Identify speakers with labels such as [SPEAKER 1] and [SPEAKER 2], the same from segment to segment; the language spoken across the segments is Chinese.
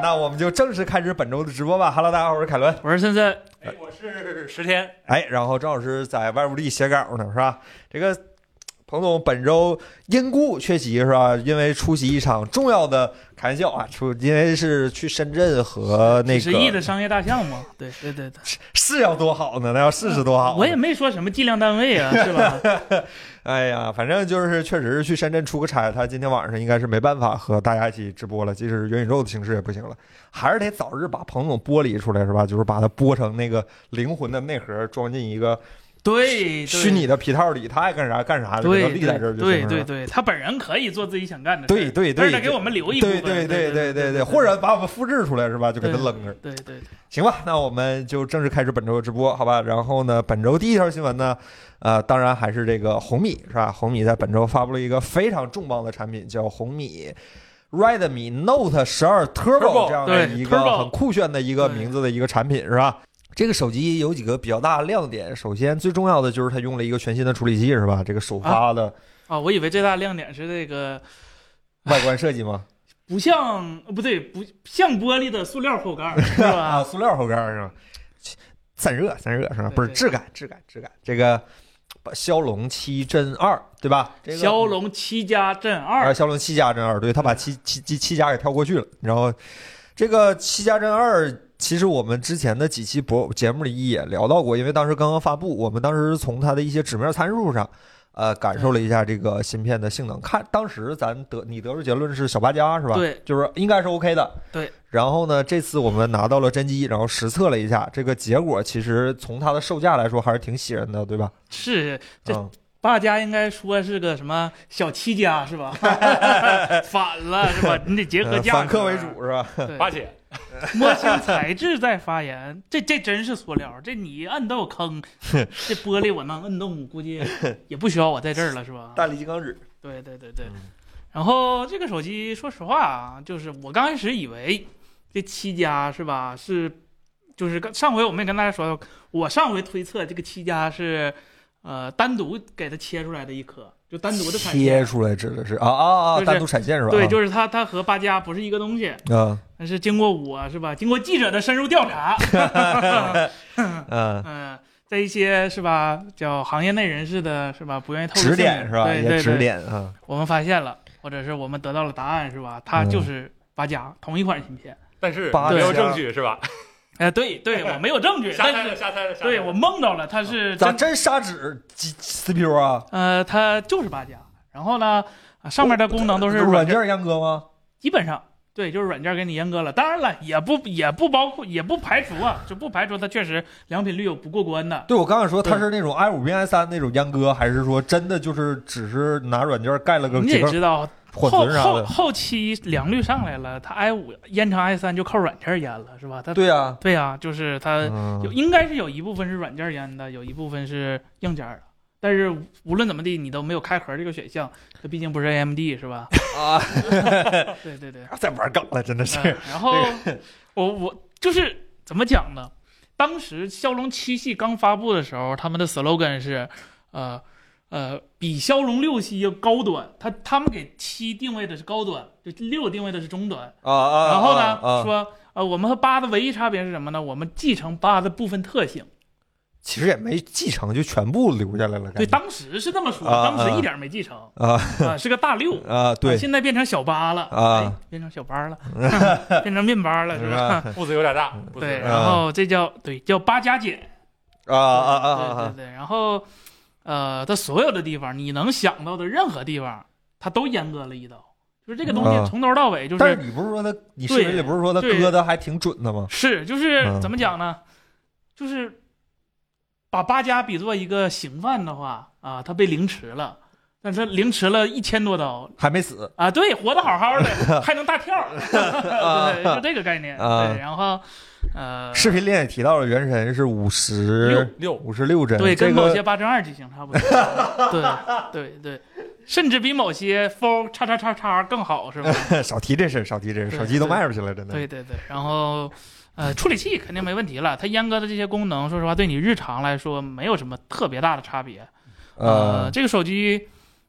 [SPEAKER 1] 啊我们就正式开始本周的直播吧。Hello，大家好，我是凯伦。
[SPEAKER 2] 我是森森，
[SPEAKER 1] 呃
[SPEAKER 3] 哎，我是十天，
[SPEAKER 1] 哎，然后张老师在外务力写稿呢，是吧？这个彭总本周因故缺席，是吧？因为出席一场重要的开玩笑啊，出因为是去深圳和那
[SPEAKER 2] 几十亿
[SPEAKER 1] 个
[SPEAKER 2] 的商业大项目，对对对对，
[SPEAKER 1] 是要多好呢？那要试试多好呢？
[SPEAKER 2] 我也没说什么计量单位啊，是吧？
[SPEAKER 1] 哎呀，反正就是确实是去深圳出个差，他今天晚上应该是没办法和大家一起直播了，即使是元宇宙的形式也不行了，还是得早日把彭总剥离出来，是吧？就是把它剥成那个灵魂的内核，装进一个
[SPEAKER 2] 对，对
[SPEAKER 1] 虚拟的皮套里，他爱干啥干啥，就给他
[SPEAKER 2] 对
[SPEAKER 1] 立在这儿
[SPEAKER 2] 对
[SPEAKER 1] 就行
[SPEAKER 2] 对
[SPEAKER 1] 了。
[SPEAKER 2] 对对，他本人可以做自己想干的事
[SPEAKER 1] 对
[SPEAKER 2] 儿，
[SPEAKER 1] 对
[SPEAKER 2] 但是他
[SPEAKER 1] 对
[SPEAKER 2] 给我们留一部
[SPEAKER 1] 对
[SPEAKER 2] 分，
[SPEAKER 1] 对
[SPEAKER 2] 对
[SPEAKER 1] 对对对
[SPEAKER 2] 对，
[SPEAKER 1] 对，或者把我们复制出来是吧？就给他
[SPEAKER 2] 对
[SPEAKER 1] 扔这儿。
[SPEAKER 2] 对对对
[SPEAKER 1] 行吧，那我们就正式开始本周的直播，好吧？然后呢，本周第一条新闻呢，呃，当然还是这个红米，是吧？红米在本周发布了一个非常重磅的产品，叫红米 Redmi Note 12 Turbo
[SPEAKER 3] Turbo，
[SPEAKER 1] 这样的
[SPEAKER 2] 对
[SPEAKER 1] 一个
[SPEAKER 2] Turbo
[SPEAKER 1] 很酷炫的一个
[SPEAKER 2] 对
[SPEAKER 1] 名字的一个产品，是吧？这个手机有几个比较大的亮点，首先最重要的就是它用了一个全新的处理器，是吧？这个首发的
[SPEAKER 2] 啊，我以为最大亮点是这个
[SPEAKER 1] 外观设计吗？
[SPEAKER 2] 不像呃不对不像玻璃的塑料后盖儿，是吧？
[SPEAKER 1] 啊，塑料后盖儿是吧？散热，散热是吧？
[SPEAKER 2] 对
[SPEAKER 1] 不是
[SPEAKER 2] 对
[SPEAKER 1] 质感，质感，质感。这个骁龙七真二，对吧？这个
[SPEAKER 2] 骁龙七加震
[SPEAKER 1] 啊，
[SPEAKER 2] 二，
[SPEAKER 1] 骁龙七加真二，对他把七七七七加给跳过去了。然后这个七加真二，其实我们之前的几期博节目里也聊到过，因为当时刚刚发布，我们当时从它的一些纸面参数上。呃，感受了一下这个芯片的性能，看当时咱得你得出结论是小八加是吧？
[SPEAKER 2] 对，
[SPEAKER 1] 就是应该是 OK 的。
[SPEAKER 2] 对。
[SPEAKER 1] 然后呢，这次我们拿到了真机，然后实测了一下，这个结果其实从它的售价来说还是挺喜人的，对吧？
[SPEAKER 2] 是这
[SPEAKER 1] 嗯、
[SPEAKER 2] 八加应该说是个什么小七加 是吧？反了是吧？你得结合
[SPEAKER 1] 呃
[SPEAKER 2] 价格、
[SPEAKER 1] 反客为主是吧？
[SPEAKER 2] 对
[SPEAKER 3] 八姐，
[SPEAKER 2] 摸清材质再发言，这这真是塑料，这你摁 到坑，这玻璃我能摁动，估计也不需要我在这儿了，是吧？
[SPEAKER 1] 大力金刚指，
[SPEAKER 2] 对对对对
[SPEAKER 1] 嗯。
[SPEAKER 2] 然后这个手机，说实话啊，就是我刚开始以为这七加是吧？是，就是刚上回我们也跟大家说，我上回推测这个七加是，呃，单独给它切出来的一颗，就单独的产
[SPEAKER 1] 切
[SPEAKER 2] 线。
[SPEAKER 1] 出来指的是啊啊
[SPEAKER 2] 就
[SPEAKER 1] 啊，
[SPEAKER 2] 是
[SPEAKER 1] 单独产线是吧？
[SPEAKER 2] 对，就是它，它和八加不是一个东西，
[SPEAKER 1] 是啊
[SPEAKER 2] 但是经过我是吧？经过记者的深入调查，
[SPEAKER 1] 嗯，
[SPEAKER 2] 嗯，在一些是吧，叫行业内人士的是吧，不愿意透露
[SPEAKER 1] 指点
[SPEAKER 2] 姓
[SPEAKER 1] 是
[SPEAKER 2] 名
[SPEAKER 1] 吧？
[SPEAKER 2] 对
[SPEAKER 1] 也
[SPEAKER 2] 对
[SPEAKER 1] 指
[SPEAKER 2] 对，
[SPEAKER 1] 点啊，
[SPEAKER 2] 我们发现了，或者是我们得到了答案是
[SPEAKER 1] 嗯
[SPEAKER 2] 吧？它就是八加同一款芯片。
[SPEAKER 3] 但是
[SPEAKER 1] 八
[SPEAKER 3] 没有
[SPEAKER 1] 姐
[SPEAKER 3] 证据是吧？
[SPEAKER 2] 哎，对 对，我没有证据，
[SPEAKER 3] 瞎猜
[SPEAKER 2] 但
[SPEAKER 3] 了，
[SPEAKER 2] 是
[SPEAKER 3] 瞎猜了，瞎猜了
[SPEAKER 2] 对我梦到了，它是
[SPEAKER 1] 咋
[SPEAKER 2] 真，
[SPEAKER 1] 真砂纸 G CPU 啊？
[SPEAKER 2] 呃，它就是八加。然后呢，啊上面的功能都是
[SPEAKER 1] 软
[SPEAKER 2] 软件，
[SPEAKER 1] 件阉割吗？
[SPEAKER 2] 基本上对，就是软件给你阉割了。当然了，也不也不包括，也不排除啊，就不排除它确实良品率有不过关的。
[SPEAKER 1] 对，我刚想说它
[SPEAKER 2] 对
[SPEAKER 1] 是那种 i 五变 i 三那种阉割，还是说真的就是只是拿软件盖了个
[SPEAKER 2] 你
[SPEAKER 1] 几
[SPEAKER 2] 得
[SPEAKER 1] 个
[SPEAKER 2] 知道，
[SPEAKER 1] 缓
[SPEAKER 2] 后
[SPEAKER 1] 存啥
[SPEAKER 2] 后
[SPEAKER 1] 的？
[SPEAKER 2] 后期良率上来了，它 i 五延长 i 三就靠软件儿淹了，是吧？它
[SPEAKER 1] 对啊，
[SPEAKER 2] 对呀、就是它
[SPEAKER 1] 嗯
[SPEAKER 2] 呃有、应该是有一部分是软件儿淹的，有一部分是硬件儿的。但是无论怎么地，你都没有开盒这个选项，它毕竟不是 AMD 是吧？
[SPEAKER 1] 啊，
[SPEAKER 2] 对对对，
[SPEAKER 1] 再玩梗了，真的
[SPEAKER 2] 嗯
[SPEAKER 1] 是。
[SPEAKER 2] 然后我我就是怎么讲呢？当时骁龙七系刚发布的时候，他们的 slogan 是，呃呃，比骁龙六系要高端。他他们给七定位的是高端，就六定位的是中端。
[SPEAKER 1] 啊啊，
[SPEAKER 2] 然后呢，
[SPEAKER 1] 啊啊
[SPEAKER 2] 说呃，我们和八的唯一差别是什么呢？我们继承八的部分特性。
[SPEAKER 1] 其实也没继承，就全部留下来了。感觉
[SPEAKER 2] 对，当时是这么说，
[SPEAKER 1] 啊啊
[SPEAKER 2] 当时一点没继承，啊、
[SPEAKER 1] 啊
[SPEAKER 2] 是个大六。
[SPEAKER 1] 啊，对，
[SPEAKER 2] 现在变成小八了
[SPEAKER 1] 啊
[SPEAKER 2] 哎变成小 八了，变成面包了，是
[SPEAKER 1] 是
[SPEAKER 2] 吧？
[SPEAKER 1] 吧？
[SPEAKER 3] 步子有点大，步子有
[SPEAKER 2] 对，
[SPEAKER 3] 点
[SPEAKER 1] 啊
[SPEAKER 3] 大
[SPEAKER 2] 然后这叫对叫八加减
[SPEAKER 1] 啊啊啊啊
[SPEAKER 2] 对对
[SPEAKER 1] 啊！
[SPEAKER 2] 对，然后呃，它所有的地方你能想到的任何地方，它都阉割了一刀，就是这个东
[SPEAKER 1] 啊
[SPEAKER 2] 西从头到尾就是、
[SPEAKER 1] 但是你不是说他，你视频里不是说他
[SPEAKER 2] 对
[SPEAKER 1] 割的还挺准的吗？
[SPEAKER 2] 是就是、
[SPEAKER 1] 嗯
[SPEAKER 2] 怎么讲呢？就是把八加比作一个刑犯的话啊，他被凌迟了，但是他凌迟了一千多刀
[SPEAKER 1] 还没死
[SPEAKER 2] 啊，对，活得好好 的，还能大跳， 对，就这个概念。
[SPEAKER 1] 啊
[SPEAKER 2] 对，然后呃，
[SPEAKER 1] 视频里也提到了，原神是五十
[SPEAKER 3] 六六
[SPEAKER 1] 五十六帧，
[SPEAKER 2] 对，
[SPEAKER 1] 这
[SPEAKER 2] 跟某些
[SPEAKER 1] 个
[SPEAKER 2] 八正二机型差不多。对对对，甚至比某些 for 叉叉叉叉更 好，是吧？
[SPEAKER 1] 少提这事儿，少提这事儿，
[SPEAKER 2] 对
[SPEAKER 1] 手机都卖出去了，真的。
[SPEAKER 2] 对对对，然后。呃，处理器肯定没问题了，它阉割的这些功能，说实话，对你日常来说没有什么特别大的差别。呃，
[SPEAKER 1] 呃，
[SPEAKER 2] 这个手机，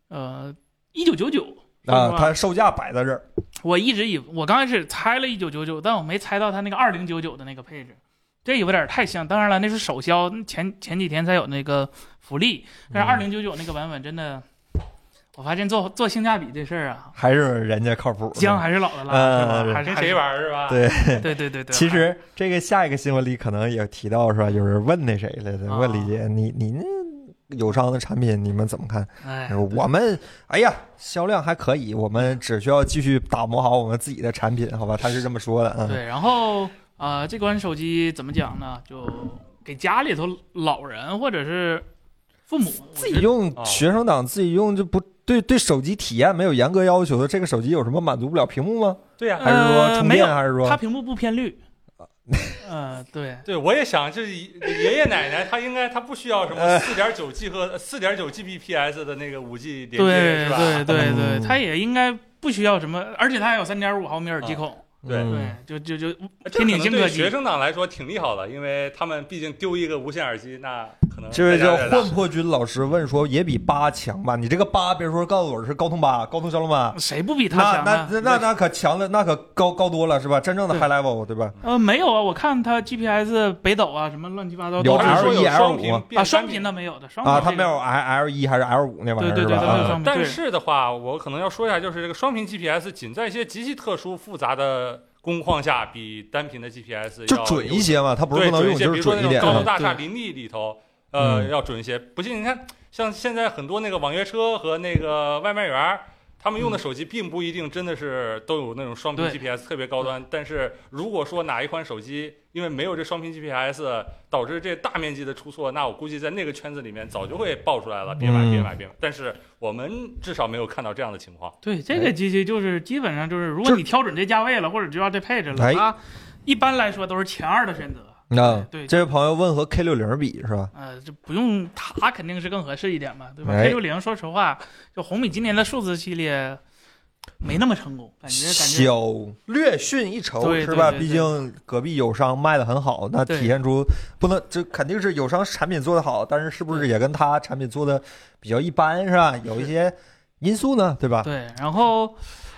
[SPEAKER 2] 呃，一九九九
[SPEAKER 1] 啊
[SPEAKER 2] 嗯，
[SPEAKER 1] 它售价摆在这儿，
[SPEAKER 2] 我一直以我刚开始猜了一九九九，但我没猜到它那个二零九九的那个配置，这有点太像。当然了，那是首销，前前几天才有那个福利，
[SPEAKER 1] 嗯
[SPEAKER 2] 但是二零九九那个版本真的，我发现做做性价比这事儿啊，
[SPEAKER 1] 还是人家靠谱。
[SPEAKER 2] 姜还是老的辣，
[SPEAKER 1] 嗯
[SPEAKER 2] 是吧？还是
[SPEAKER 4] 跟谁？玩儿是吧？
[SPEAKER 1] 对
[SPEAKER 2] 还是对对对对。
[SPEAKER 1] 其实这个下一个新闻里可能也提到是吧？有人问那谁来着？
[SPEAKER 2] 啊
[SPEAKER 1] 问李姐，你您友商的产品你们怎么看？
[SPEAKER 2] 还，哎，
[SPEAKER 1] 我们哎呀，销量还可以，我们只需要继续打磨好我们自己的产品，好吧？他是这么说的，嗯，
[SPEAKER 2] 对，然后啊、呃这款手机怎么讲呢？就给家里头老人或者是父母
[SPEAKER 1] 自己用
[SPEAKER 4] 哦
[SPEAKER 1] 学生党自己用就不对，对手机体验没有严格要求的，这个手机有什么满足不了屏幕吗？
[SPEAKER 4] 对啊呀、
[SPEAKER 1] 还是说
[SPEAKER 2] 呃
[SPEAKER 1] 充
[SPEAKER 2] 没有
[SPEAKER 1] 电？还是
[SPEAKER 2] 它
[SPEAKER 1] 说？啊
[SPEAKER 2] 屏幕不偏绿。 呃，对，
[SPEAKER 4] 对，我也想，就是爷爷奶奶，他应该他不需要什么四点九 G 和四点九 Gbps 的那个五 G 连接
[SPEAKER 2] 对
[SPEAKER 4] 是吧？
[SPEAKER 2] 对对对，
[SPEAKER 1] 嗯
[SPEAKER 2] 它也应该不需要什么，而且它还有三点五毫米耳机孔，
[SPEAKER 4] 对
[SPEAKER 1] 嗯
[SPEAKER 2] 对，就就就
[SPEAKER 4] 啊这可
[SPEAKER 2] 天
[SPEAKER 4] 能
[SPEAKER 2] 顶
[SPEAKER 4] 对
[SPEAKER 2] 星科技
[SPEAKER 4] 学生党来说挺利好的，因为他们毕竟丢一个无线耳机，那可能
[SPEAKER 1] 这位
[SPEAKER 4] 代价
[SPEAKER 1] 叫
[SPEAKER 4] 有点大
[SPEAKER 1] 混破军老师问说，也比八强吧？你这个八，别说告诉我是高通八、高通骁龙八，
[SPEAKER 2] 谁不比它
[SPEAKER 1] 那
[SPEAKER 2] 强
[SPEAKER 1] 那
[SPEAKER 2] 啊？
[SPEAKER 1] 那那那可强了，那可高高多了是吧？真正的
[SPEAKER 2] 对
[SPEAKER 1] high level 对吧？
[SPEAKER 2] 呃，没有啊，我看它 GPS 北斗啊，什么乱七八糟
[SPEAKER 1] 有
[SPEAKER 2] 都
[SPEAKER 4] 或者
[SPEAKER 2] 是
[SPEAKER 4] 说
[SPEAKER 1] L
[SPEAKER 4] 有
[SPEAKER 1] 1
[SPEAKER 4] 双
[SPEAKER 1] L 五
[SPEAKER 4] 频
[SPEAKER 2] 啊，双频的没有的，双频
[SPEAKER 1] 啊，
[SPEAKER 2] 这
[SPEAKER 1] 它
[SPEAKER 2] 个
[SPEAKER 1] 没有 L L 一还是 L 五那玩意儿
[SPEAKER 2] 对对
[SPEAKER 1] 是
[SPEAKER 2] 对，
[SPEAKER 1] 吧？
[SPEAKER 2] 它没有
[SPEAKER 1] 啊
[SPEAKER 2] 双频，
[SPEAKER 4] 但
[SPEAKER 2] 对
[SPEAKER 4] 是的话，我可能要说一下，就是这个双频 GPS 仅在一些极其特殊复杂的工况下，比单频的 GPS
[SPEAKER 1] 就
[SPEAKER 4] 要
[SPEAKER 1] 准一些嘛，它不是
[SPEAKER 4] 对，
[SPEAKER 1] 不能
[SPEAKER 4] 准
[SPEAKER 1] 用，
[SPEAKER 4] 一些，
[SPEAKER 1] 就是
[SPEAKER 4] 比如说
[SPEAKER 1] 准一
[SPEAKER 4] 那
[SPEAKER 1] 点。
[SPEAKER 4] 种高楼
[SPEAKER 1] 嗯
[SPEAKER 4] 大厦
[SPEAKER 2] 对
[SPEAKER 4] 林立里头，呃，
[SPEAKER 1] 嗯
[SPEAKER 4] 要准一些。不信你看，像现在很多那个网约车和那个外卖员儿，他们用的
[SPEAKER 1] 嗯
[SPEAKER 4] 手机并不一定真的是都有那种双频
[SPEAKER 2] 对
[SPEAKER 4] GPS 特别高端，但是如果说哪一款手机因为没有这双频 GPS 导致这大面积的出错，那我估计在那个圈子里面早就会爆出来了，别买
[SPEAKER 1] 嗯
[SPEAKER 4] 别买别买。但是我们至少没有看到这样的情况。
[SPEAKER 2] 对这个机器就是基本上就是，如
[SPEAKER 1] 就
[SPEAKER 2] 果你挑准这价位了，或者知道这配置
[SPEAKER 1] 哎
[SPEAKER 2] 了，它一般来说都是前二的选择。
[SPEAKER 1] 那
[SPEAKER 2] 对
[SPEAKER 1] 啊这位朋友问和 K 六零比是吧？
[SPEAKER 2] 呃，这不用它肯定是更合适一点嘛，对吧
[SPEAKER 1] 哎
[SPEAKER 2] ？K 六零，说实话，就红米今年的数字系列没那么成功，感觉感觉
[SPEAKER 1] 小略逊一筹
[SPEAKER 2] 对
[SPEAKER 1] 是吧？
[SPEAKER 2] 对对对
[SPEAKER 1] 毕竟隔壁友商卖的很好，那
[SPEAKER 2] 对
[SPEAKER 1] 体现出不能这肯定是友商产品做的好，但是是不是也跟他产品做的比较一般是吧？有一些因素呢，对吧？
[SPEAKER 2] 对。然后，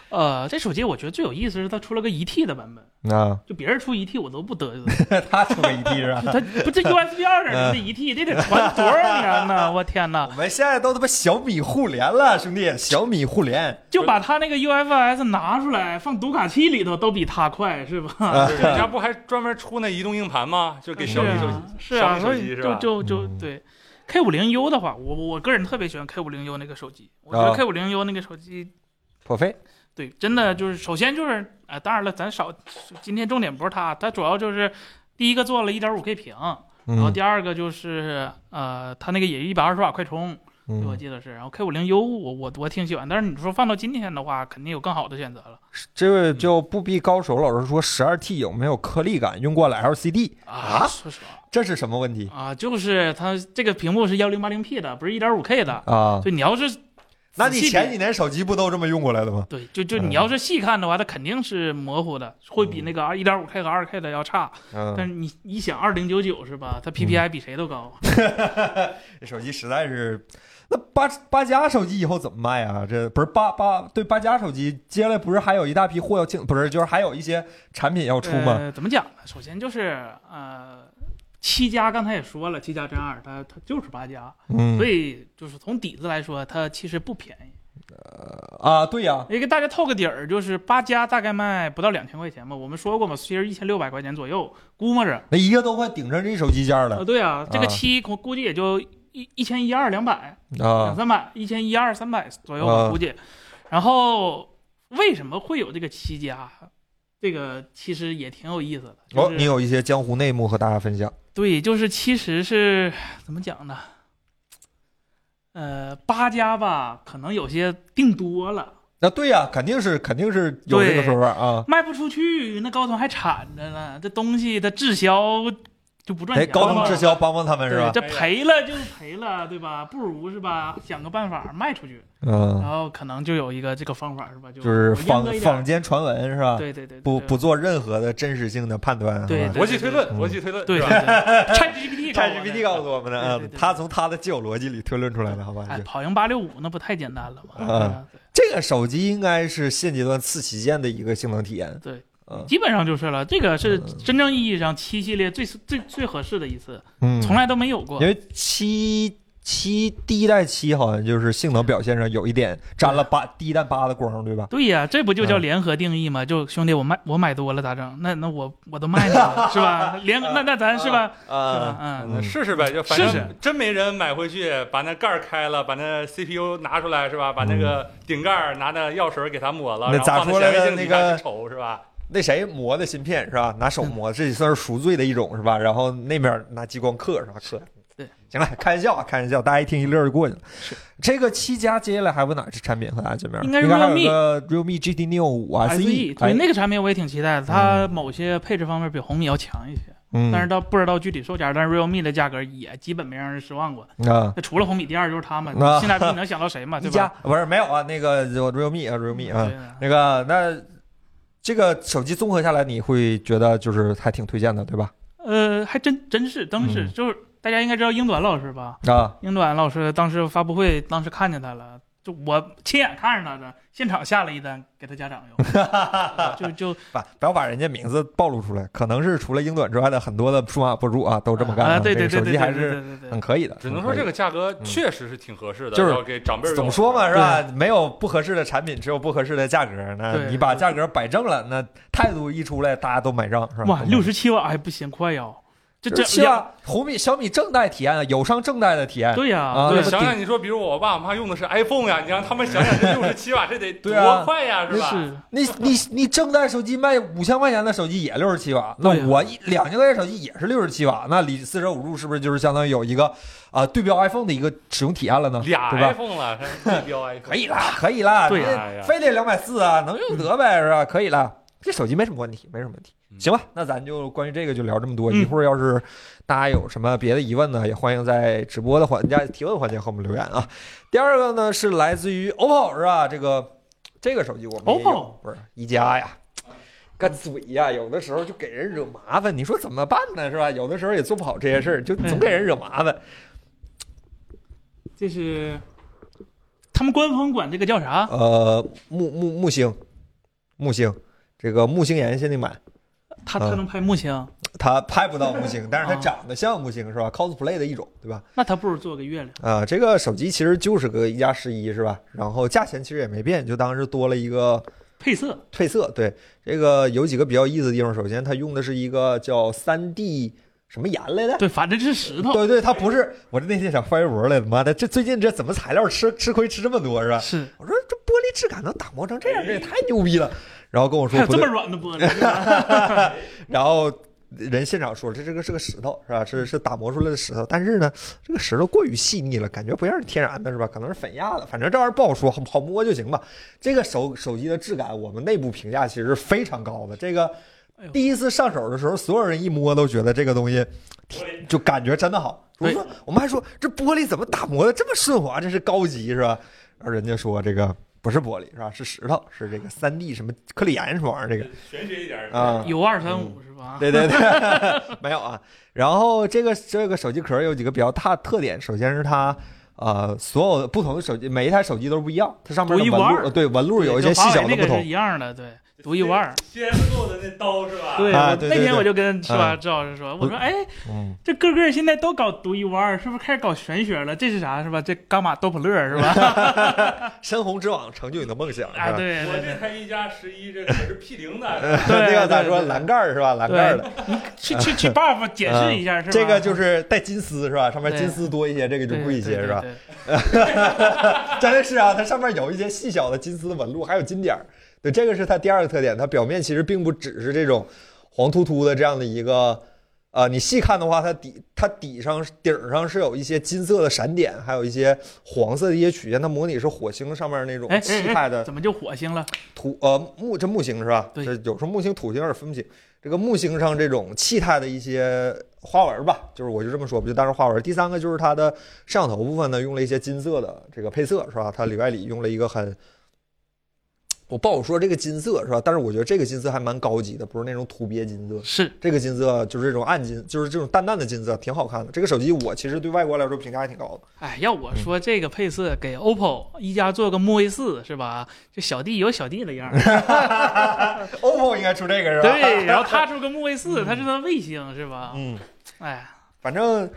[SPEAKER 2] 呃，这手机我觉得最有意思是它出了个一 T 的版本，
[SPEAKER 1] 啊，
[SPEAKER 2] 就别人出一 T 我都不得罪，
[SPEAKER 1] 他出个一 T 是吧？
[SPEAKER 2] 它不这 USB 二点
[SPEAKER 1] 嗯
[SPEAKER 2] 零的一 T 这得传多少年呢？我天呐！
[SPEAKER 1] 我们现在都他妈小米互联了，兄弟，小米互联，
[SPEAKER 2] 就把它那个 UFS 拿出来放读卡器里头都比它快是吧？
[SPEAKER 1] 啊
[SPEAKER 4] 就是人家不还专门出那移动硬盘吗？就给小米 手机。
[SPEAKER 2] 是啊，
[SPEAKER 4] 小米
[SPEAKER 2] 所
[SPEAKER 4] 手
[SPEAKER 2] 以
[SPEAKER 4] 机是
[SPEAKER 2] 就
[SPEAKER 4] 吧
[SPEAKER 2] 就就
[SPEAKER 1] 嗯
[SPEAKER 2] 对。K 五零 U 的话，我我个人特别喜欢 K 五零 U 那个手机，我觉
[SPEAKER 1] 啊
[SPEAKER 2] 得 K 五零 U 那个手机，
[SPEAKER 1] 破费。
[SPEAKER 2] 对，真的就是首先就是啊、当然了，咱少今天重点不是它，它主要就是第一个做了一点五 K 屏，然后
[SPEAKER 1] 嗯，
[SPEAKER 2] 第二个就是呃，它那个也一百二十瓦快充，对我
[SPEAKER 1] 嗯
[SPEAKER 2] 记得是，然后 K 五零 U 我我我挺喜欢，但是你说放到今天的话，肯定有更好的选择了
[SPEAKER 1] 这位就不必高手老师说，十二 T 有没有颗粒感？用惯了 LCD，啊
[SPEAKER 2] 说实话
[SPEAKER 1] 这是什么问题
[SPEAKER 2] 啊，就是它这个屏幕是幺零八零 P 的，不是一点五 K 的，
[SPEAKER 1] 啊？
[SPEAKER 2] 所以你要是
[SPEAKER 1] 那你
[SPEAKER 2] 仔细
[SPEAKER 1] 前
[SPEAKER 2] 比
[SPEAKER 1] 几年手机不都这么用过来的吗？
[SPEAKER 2] 对，就就
[SPEAKER 1] 嗯
[SPEAKER 2] 你要是细看的话，它肯定是模糊的，会比那个一点五 K 和二 K 的要差。但
[SPEAKER 1] 嗯，
[SPEAKER 2] 是你你想二零九九是吧？它 PPI 比谁都高。
[SPEAKER 1] 这手机实在是，那八八加手机以后怎么卖啊？这不是八八对八加手机，接下来不是还有一大批货要进，不是就是还有一些产品要出吗？
[SPEAKER 2] 呃？怎么讲呢？首先就是呃，七加刚才也说了，七加真二它它就是八加，
[SPEAKER 1] 嗯
[SPEAKER 2] 所以就是从底子来说，它其实不便宜。
[SPEAKER 1] 啊，对呀，
[SPEAKER 2] 也给大家透个底儿，就是八加大概卖不到两千块钱吧，我们说过嘛，其实一千六百块钱左右，估摸着。
[SPEAKER 1] 那一个都快顶上这手机价
[SPEAKER 2] 呃，
[SPEAKER 1] 了
[SPEAKER 2] 对啊，这
[SPEAKER 1] 啊
[SPEAKER 2] 个七估估计也就一一千一二两百。两
[SPEAKER 1] 啊
[SPEAKER 2] 三百，一千一二三百左右
[SPEAKER 1] 啊
[SPEAKER 2] 吧，估计。然后为什么会有这个七家？这个其实也挺有意思的。就
[SPEAKER 1] 哦，
[SPEAKER 2] 是、
[SPEAKER 1] 你有一些江湖内幕和大家分享。
[SPEAKER 2] 对，就是其实是怎么讲呢？呃，八家吧，可能有些定多了，
[SPEAKER 1] 那对呀、肯定是肯定是有这个说法啊。
[SPEAKER 2] 卖不出去，那高通还产着呢，这东西它滞销就不赚
[SPEAKER 1] 哎，
[SPEAKER 2] 钱了。
[SPEAKER 1] 高通滞销帮帮他们是
[SPEAKER 2] 对，
[SPEAKER 1] 吧？
[SPEAKER 2] 这赔了就是赔了，对吧？不如是吧，想个办法卖出去，然
[SPEAKER 1] 嗯，
[SPEAKER 2] 后可能就有一个这个方法是吧？就
[SPEAKER 1] 就是
[SPEAKER 2] 我阉
[SPEAKER 1] 坊
[SPEAKER 2] 割一点
[SPEAKER 1] 坊间传闻是吧？
[SPEAKER 2] 对对对，
[SPEAKER 1] 不
[SPEAKER 2] 对
[SPEAKER 1] 不做任何的真实性的判断。
[SPEAKER 2] 对
[SPEAKER 1] 是吧
[SPEAKER 4] 逻辑推论，
[SPEAKER 1] 嗯
[SPEAKER 4] 逻辑推论，
[SPEAKER 2] 对
[SPEAKER 4] 是
[SPEAKER 2] 对
[SPEAKER 4] 吧
[SPEAKER 2] 对，ChatGPT 告诉我的
[SPEAKER 1] ChatGPT 告诉我们的，
[SPEAKER 2] 对对
[SPEAKER 1] 嗯
[SPEAKER 2] 对，对
[SPEAKER 1] 他从他的既有逻辑里推论出来的，好吧？
[SPEAKER 2] 哎，
[SPEAKER 1] 就
[SPEAKER 2] 跑赢八六五那不太简单了吗？
[SPEAKER 1] 啊
[SPEAKER 2] 对
[SPEAKER 1] 这个手机应该是现阶段次旗舰的一个性能体验。
[SPEAKER 2] 对，
[SPEAKER 1] 嗯
[SPEAKER 2] 基本上就是了。这个是
[SPEAKER 1] 嗯
[SPEAKER 2] 真正意义上七系列最最最合适的一次，
[SPEAKER 1] 嗯，
[SPEAKER 2] 从来都没有过
[SPEAKER 1] 因。为七七第一代七好像就是性能表现上有一点沾了八第一代八的光，对吧？
[SPEAKER 2] 对呀、这不就叫
[SPEAKER 1] 嗯
[SPEAKER 2] 联合定义吗？就兄弟，我卖我买多了咋整？那那我我都卖你 了是吧？联那那咱是吧？是吧？
[SPEAKER 1] 啊，
[SPEAKER 2] 嗯，
[SPEAKER 1] 嗯
[SPEAKER 3] 呃试试呗，就反
[SPEAKER 2] 试试
[SPEAKER 3] 正真没人买回去，把那盖儿开了，把那 CPU 拿出来是吧？把那个顶盖儿拿那药水儿给它抹了，
[SPEAKER 1] 嗯那
[SPEAKER 3] 然后
[SPEAKER 1] 咋
[SPEAKER 3] 放
[SPEAKER 1] 说
[SPEAKER 3] 在
[SPEAKER 1] 来
[SPEAKER 3] 显
[SPEAKER 1] 着
[SPEAKER 3] 微镜
[SPEAKER 1] 那
[SPEAKER 3] 底下
[SPEAKER 1] 个
[SPEAKER 3] 去瞅是吧？
[SPEAKER 1] 那谁磨的芯片是吧？拿手磨，这也算是赎罪的一种是吧？然后那面拿激光刻是吧？刻。
[SPEAKER 2] 对，
[SPEAKER 1] 行了，开玩笑啊，开玩笑，大家一听一乐就过去了。这个七加接下来还有哪支产品和大家见面？
[SPEAKER 2] 应该是
[SPEAKER 1] 还有个 realme GT Neo 五
[SPEAKER 2] SE
[SPEAKER 1] 哎
[SPEAKER 2] 对，那个产品我也挺期待的，它某些配置方面比红米要强一些，
[SPEAKER 1] 嗯，
[SPEAKER 2] 但是到不知道具体售价，但是 realme 的价格也基本没让人失望过。
[SPEAKER 1] 啊，
[SPEAKER 2] 那除了红米，第二就是它嘛
[SPEAKER 1] 啊，
[SPEAKER 2] 性价比你能想到 谁嘛？
[SPEAKER 1] 一
[SPEAKER 2] 对
[SPEAKER 1] 加
[SPEAKER 2] 吧？
[SPEAKER 1] 不是没有啊，那个有 realme 啊 realme 啊，
[SPEAKER 2] 对啊
[SPEAKER 1] 那个那这个手机综合下来，你会觉得就是还挺推荐的，对吧？
[SPEAKER 2] 呃，还真真是，真是，
[SPEAKER 1] 嗯
[SPEAKER 2] 就是大家应该知道英短老师吧？
[SPEAKER 1] 啊，
[SPEAKER 2] 英短老师当时发布会，当时看见他了，就我亲眼看着他的，现场下了一单给他家长用， 啊就就
[SPEAKER 1] 把不要把人家名字暴露出来，可能是除了英短之外的很多的数码博主啊都这么干
[SPEAKER 2] 啊，
[SPEAKER 1] 啊
[SPEAKER 2] 对对
[SPEAKER 1] 这个手
[SPEAKER 2] 对对
[SPEAKER 1] 机
[SPEAKER 2] 对
[SPEAKER 1] 还
[SPEAKER 2] 对
[SPEAKER 1] 是
[SPEAKER 2] 对对
[SPEAKER 1] 很
[SPEAKER 2] 对，
[SPEAKER 1] 可以的，
[SPEAKER 3] 只能说这个价格确实是挺合适的，
[SPEAKER 1] 嗯就是
[SPEAKER 3] 要给长辈儿
[SPEAKER 1] 怎么
[SPEAKER 3] 用
[SPEAKER 1] 说嘛，是吧？没有不合适的产品，只有不合适的价格。那
[SPEAKER 2] 对
[SPEAKER 1] 你把价格摆正了，那态度一出来，大家都买账，是吧？
[SPEAKER 2] 哇，六十七瓦还不行，快要，这
[SPEAKER 1] 就
[SPEAKER 2] 这
[SPEAKER 1] 是希望红米、小米正代体验啊，友商正代的体验。
[SPEAKER 2] 对呀、
[SPEAKER 1] 啊
[SPEAKER 3] 对，
[SPEAKER 1] 那么
[SPEAKER 2] 对，
[SPEAKER 3] 想
[SPEAKER 1] 顶
[SPEAKER 3] 想你说，比如我爸我妈用的是 iPhone 呀，你让他们想想这六十七瓦这得
[SPEAKER 1] 对啊
[SPEAKER 3] 多快呀，是吧？
[SPEAKER 2] 是
[SPEAKER 1] 你你你正代手机卖五千块钱的手机也六十七瓦，
[SPEAKER 2] 对
[SPEAKER 1] 那
[SPEAKER 2] 啊呀
[SPEAKER 1] 我一两千块钱手机也是六十七瓦，那离四舍五入是不是就是相当于有一个啊、对标 iPhone 的一个使用体验了呢？
[SPEAKER 3] 俩
[SPEAKER 1] 对吧？
[SPEAKER 3] iPhone 了，还对标 iPhone，
[SPEAKER 1] 可以啦，可以啦，
[SPEAKER 2] 对
[SPEAKER 1] 这
[SPEAKER 3] 哎呀
[SPEAKER 1] 非得两百四啊，能用得呗，是吧？可以啦，这手机没什么问题，没什么问题。
[SPEAKER 3] 嗯
[SPEAKER 1] 行吧，那咱就关于这个就聊这么多。
[SPEAKER 2] 嗯
[SPEAKER 1] 一会儿要是大家有什么别的疑问呢，也欢迎在直播的环节、提问环节和我们留言啊。第二个呢是来自于 OPPO 是吧？这个这个手机我们也有
[SPEAKER 2] OPPO
[SPEAKER 1] 不是一加呀。个嘴呀、有的时候就给人惹麻烦，你说怎么办呢？是吧？有的时候也做不好这些事儿，就总给人惹麻烦。
[SPEAKER 2] 这是他们官方管这个叫啥？
[SPEAKER 1] 呃，木木木星，木星，这个木星岩限定版，
[SPEAKER 2] 他
[SPEAKER 1] 嗯
[SPEAKER 2] 他能拍木星，
[SPEAKER 1] 它拍不到木星，但是它
[SPEAKER 2] 啊
[SPEAKER 1] 长得像木星是吧？cosplay 的一种，对吧？
[SPEAKER 2] 那他不如做个月亮。
[SPEAKER 1] 啊、这个手机其实就是个一加十一是吧？然后价钱其实也没变，就当是多了一个
[SPEAKER 2] 配色，
[SPEAKER 1] 配色。对，这个有几个比较意思的地方，首先它用的是一个叫三 D 什么岩来的。
[SPEAKER 2] 对，反正是石头，
[SPEAKER 1] 对对，它不是，我这那天想翻微博来的，妈的，这最近这怎么材料吃吃亏吃这么多是吧？
[SPEAKER 2] 是
[SPEAKER 1] 我说这玻璃质感能打磨成这样，这也太牛逼了。然后跟我说
[SPEAKER 2] 还有
[SPEAKER 1] 不
[SPEAKER 2] 这
[SPEAKER 1] 对
[SPEAKER 2] 么，软的玻璃，是吧
[SPEAKER 1] 然后人现场说这这个是个石头是吧？
[SPEAKER 2] 嗯
[SPEAKER 1] 是是打磨出来的石头，但是呢，这个石头过于细腻了，感觉不像是天然的是吧？可能是粉压的，反正这玩意儿不好说，好好摸就行吧。这个手手机的质感，我们内部评价其实是非常高的。这个
[SPEAKER 2] 哎呦
[SPEAKER 1] 第一次上手的时候，所有人一摸都觉得这个东西就感觉真的好。我
[SPEAKER 2] 对
[SPEAKER 1] 说我们还说这玻璃怎么打磨的这么顺滑，这是高级是吧？然后人家说这个不是玻璃是吧？是石头，是这个三 D 什么克里岩什么玩意儿这个
[SPEAKER 3] 玄学一点儿
[SPEAKER 1] 啊。
[SPEAKER 2] 有二三五是吧？
[SPEAKER 1] 对对对，没有啊。然后这个这个手机壳有几个比较大特点，首先是它。呃，所有的不同的手机，每一台手机都不一样，它上面
[SPEAKER 2] 独
[SPEAKER 1] 的
[SPEAKER 2] 一无
[SPEAKER 1] 纹
[SPEAKER 2] 二
[SPEAKER 1] 路，对纹路有一些细小的
[SPEAKER 2] 那
[SPEAKER 1] 不
[SPEAKER 2] 个
[SPEAKER 1] 同
[SPEAKER 2] 是。一样的，对，独一无二。
[SPEAKER 3] ，CS 做的那刀是吧？
[SPEAKER 2] 对，
[SPEAKER 1] 啊
[SPEAKER 2] 我
[SPEAKER 1] 对
[SPEAKER 2] 那
[SPEAKER 1] 对
[SPEAKER 2] 天
[SPEAKER 1] 对
[SPEAKER 2] 我就跟是吧
[SPEAKER 1] 啊
[SPEAKER 2] 赵老师说，我说哎，
[SPEAKER 1] 嗯，
[SPEAKER 2] 这个个现在都搞独一无二，是不是开始搞玄学了？这是啥是吧？这伽马多普勒是 吧？
[SPEAKER 1] 深红之网成就你的梦想，
[SPEAKER 2] 啊，
[SPEAKER 1] 是吧？
[SPEAKER 2] 对
[SPEAKER 3] 我
[SPEAKER 2] 对
[SPEAKER 3] 这
[SPEAKER 2] 对，
[SPEAKER 3] 台一加十一，这可是 P 零的，
[SPEAKER 2] 对
[SPEAKER 1] 那个咋
[SPEAKER 2] 对
[SPEAKER 1] 说？
[SPEAKER 2] 对
[SPEAKER 1] 蓝盖儿是吧？蓝盖儿的，嗯
[SPEAKER 2] 去去去 buff 解释一下是吧？
[SPEAKER 1] 这个就是是带金丝是吧？上面金丝多一些，这个就贵一些是吧？？
[SPEAKER 2] 对对对对
[SPEAKER 1] 真的是啊，它上面有一些细小的金丝纹路，还有金点儿。对，这个是它第二个特点，它表面其实并不只是这种黄秃秃的这样的一个，呃，你细看的话，它底它底上顶儿上是有一些金色的闪点，还有一些黄色的一些曲线，它模拟是火星上面那种
[SPEAKER 2] 哎哎
[SPEAKER 1] 气
[SPEAKER 2] 哎
[SPEAKER 1] 派的
[SPEAKER 2] 怎么就火星了？
[SPEAKER 1] 土呃木这木星是吧？
[SPEAKER 2] 对
[SPEAKER 1] 这有时候木星土星有点分不清。这个木星上这种气态的一些花纹吧，就是我就这么说，不就当是花纹。第三个就是它的摄像头部分呢，用了一些金色的这个配色是吧？它里外里用了一个很我不好说这个金色是吧？但是我觉得这个金色还蛮高级的，不是那种土鳖金色。
[SPEAKER 2] 是
[SPEAKER 1] 这个金色就是这种暗金，就是这种淡淡的金色，挺好看的。这个手机我其实对外观来说评价还挺高的。
[SPEAKER 2] 哎，要我说这个配色给 OPPO 一加做个木卫四是吧？这小弟有小弟的 样儿，
[SPEAKER 1] OPPO 应该出这个是吧？
[SPEAKER 2] 对，然后他出个木卫四，他是他卫星是吧？
[SPEAKER 1] 嗯，
[SPEAKER 2] 哎，
[SPEAKER 1] 反正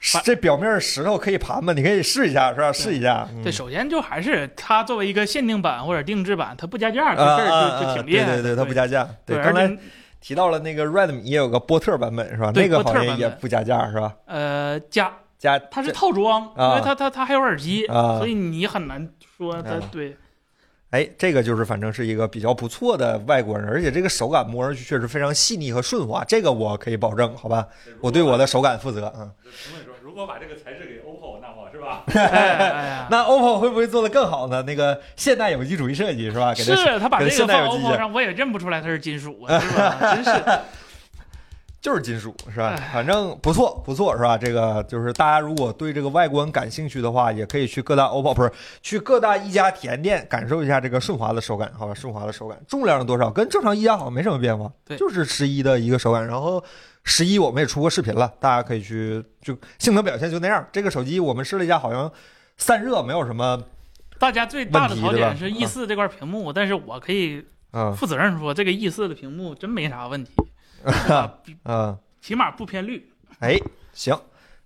[SPEAKER 2] 反
[SPEAKER 1] 这表面石头可以盘盘，你可以试一下是吧？试一下。嗯
[SPEAKER 2] 对，首先就还是它作为一个限定版或者定制版，它不加价
[SPEAKER 1] 啊
[SPEAKER 2] 这事儿
[SPEAKER 1] 啊
[SPEAKER 2] 就就
[SPEAKER 1] 啊！
[SPEAKER 2] 挺厉
[SPEAKER 1] 对
[SPEAKER 2] 害
[SPEAKER 1] 对
[SPEAKER 2] 的。
[SPEAKER 1] 对，它不加价。
[SPEAKER 2] 对，而
[SPEAKER 1] 刚才
[SPEAKER 2] 且
[SPEAKER 1] 提到了那个 Redmi 也有个波特版本是吧？
[SPEAKER 2] 对
[SPEAKER 1] 那个
[SPEAKER 2] 波
[SPEAKER 1] 好
[SPEAKER 2] 特
[SPEAKER 1] 像
[SPEAKER 2] 版
[SPEAKER 1] 也
[SPEAKER 2] 本
[SPEAKER 1] 不加价是吧？
[SPEAKER 2] 呃加
[SPEAKER 1] 加
[SPEAKER 2] 它是套装，
[SPEAKER 1] 啊
[SPEAKER 2] 因为它它它还有耳机，
[SPEAKER 1] 啊
[SPEAKER 2] 所以你很难说它
[SPEAKER 1] 啊
[SPEAKER 2] 对
[SPEAKER 1] 哎，这个就是反正是一个比较不错的外观，而且这个手感摸上去确实非常细腻和顺滑，这个我可以保证，好吧？ 我对我的手感负责
[SPEAKER 3] 如
[SPEAKER 1] 啊、
[SPEAKER 3] 果把评论说，如果把这个材质给 OPPO，那我是 吧？
[SPEAKER 2] 哎哎呀
[SPEAKER 1] 那 OPPO 会不会做得更好呢？那个现代有机主义设计是吧？给它
[SPEAKER 2] 是它把
[SPEAKER 1] 给它
[SPEAKER 2] 这个
[SPEAKER 1] 现代
[SPEAKER 2] 放
[SPEAKER 1] 有机一
[SPEAKER 2] OPPO
[SPEAKER 1] 样
[SPEAKER 2] 上，我也认不出来它是金属啊，是吧？真是
[SPEAKER 1] 就是金属是吧
[SPEAKER 2] 哎？
[SPEAKER 1] 反正不错不错是吧？这个就是大家如果对这个外观感兴趣的话，也可以去各大 OPPO 不是去各大一加体验店感受一下这个顺滑的手感，好吧？顺滑的手感，重量是多少？跟正常一加好像没什么变化，
[SPEAKER 2] 对
[SPEAKER 1] 就是十一的一个手感。然后十一我们也出过视频了，大家可以去就性能表现就那样。这个手机我们试了一下，好像散热没有什么
[SPEAKER 2] 大家最大的
[SPEAKER 1] 问题
[SPEAKER 2] 槽
[SPEAKER 1] 对吧
[SPEAKER 2] 点是 E 四这块屏幕，但是我可以
[SPEAKER 1] 嗯
[SPEAKER 2] 负责任说，这个 E 四的屏幕真没啥问题，是吧比
[SPEAKER 1] 嗯。
[SPEAKER 2] 起码不偏绿。
[SPEAKER 1] 哎，行，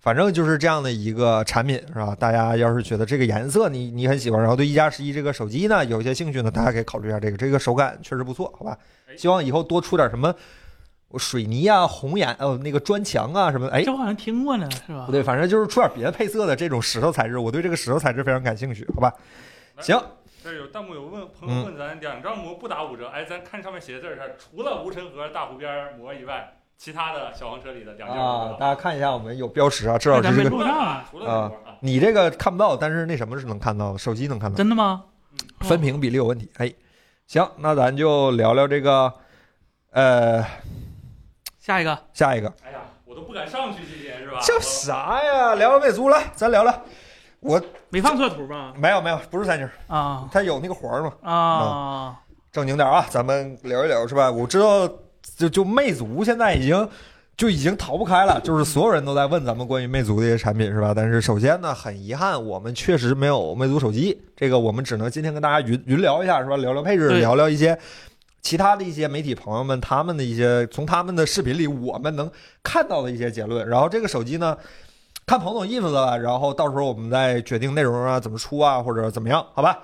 [SPEAKER 1] 反正就是这样的一个产品，是吧？大家要是觉得这个颜色你你很喜欢，然后对一加十一这个手机呢有一些兴趣呢，大家可以考虑一下这个，这个手感确实不错，好吧？希望以后多出点什么水泥啊、红岩呃那个砖墙啊什么的，哎
[SPEAKER 2] 这。我好像听过呢，是吧
[SPEAKER 1] 不？对，反正就是出点别的配色的这种石头材质，我对这个石头材质非常感兴趣，好吧？行，
[SPEAKER 3] 这有弹幕有问朋
[SPEAKER 1] 嗯
[SPEAKER 3] 友问咱，两张膜不打五折？哎，咱看上面写的字儿上，除了无尘盒大湖边儿膜以外，其他的小黄车里的两件儿
[SPEAKER 1] 啊
[SPEAKER 3] 膜，
[SPEAKER 1] 大家看一下，我们有标识啊，至
[SPEAKER 2] 那
[SPEAKER 1] 少
[SPEAKER 2] 咱
[SPEAKER 1] 是
[SPEAKER 2] 们
[SPEAKER 1] 这个。
[SPEAKER 2] 录上啊，
[SPEAKER 3] 除了这膜啊，
[SPEAKER 1] 你这个看不到，但是那什么是能看到的，手机能看到。
[SPEAKER 2] 真的吗？哦
[SPEAKER 1] 分屏比例有问题。哎，行，那咱就聊聊这个，呃，
[SPEAKER 2] 下一个，
[SPEAKER 1] 下一个
[SPEAKER 3] 哎呀，我都不敢上去，今天是吧？
[SPEAKER 1] 叫啥呀？聊聊魅族来，咱聊聊。
[SPEAKER 2] 没放错图吧？
[SPEAKER 1] 没有没有，不是三星，
[SPEAKER 2] 啊
[SPEAKER 1] 它有那个环儿嘛。
[SPEAKER 2] 啊，
[SPEAKER 1] 正经点儿啊，咱们聊一聊是吧？我知道，就就魅族现在已经。就已经逃不开了，就是所有人都在问咱们关于魅族的一些产品，是吧？但是首先呢，很遗憾，我们确实没有魅族手机，这个我们只能今天跟大家云云聊一下，是吧？聊聊配置，
[SPEAKER 2] 对
[SPEAKER 1] 聊聊一些其他的一些媒体朋友们他们的一些从他们的视频里我们能看到的一些结论。然后这个手机呢，看彭总意思了，然后到时候我们再决定内容啊怎么出啊，或者怎么样，好吧？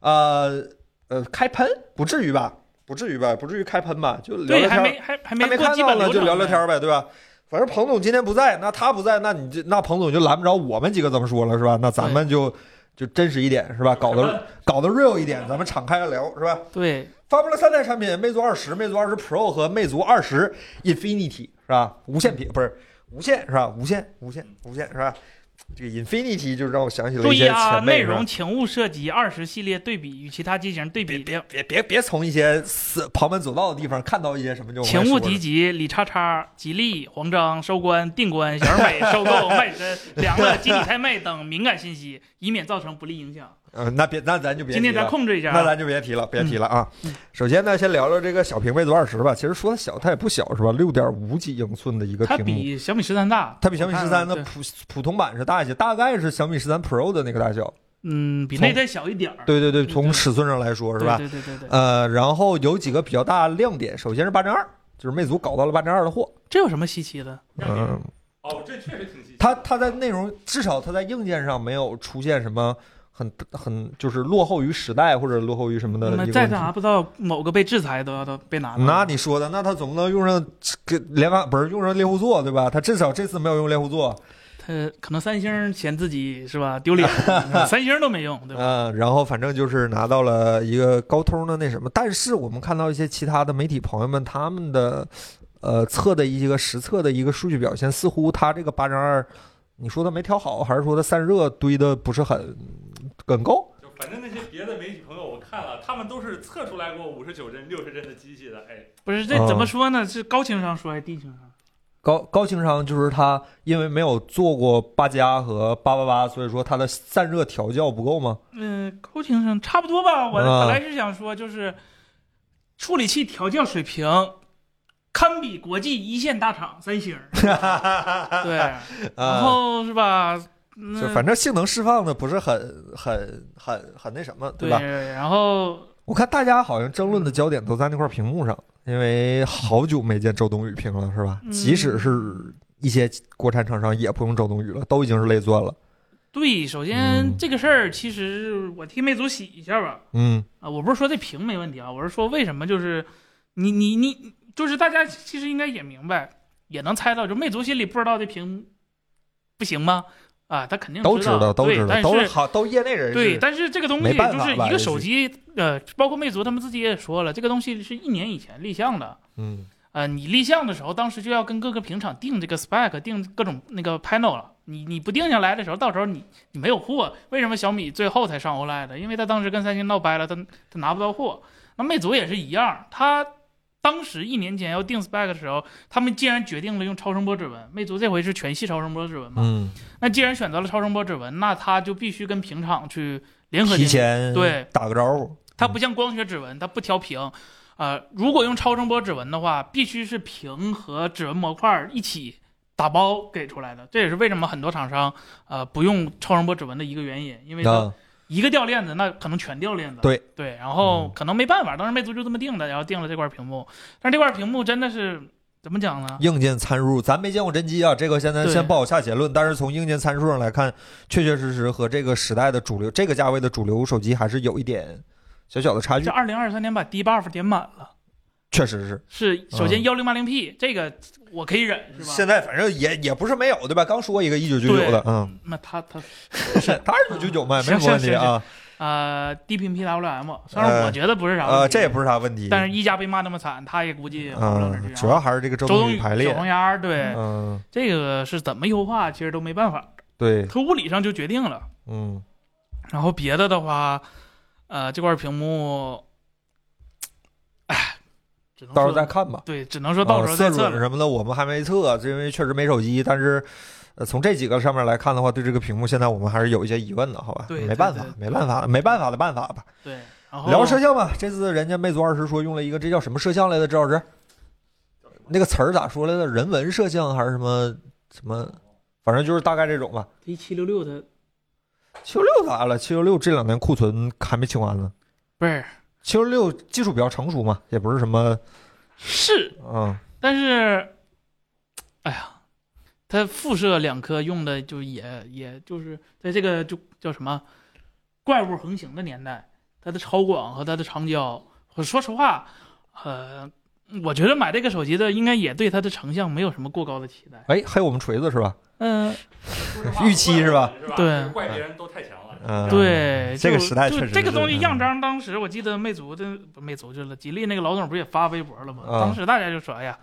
[SPEAKER 1] 呃呃，开喷不至于吧？不至于吧？不至于开喷吧？就聊
[SPEAKER 2] 对，
[SPEAKER 1] 聊天
[SPEAKER 2] 还
[SPEAKER 1] 儿。
[SPEAKER 2] 没还还没
[SPEAKER 1] 还没
[SPEAKER 2] 过
[SPEAKER 1] 看
[SPEAKER 2] 基
[SPEAKER 1] 到
[SPEAKER 2] 本
[SPEAKER 1] 呢，
[SPEAKER 2] 流
[SPEAKER 1] 就
[SPEAKER 2] 程呢
[SPEAKER 1] 聊聊天。儿呗，对吧？反正彭总今天不在，那他不在，那你这那彭总就拦不着我们几个怎么说了，是吧？那咱们就就真实一点，是吧？搞得搞得 real 一点，咱们敞开了聊，是吧？
[SPEAKER 2] 对，
[SPEAKER 1] 发布了三代产品，魅族二十、魅族二十 Pro 和魅族二十 Infinity 是吧？无线屏不是无线是吧？无线无线无线是吧？这个 Infinity 就让我想起了
[SPEAKER 2] 注
[SPEAKER 1] 一
[SPEAKER 2] 意
[SPEAKER 1] 些
[SPEAKER 2] 啊，
[SPEAKER 1] 前辈
[SPEAKER 2] 内
[SPEAKER 1] 是吧
[SPEAKER 2] 容请勿涉及二十系列对比与其他机型对比的，
[SPEAKER 1] 别别别从一些四旁门左道的地方看到一些什么就往外
[SPEAKER 2] 请勿
[SPEAKER 1] 说
[SPEAKER 2] 提
[SPEAKER 1] 了
[SPEAKER 2] 及李叉叉、吉利、黄章、收官、定关、小而 美、收购、卖身、凉了、集体拍卖等敏感信息，以免造成不利影响。
[SPEAKER 1] 呃，那别那咱就别
[SPEAKER 2] 今天
[SPEAKER 1] 提了
[SPEAKER 2] 咱控制一下
[SPEAKER 1] 那
[SPEAKER 2] 啊，
[SPEAKER 1] 咱就别提了，别提了啊
[SPEAKER 2] 嗯！
[SPEAKER 1] 首先呢，先聊聊这个小屏魅族二十吧。其实说它小，它也不小是吧？六点五几英寸的一个
[SPEAKER 2] 它
[SPEAKER 1] 屏幕，
[SPEAKER 2] 比小米十三大，
[SPEAKER 1] 它比小米
[SPEAKER 2] 我
[SPEAKER 1] 十
[SPEAKER 2] 看
[SPEAKER 1] 三
[SPEAKER 2] 了
[SPEAKER 1] 的
[SPEAKER 2] 对
[SPEAKER 1] 普普通版是大一些，大概是小米十三 Pro 的那个大小。
[SPEAKER 2] 嗯，比
[SPEAKER 1] 从
[SPEAKER 2] 那再小一点儿，
[SPEAKER 1] 对对对，
[SPEAKER 2] 对
[SPEAKER 1] 从尺寸上来说是吧？
[SPEAKER 2] 对对对对对，
[SPEAKER 1] 呃，然后有几个比较大的亮点，首先是八针二，就是魅族搞到了八针二的货。
[SPEAKER 2] 这有什么稀奇的？
[SPEAKER 1] 嗯，
[SPEAKER 3] 哦，这确实挺稀奇。
[SPEAKER 1] 它它在内容至少它在硬件上没有出现什么很很就是落后于时代或者落后于什么的一个
[SPEAKER 2] 那么
[SPEAKER 1] 问题。
[SPEAKER 2] 再咋不知道某个被制裁都要都被拿了
[SPEAKER 1] 那你说的，那他总不能用上这个联发不是用上猎户座对吧？他至少这次没有用猎户座，
[SPEAKER 2] 他可能三星嫌自己是吧 丢脸，三星都没用，对吧？
[SPEAKER 1] 嗯，然后反正就是拿到了一个高通的那什么，但是我们看到一些其他的媒体朋友们他们的呃测的一个实测的一个数据表现，似乎它这个八针二，你说它没调好，还是说它散热堆的不是很嗯很够？
[SPEAKER 3] 就反正那些别的媒体朋友我看了，他们都是测出来过五十九帧、六十帧的机器的，哎，
[SPEAKER 1] 嗯
[SPEAKER 2] 不是这怎么说呢？是高情商说还是低情商？
[SPEAKER 1] 高高情商就是它因为没有做过八加和八八八，所以说它的散热调教不够吗？
[SPEAKER 2] 嗯，高情商差不多吧。我
[SPEAKER 1] 啊
[SPEAKER 2] 本来是想说，就是处理器调教水平堪比国际一线大厂三星儿， 对，然
[SPEAKER 1] 啊，
[SPEAKER 2] 后是吧？嗯
[SPEAKER 1] 就
[SPEAKER 2] 那
[SPEAKER 1] 反正性能释放的不是很很很很那什么，
[SPEAKER 2] 对，
[SPEAKER 1] 吧？
[SPEAKER 2] 然后
[SPEAKER 1] 我看大家好像争论的焦点都在那块屏幕上，因为好久没见周冬雨屏了，是吧？
[SPEAKER 2] 嗯
[SPEAKER 1] 即使是一些国产厂商也不用周冬雨了，都已经是类钻了。
[SPEAKER 2] 对，首先
[SPEAKER 1] 嗯
[SPEAKER 2] 这个事儿其实我替魅族洗一下吧。
[SPEAKER 1] 嗯
[SPEAKER 2] 啊，我不是说这屏没问题啊，我是说为什么就是你你你就是大家其实应该也明白，也能猜到，就魅族心里不知道这屏不行吗？啊，他肯定
[SPEAKER 1] 都知
[SPEAKER 2] 道，
[SPEAKER 1] 道，都
[SPEAKER 2] 对
[SPEAKER 1] 知道，
[SPEAKER 2] 但
[SPEAKER 1] 都是
[SPEAKER 2] 是
[SPEAKER 1] 好，都业内人
[SPEAKER 2] 对，
[SPEAKER 1] 士。
[SPEAKER 2] 但是这个东
[SPEAKER 1] 没
[SPEAKER 2] 西
[SPEAKER 1] 办
[SPEAKER 2] 就
[SPEAKER 1] 法
[SPEAKER 2] 是一
[SPEAKER 1] 吧
[SPEAKER 2] 个
[SPEAKER 1] 也
[SPEAKER 2] 手
[SPEAKER 1] 是
[SPEAKER 2] 机，呃，包括魅族他们自己也说了，这个东西是一年以前立项的。
[SPEAKER 1] 嗯
[SPEAKER 2] 呃，你立项的时候，当时就要跟各个屏厂定这个 spec，定各种那个 panel 了。你你不定下来的时候，到时候你你没有货。为什么小米最后才上 OLED？因为他当时跟三星闹掰了，他他拿不到货。那魅族也是一样，他当时一年前要定 spec 的时候，他们既然决定了用超声波指纹，魅族这回是全系超声波指纹嘛？
[SPEAKER 1] 嗯，
[SPEAKER 2] 那既然选择了超声波指纹，那他就必须跟屏厂去联
[SPEAKER 1] 嗯
[SPEAKER 2] 合
[SPEAKER 1] 提
[SPEAKER 2] 定制
[SPEAKER 1] 前
[SPEAKER 2] 对
[SPEAKER 1] 打个招呼。
[SPEAKER 2] 它不像光学指纹，它不调屏。呃，如果用超声波指纹的话，必须是屏和指纹模块一起打包给出来的。这也是为什么很多厂商呃不用超声波指纹的一个原因，因为它
[SPEAKER 1] 啊，
[SPEAKER 2] 一个掉链子，那可能全掉链子。
[SPEAKER 1] 对
[SPEAKER 2] 对，然后
[SPEAKER 1] 嗯
[SPEAKER 2] 可能没办法，当时魅族就这么定的，然后定了这块屏幕。但是这块屏幕真的是怎么讲呢？
[SPEAKER 1] 硬件参数咱没见过真机啊，这个现在
[SPEAKER 2] 对
[SPEAKER 1] 先不好下结论。但是从硬件参数上来看，确确实实和这个时代的主流、这个价位的主流手机还是有一点小小的差距
[SPEAKER 2] 这，二零二三年把 D buff 点满了，
[SPEAKER 1] 确实是。
[SPEAKER 2] 是首先
[SPEAKER 1] 嗯
[SPEAKER 2] 幺零八零 P 这个我可以忍，是吧？
[SPEAKER 1] 现在反正也也不是没有，对吧？刚说一个一九九九的，嗯，
[SPEAKER 2] 那他他
[SPEAKER 1] 是他二九九九卖，没什么问题啊，
[SPEAKER 2] 呃，低频 PWM，虽然我觉得不是啥问题，
[SPEAKER 1] 呃，这也不是啥问题，
[SPEAKER 2] 但是一加被骂那么惨，他也估计也好不了哪儿去
[SPEAKER 1] 嗯，
[SPEAKER 2] 啊。
[SPEAKER 1] 主要还是这个周
[SPEAKER 2] 周
[SPEAKER 1] 冬
[SPEAKER 2] 雨、
[SPEAKER 1] 雨排
[SPEAKER 2] 小
[SPEAKER 1] 列，
[SPEAKER 2] 红鸭儿，对、
[SPEAKER 1] 嗯，
[SPEAKER 2] 这个是怎么优化，其实都没办法，
[SPEAKER 1] 对，
[SPEAKER 2] 它物理上就决定了。
[SPEAKER 1] 嗯，
[SPEAKER 2] 然后别的的话，呃，这块屏幕，哎，只能
[SPEAKER 1] 到时候
[SPEAKER 2] 说
[SPEAKER 1] 再哦看吧。
[SPEAKER 2] 对，只能说到时候
[SPEAKER 1] 色
[SPEAKER 2] 再测
[SPEAKER 1] 呃准
[SPEAKER 2] 了。
[SPEAKER 1] 什么的我们还没测，是因为确实没手机，但是。呃，从这几个上面来看的话，对这个屏幕现在我们还是有一些疑问的，好吧？
[SPEAKER 2] 对
[SPEAKER 1] 没办法
[SPEAKER 2] 对哦对，
[SPEAKER 1] 没办法，没办法的办法吧。
[SPEAKER 2] 对，然后
[SPEAKER 1] 聊摄像吧，这次人家魅族二十说用了一个这叫什么摄像来的？周老师，那个词儿咋说来着？人文摄像还是什么什么？反正就是大概这种吧。
[SPEAKER 2] 一七六六的
[SPEAKER 1] 七六六咋了？七六六这两年库存还没清完呢。
[SPEAKER 2] 不是
[SPEAKER 1] 七六六技术比较成熟嘛，也不是什么
[SPEAKER 2] 是，
[SPEAKER 1] 嗯
[SPEAKER 2] 但是，哎呀，它辐射两颗用的就也也就是在这个就叫什么怪物横行的年代，它的超广和它的长焦，我说实话，呃，我觉得买这个手机的应该也对它的成像没有什么过高的期待。
[SPEAKER 1] 哎，还有我们锤子是吧？
[SPEAKER 2] 嗯、
[SPEAKER 1] 预期是吧？
[SPEAKER 3] 是吧
[SPEAKER 2] 对
[SPEAKER 3] 怪别人都太强了。
[SPEAKER 1] 嗯，，
[SPEAKER 2] 对，
[SPEAKER 1] 这个
[SPEAKER 2] 就
[SPEAKER 1] 时代
[SPEAKER 2] 就
[SPEAKER 1] 确实
[SPEAKER 2] 这个
[SPEAKER 1] 是
[SPEAKER 2] 东西
[SPEAKER 1] 嗯
[SPEAKER 2] 样张，当时我记得魅族的不魅族去了，吉利那个老总不是也发微博了吗？
[SPEAKER 1] 啊
[SPEAKER 2] 当时大家就说，哎呀，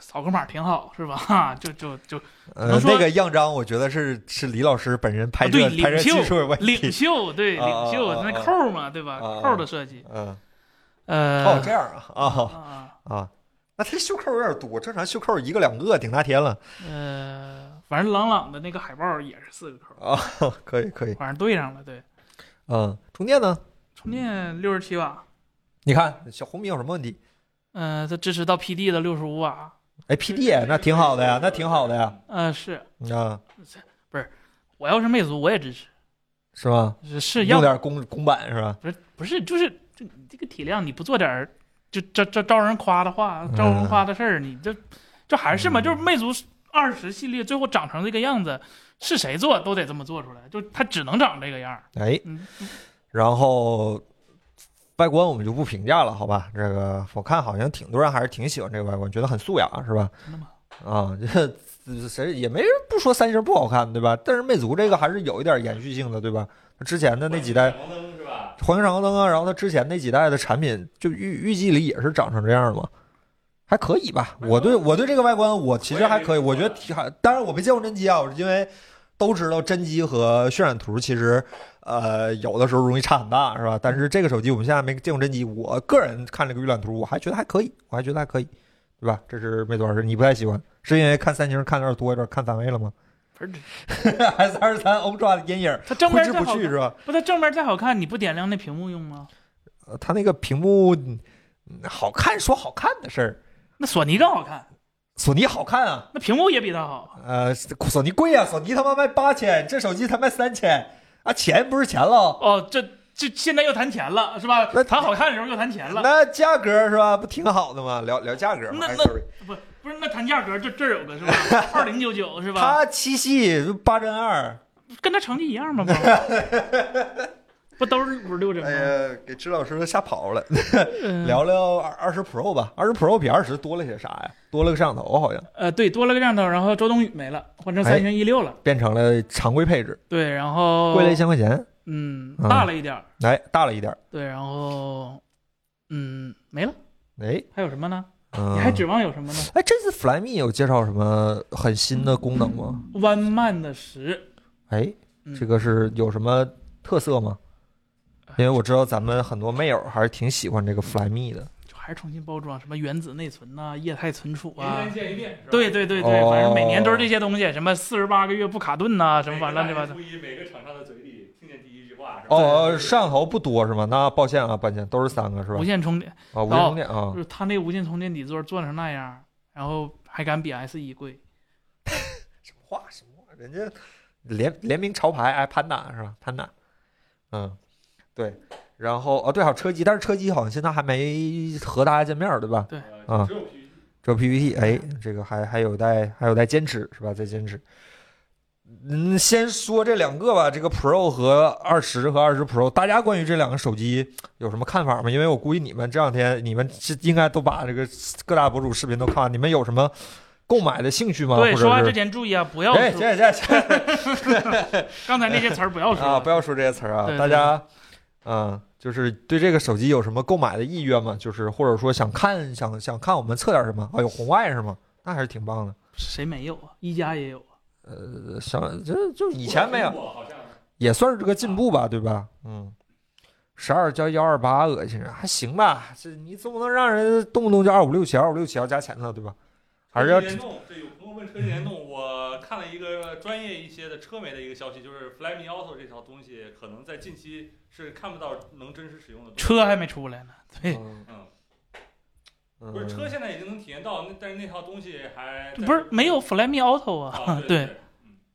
[SPEAKER 2] 扫个码挺好，是吧？ 哈，就就就
[SPEAKER 1] 呃
[SPEAKER 2] 能，说啊
[SPEAKER 1] 那个样张我觉得是是李老师本人拍摄
[SPEAKER 2] 对领
[SPEAKER 1] 拍摄技
[SPEAKER 2] 袖
[SPEAKER 1] 术有问
[SPEAKER 2] 领
[SPEAKER 1] 题。
[SPEAKER 2] 袖，对
[SPEAKER 1] 啊
[SPEAKER 2] 领袖，
[SPEAKER 1] 啊啊
[SPEAKER 2] 那
[SPEAKER 1] 啊
[SPEAKER 2] 扣儿嘛，对吧
[SPEAKER 1] 啊啊？
[SPEAKER 2] 扣儿的设计，
[SPEAKER 1] 嗯，哦，
[SPEAKER 2] 呃
[SPEAKER 1] 这，样啊啊
[SPEAKER 2] 啊
[SPEAKER 1] 啊，那他袖扣有点多，正常袖扣一个两个顶大天了
[SPEAKER 2] 呃，反正朗朗的那个海报也是四个扣儿，
[SPEAKER 1] 啊，可以可以，
[SPEAKER 2] 反正对上了，对，
[SPEAKER 1] 嗯，充电呢？
[SPEAKER 2] 充电六十七瓦，
[SPEAKER 1] 你看小红米有什么问题？
[SPEAKER 2] 嗯，它支持到 PD 的六十五瓦，
[SPEAKER 1] 哎，PD 那挺好的呀，那挺好的呀，
[SPEAKER 2] 呃，是
[SPEAKER 1] 啊，
[SPEAKER 2] 我要是魅族我也支持，
[SPEAKER 1] 是吗？
[SPEAKER 2] 是是要
[SPEAKER 1] 用点公公版是吧？
[SPEAKER 2] 不是不是，就是这你这个体量，你不做点儿，就招招招人夸的话，
[SPEAKER 1] 嗯
[SPEAKER 2] 招人夸的事儿，你这这还是嘛，
[SPEAKER 1] 嗯
[SPEAKER 2] 就是魅族二十系列最后长成这个样子，是谁做都得这么做出来，就它只能长这个样儿。
[SPEAKER 1] 哎，
[SPEAKER 2] 嗯，
[SPEAKER 1] 然后外观我们就不评价了，好吧？这个我看好像挺多人还是挺喜欢这个外观，觉得很素雅，是吧？
[SPEAKER 2] 真的吗？
[SPEAKER 1] 啊，这谁也没人不说三星不好看，对吧？但是魅族这个还是有一点延续性的，对吧？之前的那几代
[SPEAKER 3] 闪光灯是吧？
[SPEAKER 1] 环球闪光灯啊，然后它之前那几代的产品，就预预计里也是长成这样的嘛，还可以吧？我对我对这个外观，我其实还可以，我觉得挺还，当然我没见过真机啊，我是因为都知道真机和渲染图其实呃有的时候容易差很大，是吧？但是这个手机我们现在没见过真机，我个人看这个预览图，我还觉得还可以，我还觉得还可以，对对吧？这是魅族二十，你不太喜欢，是因为看三星看的有点多，有点看反胃了吗
[SPEAKER 2] 不是
[SPEAKER 1] ？S 二三 Ultra 的阴影
[SPEAKER 2] 它正
[SPEAKER 1] 挥
[SPEAKER 2] 面
[SPEAKER 1] 之
[SPEAKER 2] 再
[SPEAKER 1] 不
[SPEAKER 2] 好
[SPEAKER 1] 去
[SPEAKER 2] 看，
[SPEAKER 1] 是吧？
[SPEAKER 2] 不，它正面再好看，你不点亮那屏幕用吗？
[SPEAKER 1] 呃它那个屏幕嗯好看，说好看的事儿，
[SPEAKER 2] 那索尼更好看，
[SPEAKER 1] 索尼好看啊，
[SPEAKER 2] 那屏幕也比它好。
[SPEAKER 1] 呃，索尼贵啊，索尼他妈卖八千，这手机才卖三千啊，钱不是钱了，
[SPEAKER 2] 哦，这这现在又谈钱了是吧
[SPEAKER 1] 那？
[SPEAKER 2] 谈好看的时候又谈钱了，
[SPEAKER 1] 那价格是吧？不挺好的吗？聊聊价格嘛。
[SPEAKER 2] 那
[SPEAKER 1] 哎
[SPEAKER 2] 那
[SPEAKER 1] ，sorry，
[SPEAKER 2] 不不是那谈价格，这这儿有个是吧？二零九九是吧？
[SPEAKER 1] 它七系八针二，
[SPEAKER 2] 跟他成绩一样吗？不， 不都是五十六帧吗
[SPEAKER 1] 哎？呀，给支老师吓跑了。
[SPEAKER 2] 嗯
[SPEAKER 1] 聊聊二二十 Pro 吧，二十 Pro 比二十多了些啥呀？多了个摄像头，好像
[SPEAKER 2] 呃，对，多了个摄像头，然后周冬雨没了，换成
[SPEAKER 1] 哎
[SPEAKER 2] 三星 E 六了。
[SPEAKER 1] 变成了常规配置，
[SPEAKER 2] 对，然 后
[SPEAKER 1] 贵了一千块钱，
[SPEAKER 2] 嗯，
[SPEAKER 1] 嗯
[SPEAKER 2] 大了一点儿。
[SPEAKER 1] 哎，大了一点儿，
[SPEAKER 2] 对，然后嗯，没了。
[SPEAKER 1] 哎，
[SPEAKER 2] 还有什么呢？
[SPEAKER 1] 嗯，
[SPEAKER 2] 你还指望有什么呢？
[SPEAKER 1] 哎，这次 Flyme 有介绍什么很新的功能吗？
[SPEAKER 2] 弯慢的十，
[SPEAKER 1] 哎
[SPEAKER 2] 嗯，
[SPEAKER 1] 这个是有什么特色吗？因为我知道咱们很多妹友还是挺喜欢这个 Flyme 的，
[SPEAKER 2] 就还是重新包装，什么原子内存呐、液态存储
[SPEAKER 3] 明
[SPEAKER 2] 啊
[SPEAKER 3] 年。见一面是吧？
[SPEAKER 2] 对对对对，
[SPEAKER 1] 哦
[SPEAKER 2] 反正每年都是这些东西，什么四十八个月不卡顿呐、什么玩意儿乱七八糟
[SPEAKER 3] 每个大。年初一每个厂商的嘴里听见第一句话是吧？
[SPEAKER 1] 哦，摄像头不多是吗？那抱歉啊，抱歉，都是三个是吧
[SPEAKER 2] 无？线充电，
[SPEAKER 1] 啊，无线充电啊
[SPEAKER 2] 就，是它那无线充电底座做成那样，然后还敢比 S 一贵，
[SPEAKER 1] 什么话什么话，人家联联名潮牌哎，潘达是吧？潘达，嗯，对，然后哦对，还有车机，但是车机好像现在还没和大家见面儿对吧？
[SPEAKER 3] 呃，
[SPEAKER 1] 啊
[SPEAKER 3] 只有 PPT
[SPEAKER 1] 这 PPT，哎，这个还还有待还有待坚持是吧？再坚持。嗯，先说这两个吧，这个 Pro 和二十和二十 Pro，大家关于这两个手机有什么看法吗？因为我估计你们这两天你们是应该都把这个各大博主视频都看，你们有什么购买的兴趣吗？
[SPEAKER 2] 对，
[SPEAKER 1] 或者
[SPEAKER 2] 说话
[SPEAKER 1] 是
[SPEAKER 2] 之前注意啊，不要
[SPEAKER 1] 哎，
[SPEAKER 2] 说
[SPEAKER 1] 这这这
[SPEAKER 2] 刚才那些词儿，不要说
[SPEAKER 1] 啊，不要说这些词儿啊
[SPEAKER 2] 对，对
[SPEAKER 1] 大家，嗯，就是对这个手机有什么购买的意愿吗？就是或者说想看想想看我们测点什么？哦，有红外是吗？那还是挺棒的。
[SPEAKER 2] 谁没有啊？一加也有啊，
[SPEAKER 1] 呃，想这就以前没有，
[SPEAKER 3] 我好像
[SPEAKER 1] 也算是这个进步吧，对吧？嗯，十二加幺二八恶心人，啊还行吧？这你总不能让人动不动就二五六七、二五六七要加钱了，对吧？还是要
[SPEAKER 3] 车机联动。对，有朋友问车机联动，我看了一个专业一些的车媒的一个消息，就是 Flyme Auto 这套东西可能在近期是看不到能真实使用的东西。
[SPEAKER 2] 车还没出来呢。对，
[SPEAKER 1] 嗯
[SPEAKER 3] 嗯
[SPEAKER 1] 嗯
[SPEAKER 3] 不是车现在已经能体验到，那但是那套东西还
[SPEAKER 2] 不是没有 Flyme Auto
[SPEAKER 3] 啊
[SPEAKER 2] 啊？，
[SPEAKER 3] 对
[SPEAKER 2] 对，，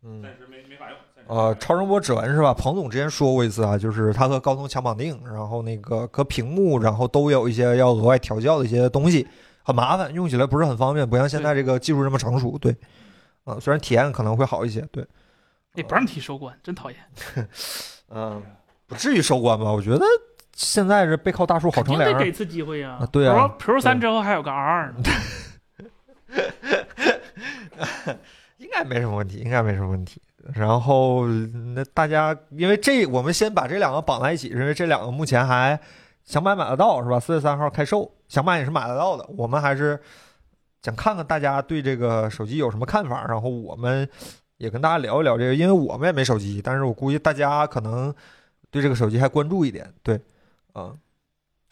[SPEAKER 1] 嗯。
[SPEAKER 3] 暂时没没法用。暂时没法
[SPEAKER 1] 呃，
[SPEAKER 3] 用
[SPEAKER 1] 超声波指纹是吧？彭总之前说过一次啊，就是它和高通强绑定，然后那个和屏幕，然后都有一些要额外调校的一些东西，很麻烦，用起来不是很方便，不像现在这个技术这么成熟。对，啊、虽然体验可能会好一些，对，
[SPEAKER 2] 也不让提收官，真讨厌。
[SPEAKER 1] 嗯、不至于收官吧？我觉得现在这背靠大树好乘
[SPEAKER 2] 肯定
[SPEAKER 1] 凉
[SPEAKER 2] 得。给次机会呀
[SPEAKER 1] 啊。对啊
[SPEAKER 2] Pro Pro 三之后还有个 R 呢。
[SPEAKER 1] 应该没什么问题，应该没什么问题。然后那大家，因为这我们先把这两个绑在一起，因为这两个目前还想买买得到是吧？四月三号开售，想买也是买得到的。我们还是想看看大家对这个手机有什么看法，然后我们也跟大家聊一聊这个，因为我们也没手机，但是我估计大家可能对这个手机还关注一点。对，嗯，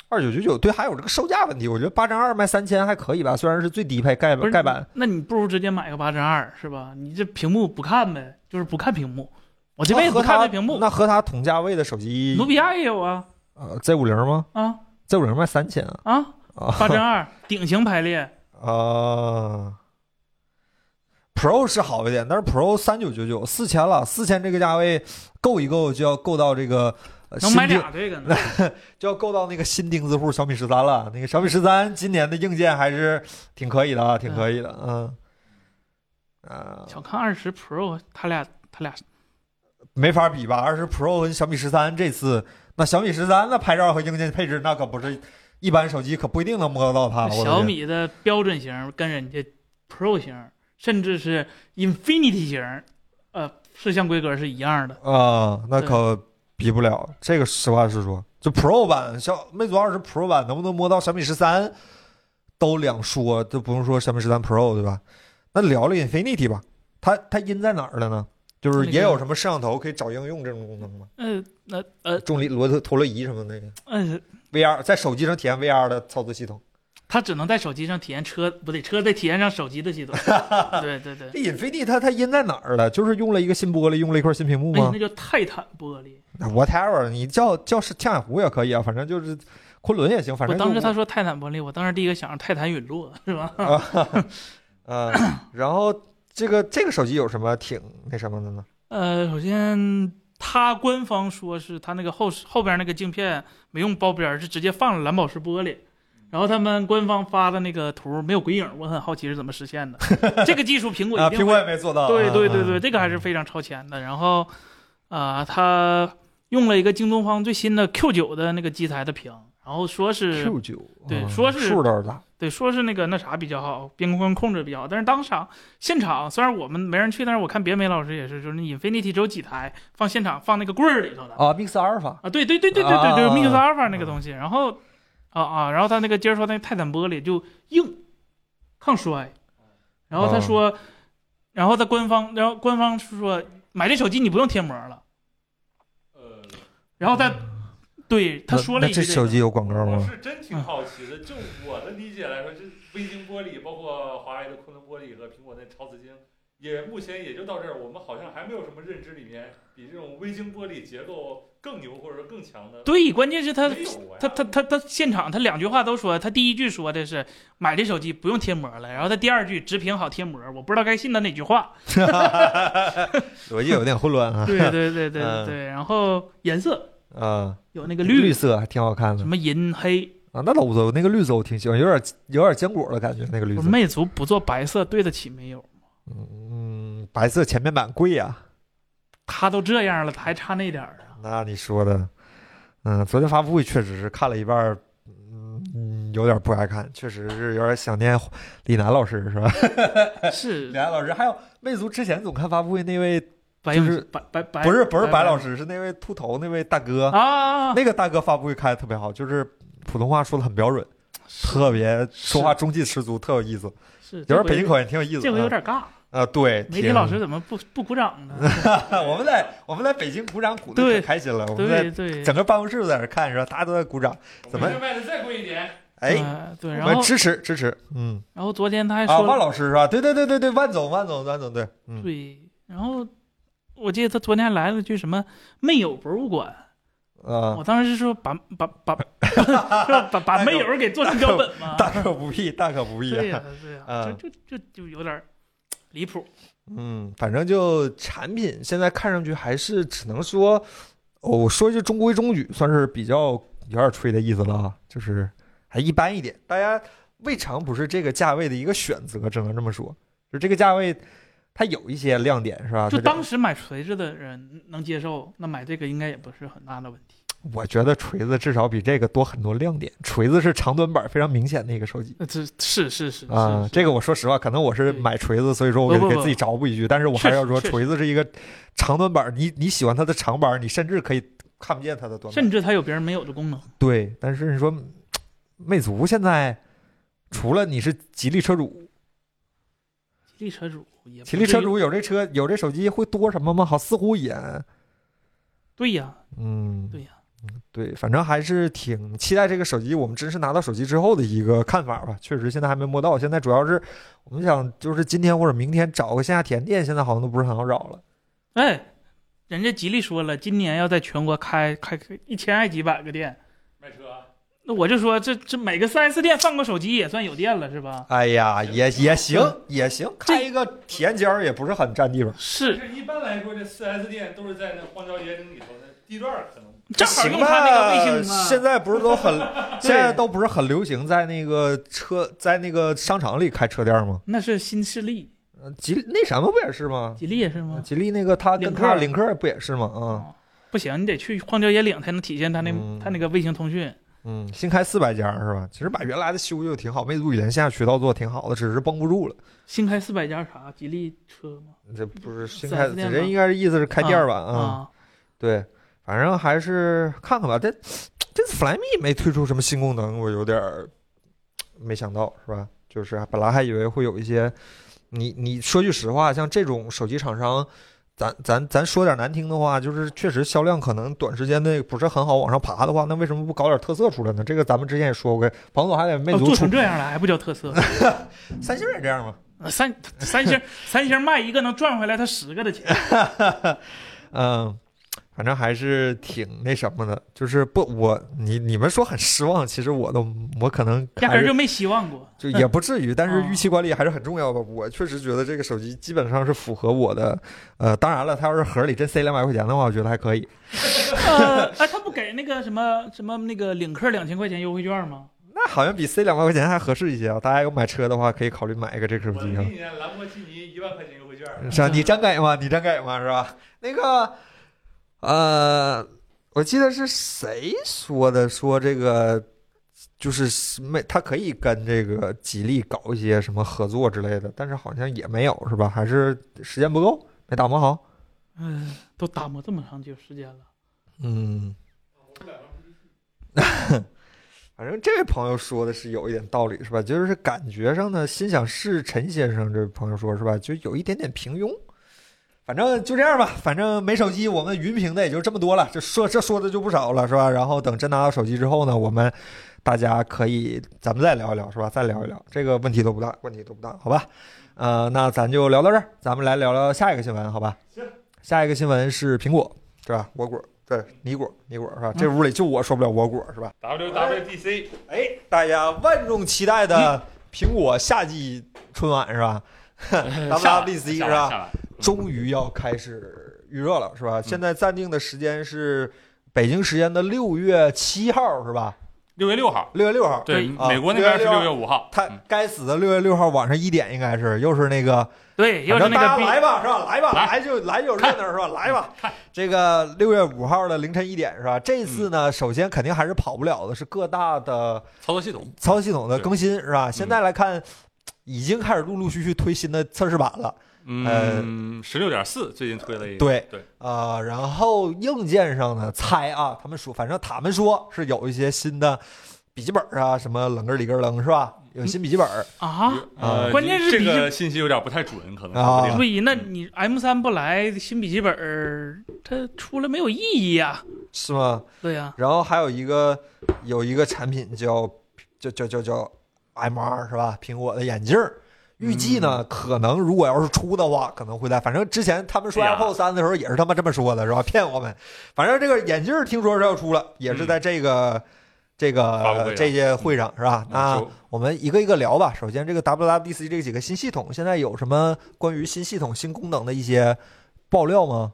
[SPEAKER 1] 二九九九，对，还有这个售价问题，我觉得八针二卖三千还可以吧，虽然是最低配盖
[SPEAKER 2] 不是
[SPEAKER 1] 盖板。，
[SPEAKER 2] 那你不如直接买个八针二是吧？你这屏幕不看呗，就是不看屏幕。我这辈子
[SPEAKER 1] 哦和
[SPEAKER 2] 不看
[SPEAKER 1] 它
[SPEAKER 2] 这屏幕。
[SPEAKER 1] 那和它同价位的手机，
[SPEAKER 2] 努比亚也有啊
[SPEAKER 1] 呃，Z 五零吗
[SPEAKER 2] 啊
[SPEAKER 1] ？Z 五零卖三千啊
[SPEAKER 2] 啊！
[SPEAKER 1] 啊
[SPEAKER 2] 八针二顶型 排列，
[SPEAKER 1] 啊！Pro 是好一点，但是 Pro 三九九九四千了，四千这个价位够一够就要够到这个呃
[SPEAKER 2] 能
[SPEAKER 1] 新
[SPEAKER 2] 买
[SPEAKER 1] 钉，
[SPEAKER 2] 俩这个呢。
[SPEAKER 1] 就要够到那个新钉子户小米十三了。那个小米十三今年的硬件还是挺可以的啊，挺可以的，嗯。啊，
[SPEAKER 2] 小看二十 Pro，他俩他俩
[SPEAKER 1] 没法比吧？二十 Pro 跟小米十三这次，那小米十三那拍照和硬件配置，那可不是一般手机可不一定能摸得到啊它。我觉得
[SPEAKER 2] 小米的标准型跟人家 Pro 型，甚至是 Infinity 型，呃，摄像规格是一样的。
[SPEAKER 1] 啊，那
[SPEAKER 2] 对
[SPEAKER 1] 可比不了。这个实话实说，就 Pro 版小魅族二十 Pro 版能不能摸到小米十三，都两说，就不用说小米十三 Pro 对吧？那聊聊 Infinity 吧，它它阴在哪儿了呢？就是也有什么摄像头可以找应用这种功能吗？
[SPEAKER 2] 呃，那呃
[SPEAKER 1] 重力罗特陀螺仪什么的
[SPEAKER 2] 呃，
[SPEAKER 1] ，VR 在手机上体验 VR 的操作系统
[SPEAKER 2] 它只能在手机上体验车，不对，车在体验上手机的 系统。对对对，
[SPEAKER 1] 这引飞地它它阴在哪儿了？就是用了一个新玻璃，用了一块新屏幕
[SPEAKER 2] 哎
[SPEAKER 1] 吗，
[SPEAKER 2] 那叫泰坦玻璃。
[SPEAKER 1] ？Whatever，你叫叫是天眼湖也可以啊，反正就是昆仑也行，反
[SPEAKER 2] 我
[SPEAKER 1] 正就
[SPEAKER 2] 当时他说泰坦玻璃，我当时第一个想着泰坦陨落，是吧？
[SPEAKER 1] 呃，然后这个这个手机有什么挺那什么的呢？
[SPEAKER 2] 呃，首先它官方说是它那个后后边那个镜片没用包边儿，是直接放了蓝宝石玻璃。然后他们官方发的那个图没有鬼影，我很好奇是怎么实现 的。这个技术苹果
[SPEAKER 1] 啊，
[SPEAKER 2] 一定
[SPEAKER 1] 苹
[SPEAKER 2] 会
[SPEAKER 1] 果也没做到。
[SPEAKER 2] 对
[SPEAKER 1] 啊
[SPEAKER 2] 对对对，
[SPEAKER 1] 啊
[SPEAKER 2] 这个还是非常超前的。然后，啊、它用了一个京东方最新的 Q 9的那个机台的屏，然后说是
[SPEAKER 1] Q 九，
[SPEAKER 2] 对
[SPEAKER 1] 啊
[SPEAKER 2] 说是
[SPEAKER 1] 数倒是大，
[SPEAKER 2] 对，说是那个那啥比较好，边框控制比较好。但是当场现场虽然我们没人去，但是我看别梅老师也是，就是那 Infinity 只有几台放现场放那个棍儿里头的
[SPEAKER 1] 啊，Mix 阿尔法
[SPEAKER 2] 啊，对对对对对对对
[SPEAKER 1] 啊
[SPEAKER 2] ，Mix Alpha 那个东西。然后，啊啊，然后他那个接着说那泰坦玻璃就硬，抗摔。然
[SPEAKER 1] 哦
[SPEAKER 2] 后他说，然后他官方，然后官方是说买这手机你不用贴膜了。
[SPEAKER 3] 呃，
[SPEAKER 2] 然后他，对他说了
[SPEAKER 1] 哦那
[SPEAKER 2] 一
[SPEAKER 1] 那这
[SPEAKER 2] 句、这个
[SPEAKER 1] 手机有广告
[SPEAKER 3] 我
[SPEAKER 1] 吗？
[SPEAKER 3] 是真挺好奇的，就我的理解来说，这微晶玻璃，包括华为的昆仑玻璃和苹果的超瓷晶，也目前也就到这儿。我们好像还没有什么认知里面比这种微晶玻璃结构更牛或者说更强的。
[SPEAKER 2] 对，关键是他
[SPEAKER 3] 没有啊呀
[SPEAKER 2] 他他他他现场他两句话都说，他第一句说的是买这手机不用贴膜了，然后他第二句直屏好贴膜，我不知道该信他哪句话。
[SPEAKER 1] 逻辑有点混乱 啊。
[SPEAKER 2] 对对对对对对，然后颜色
[SPEAKER 1] 啊，
[SPEAKER 2] 有那个
[SPEAKER 1] 绿
[SPEAKER 2] 绿嗯
[SPEAKER 1] 色还挺好看的
[SPEAKER 2] 什么银黑，
[SPEAKER 1] 啊，那倒无所谓。那个绿色我挺喜欢，有点有点坚果的感觉，那个绿
[SPEAKER 2] 我
[SPEAKER 1] 色
[SPEAKER 2] 说。魅族不做白色对得起没有？
[SPEAKER 1] 嗯，白色前面板贵啊呀、
[SPEAKER 2] 他都这样了，还差那点儿啊？
[SPEAKER 1] 那你说的，嗯，昨天发布会确实是看了一半儿，嗯，嗯有点不爱看，确实是有点想念李楠老师，是吧？ 李
[SPEAKER 2] 啊是
[SPEAKER 1] 楠老师，还有魅族之前总看发布会那位，
[SPEAKER 2] 白
[SPEAKER 1] 就
[SPEAKER 2] 永
[SPEAKER 1] 是
[SPEAKER 2] 白白白
[SPEAKER 1] 不是不是白老
[SPEAKER 2] 师
[SPEAKER 1] 师，是那位秃头那位大哥，
[SPEAKER 2] 啊，
[SPEAKER 1] 那个大哥发布会开的特别好，就是普通话说的很标准，特别说话中气十足，特有意思，
[SPEAKER 2] 是
[SPEAKER 1] 有
[SPEAKER 2] 这
[SPEAKER 1] 点
[SPEAKER 2] 回
[SPEAKER 1] 北京口音，挺有意思的。
[SPEAKER 2] 这回有点尬，
[SPEAKER 1] 啊，对，
[SPEAKER 2] 媒体
[SPEAKER 1] 挺
[SPEAKER 2] 老师怎么不不鼓掌呢？
[SPEAKER 1] 我们在我们在北京鼓掌鼓的
[SPEAKER 2] 对
[SPEAKER 1] 可开心了，我们在
[SPEAKER 2] 对对，
[SPEAKER 1] 整个办公室都在那儿看，然后大家都在鼓掌，怎么
[SPEAKER 3] 我们这卖的再贵一点？
[SPEAKER 1] 哎，
[SPEAKER 2] 呃对，然
[SPEAKER 1] 我们
[SPEAKER 2] 后
[SPEAKER 1] 支持支持，嗯，
[SPEAKER 2] 然后昨天他还
[SPEAKER 1] 啊，
[SPEAKER 2] 说
[SPEAKER 1] 万
[SPEAKER 2] 了
[SPEAKER 1] 老师是吧？对对对对对，万总万总万总对，嗯，
[SPEAKER 2] 对，然后我记得他昨天还来了句什么“没有博物馆”，
[SPEAKER 1] 啊，
[SPEAKER 2] 我当时是说把把把 是吧把把
[SPEAKER 1] 大
[SPEAKER 2] 没
[SPEAKER 1] 可
[SPEAKER 2] 有给做成标本嘛，
[SPEAKER 1] 大可不必，大可不
[SPEAKER 2] 对
[SPEAKER 1] 必，啊
[SPEAKER 2] 呀对呀，
[SPEAKER 1] 嗯
[SPEAKER 2] 就就就就有点儿离谱，
[SPEAKER 1] 嗯，反正就产品现在看上去还是只能说，哦我说一句中规中矩，算是比较有点吹的意思了啊，就是还一般一点。大家未尝不是这个价位的一个选择，只能这么说。就这个价位，它有一些亮点啊是吧？
[SPEAKER 2] 就
[SPEAKER 1] 它
[SPEAKER 2] 当时买锤子的人能接受，那买这个应该也不是很大的问题。
[SPEAKER 1] 我觉得锤子至少比这个多很多亮点。锤子是长短板非常明显的一个手机
[SPEAKER 2] 那呃这是是是
[SPEAKER 1] 啊、
[SPEAKER 2] 是，
[SPEAKER 1] 这个我说实话，可能我是
[SPEAKER 2] 对
[SPEAKER 1] 买锤子，所以说我给
[SPEAKER 2] 不不不
[SPEAKER 1] 给自己找补一句，但是我还是要说，
[SPEAKER 2] 确实
[SPEAKER 1] 锤子是一个长短板，你你喜欢它的长板，你甚至可以看不见它的短板。
[SPEAKER 2] 甚至它有别人没有的功能。
[SPEAKER 1] 对，但是你说嗯魅族现在除了你是吉利车主，
[SPEAKER 2] 吉利车主也不
[SPEAKER 1] 吉利车
[SPEAKER 2] 至于
[SPEAKER 1] 主有这车有这手机会多什么吗？好，似乎也
[SPEAKER 2] 对呀，
[SPEAKER 1] 嗯，
[SPEAKER 2] 对呀
[SPEAKER 1] 嗯，对，反正还是挺期待这个手机，我们真是拿到手机之后的一个看法吧。确实，现在还没摸到，现在主要是我们想就是今天或者明天找个线下体验店，现在好像都不是很好找了。
[SPEAKER 2] 哎，人家吉利说了，今年要在全国开开一千还几百个店。
[SPEAKER 3] 卖车啊？
[SPEAKER 2] 那我就说，这这每个 4S 店放个手机也算有店了，是吧？
[SPEAKER 1] 哎呀，也也行
[SPEAKER 2] 嗯，
[SPEAKER 1] 也行，开一个体验间儿也不是很占地方。
[SPEAKER 2] 是，
[SPEAKER 3] 是一般来说，这 4S 店都是在那荒郊野岭里头的地段儿可能。
[SPEAKER 2] 正好
[SPEAKER 1] 行
[SPEAKER 2] 用他那个卫星
[SPEAKER 1] 吧
[SPEAKER 2] 啊。
[SPEAKER 1] 现在不是都 很，
[SPEAKER 2] 对
[SPEAKER 1] 现在都不是很流行在那个车在那个商场里开车店吗？
[SPEAKER 2] 那是新势力，
[SPEAKER 1] 呃吉利那什么不也是吗？
[SPEAKER 2] 吉利也是吗？
[SPEAKER 1] 吉利那个他跟他
[SPEAKER 2] 领
[SPEAKER 1] 领克不也是吗？啊、
[SPEAKER 2] 哦不行，你得去荒郊野岭才能体现他那
[SPEAKER 1] 嗯
[SPEAKER 2] 他那个卫星通讯。
[SPEAKER 1] 嗯，新开四百家是吧？其实把原来的修就挺好，魅族以前下渠道做得挺好的，只是绷不住了。
[SPEAKER 2] 新开四百家啥？吉利车吗？
[SPEAKER 1] 这不是新开，
[SPEAKER 2] 4S 店吗
[SPEAKER 1] 人应该是意思是开店吧？啊，
[SPEAKER 2] 啊，
[SPEAKER 1] 对，反正还是看看吧。这这次 Flyme 没推出什么新功能，我有点儿没想到，是吧？就是本来还以为会有一些，你你说句实话，像这种手机厂商。咱咱咱说点难听的话，就是确实销量可能短时间内不是很好往上爬的话，那为什么不搞点特色出来呢？这个咱们之前也说过，彭总还得魅
[SPEAKER 2] 哦
[SPEAKER 1] 族
[SPEAKER 2] 做
[SPEAKER 1] 出
[SPEAKER 2] 成这样了还不叫特色？呃
[SPEAKER 1] 三星也这样吗？
[SPEAKER 2] 三三星三星卖一个能赚回来他十个的钱，
[SPEAKER 1] 哎嗯，反正还是挺那什么的，就是不我你你们说很失望，其实我都我可能
[SPEAKER 2] 压根
[SPEAKER 1] 还
[SPEAKER 2] 儿
[SPEAKER 1] 是
[SPEAKER 2] 就没希 望过。
[SPEAKER 1] 就也不至于，但是
[SPEAKER 2] 嗯
[SPEAKER 1] 预期管理还是很重要吧。我确实觉得这个手机基本上是符合我的，呃，当然了，它要是盒里真塞两百块钱的话，我觉得还可以。
[SPEAKER 2] 呃，哎，他不给那个什么什么那个领克两千块钱优惠券吗？
[SPEAKER 1] 那好像比塞两百块钱还合适一些啊！大家有买车的话，可以考虑买一个这个手
[SPEAKER 3] 我
[SPEAKER 1] 机
[SPEAKER 3] 明
[SPEAKER 1] 啊。
[SPEAKER 3] 年兰博基尼一万块钱优惠券，
[SPEAKER 1] 是啊，你真给吗？你真给吗？是吧？那个，呃，我记得是谁说的？说这个就是没，他可以跟这个吉利搞一些什么合作之类的，但是好像也没有，是吧？还是时间不够，没打磨好。
[SPEAKER 2] 嗯，都打磨这么长久时间了，
[SPEAKER 1] 嗯，
[SPEAKER 3] 我们两个不是
[SPEAKER 1] 反正这位朋友说的是有一点道理，是吧？就是感觉上呢，心想事陈先生这位朋友说是吧，就有一点点平庸。反正就这样吧，反正没手机，我们云评的也就这么多了，这说这说的就不少了，是吧？然后等真拿到手机之后呢，我们大家可以咱们再聊一聊，是吧？再聊一聊，这个问题都不大，问题都不大，好吧？呃，那咱就聊到这儿，咱们来聊聊下一个新闻，好吧？
[SPEAKER 3] 行。
[SPEAKER 1] 下一个新闻是苹果，是吧？我果，对，你果，你果是吧？
[SPEAKER 4] 嗯
[SPEAKER 1] 这屋里就我说不了我果，是吧？
[SPEAKER 3] WWDC
[SPEAKER 1] 哎，大家万众期待的苹果夏季春晚是 吧？
[SPEAKER 4] 下来
[SPEAKER 1] WWDC
[SPEAKER 4] 下
[SPEAKER 1] 是
[SPEAKER 4] 来
[SPEAKER 1] 吧？嗯
[SPEAKER 4] 下来
[SPEAKER 1] 终于要开始预热了是吧？现在暂定的时间是北京时间的六月七号是吧？
[SPEAKER 4] 六月六号，
[SPEAKER 1] 六月六号，
[SPEAKER 4] 对，
[SPEAKER 1] 啊
[SPEAKER 4] 美国那边是
[SPEAKER 1] 6
[SPEAKER 4] 六
[SPEAKER 1] 月
[SPEAKER 4] 月五号。
[SPEAKER 1] 他
[SPEAKER 4] 嗯
[SPEAKER 1] 该死的六月六号晚上一点应该是，又是那个，
[SPEAKER 2] 对，又
[SPEAKER 1] 反
[SPEAKER 2] 是
[SPEAKER 1] 正大
[SPEAKER 2] 那
[SPEAKER 1] 家
[SPEAKER 2] 个
[SPEAKER 1] 来
[SPEAKER 2] 逼
[SPEAKER 1] 吧是吧？来吧，
[SPEAKER 4] 来
[SPEAKER 1] 来就来就热闹是吧？来吧，这个六月五号的凌晨一点是吧？这次呢，首先肯定还是跑不了的是各大的。
[SPEAKER 4] 操作系统，
[SPEAKER 1] 操作系统的更新是吧？现在来看，已经开始陆陆续续推新的测试版了。
[SPEAKER 4] 嗯，十六点四最近推了
[SPEAKER 1] 呃
[SPEAKER 4] 一个，
[SPEAKER 1] 对
[SPEAKER 4] 对，
[SPEAKER 1] 呃，然后硬件上呢，猜啊，他们说，反正他们说是有一些新的笔记本啊，什么棱个里个棱是吧？有新笔记本，
[SPEAKER 2] 啊！
[SPEAKER 1] 啊
[SPEAKER 4] 呃，
[SPEAKER 2] 关键是
[SPEAKER 4] 这
[SPEAKER 2] 笔记
[SPEAKER 4] 个信息有点不太准，可能
[SPEAKER 1] 啊
[SPEAKER 4] 说不定
[SPEAKER 2] 对，那你 M 三不来，新笔记本儿它出了没有意义呀、
[SPEAKER 1] 是吗？
[SPEAKER 2] 对呀、
[SPEAKER 1] 然后还有一个有一个产品叫叫叫叫叫 MR 是吧？苹果的眼镜儿。预计呢，
[SPEAKER 4] 嗯
[SPEAKER 1] 可能如果要是出的话，可能会在。反正之前他们说
[SPEAKER 4] 哎呀
[SPEAKER 1] Apple 三的时候也是他妈这么说的，是吧？ 骗我们。反正这个眼镜儿听说是要出了，也是在这个、这
[SPEAKER 4] 嗯发布会
[SPEAKER 1] 个
[SPEAKER 4] 上
[SPEAKER 1] 这届会上，是吧？那
[SPEAKER 4] 嗯
[SPEAKER 1] 我们一个一个聊吧。首先，这个 WWDC 这几个新系统，现在有什么关于新系统、新功能的一些爆料吗？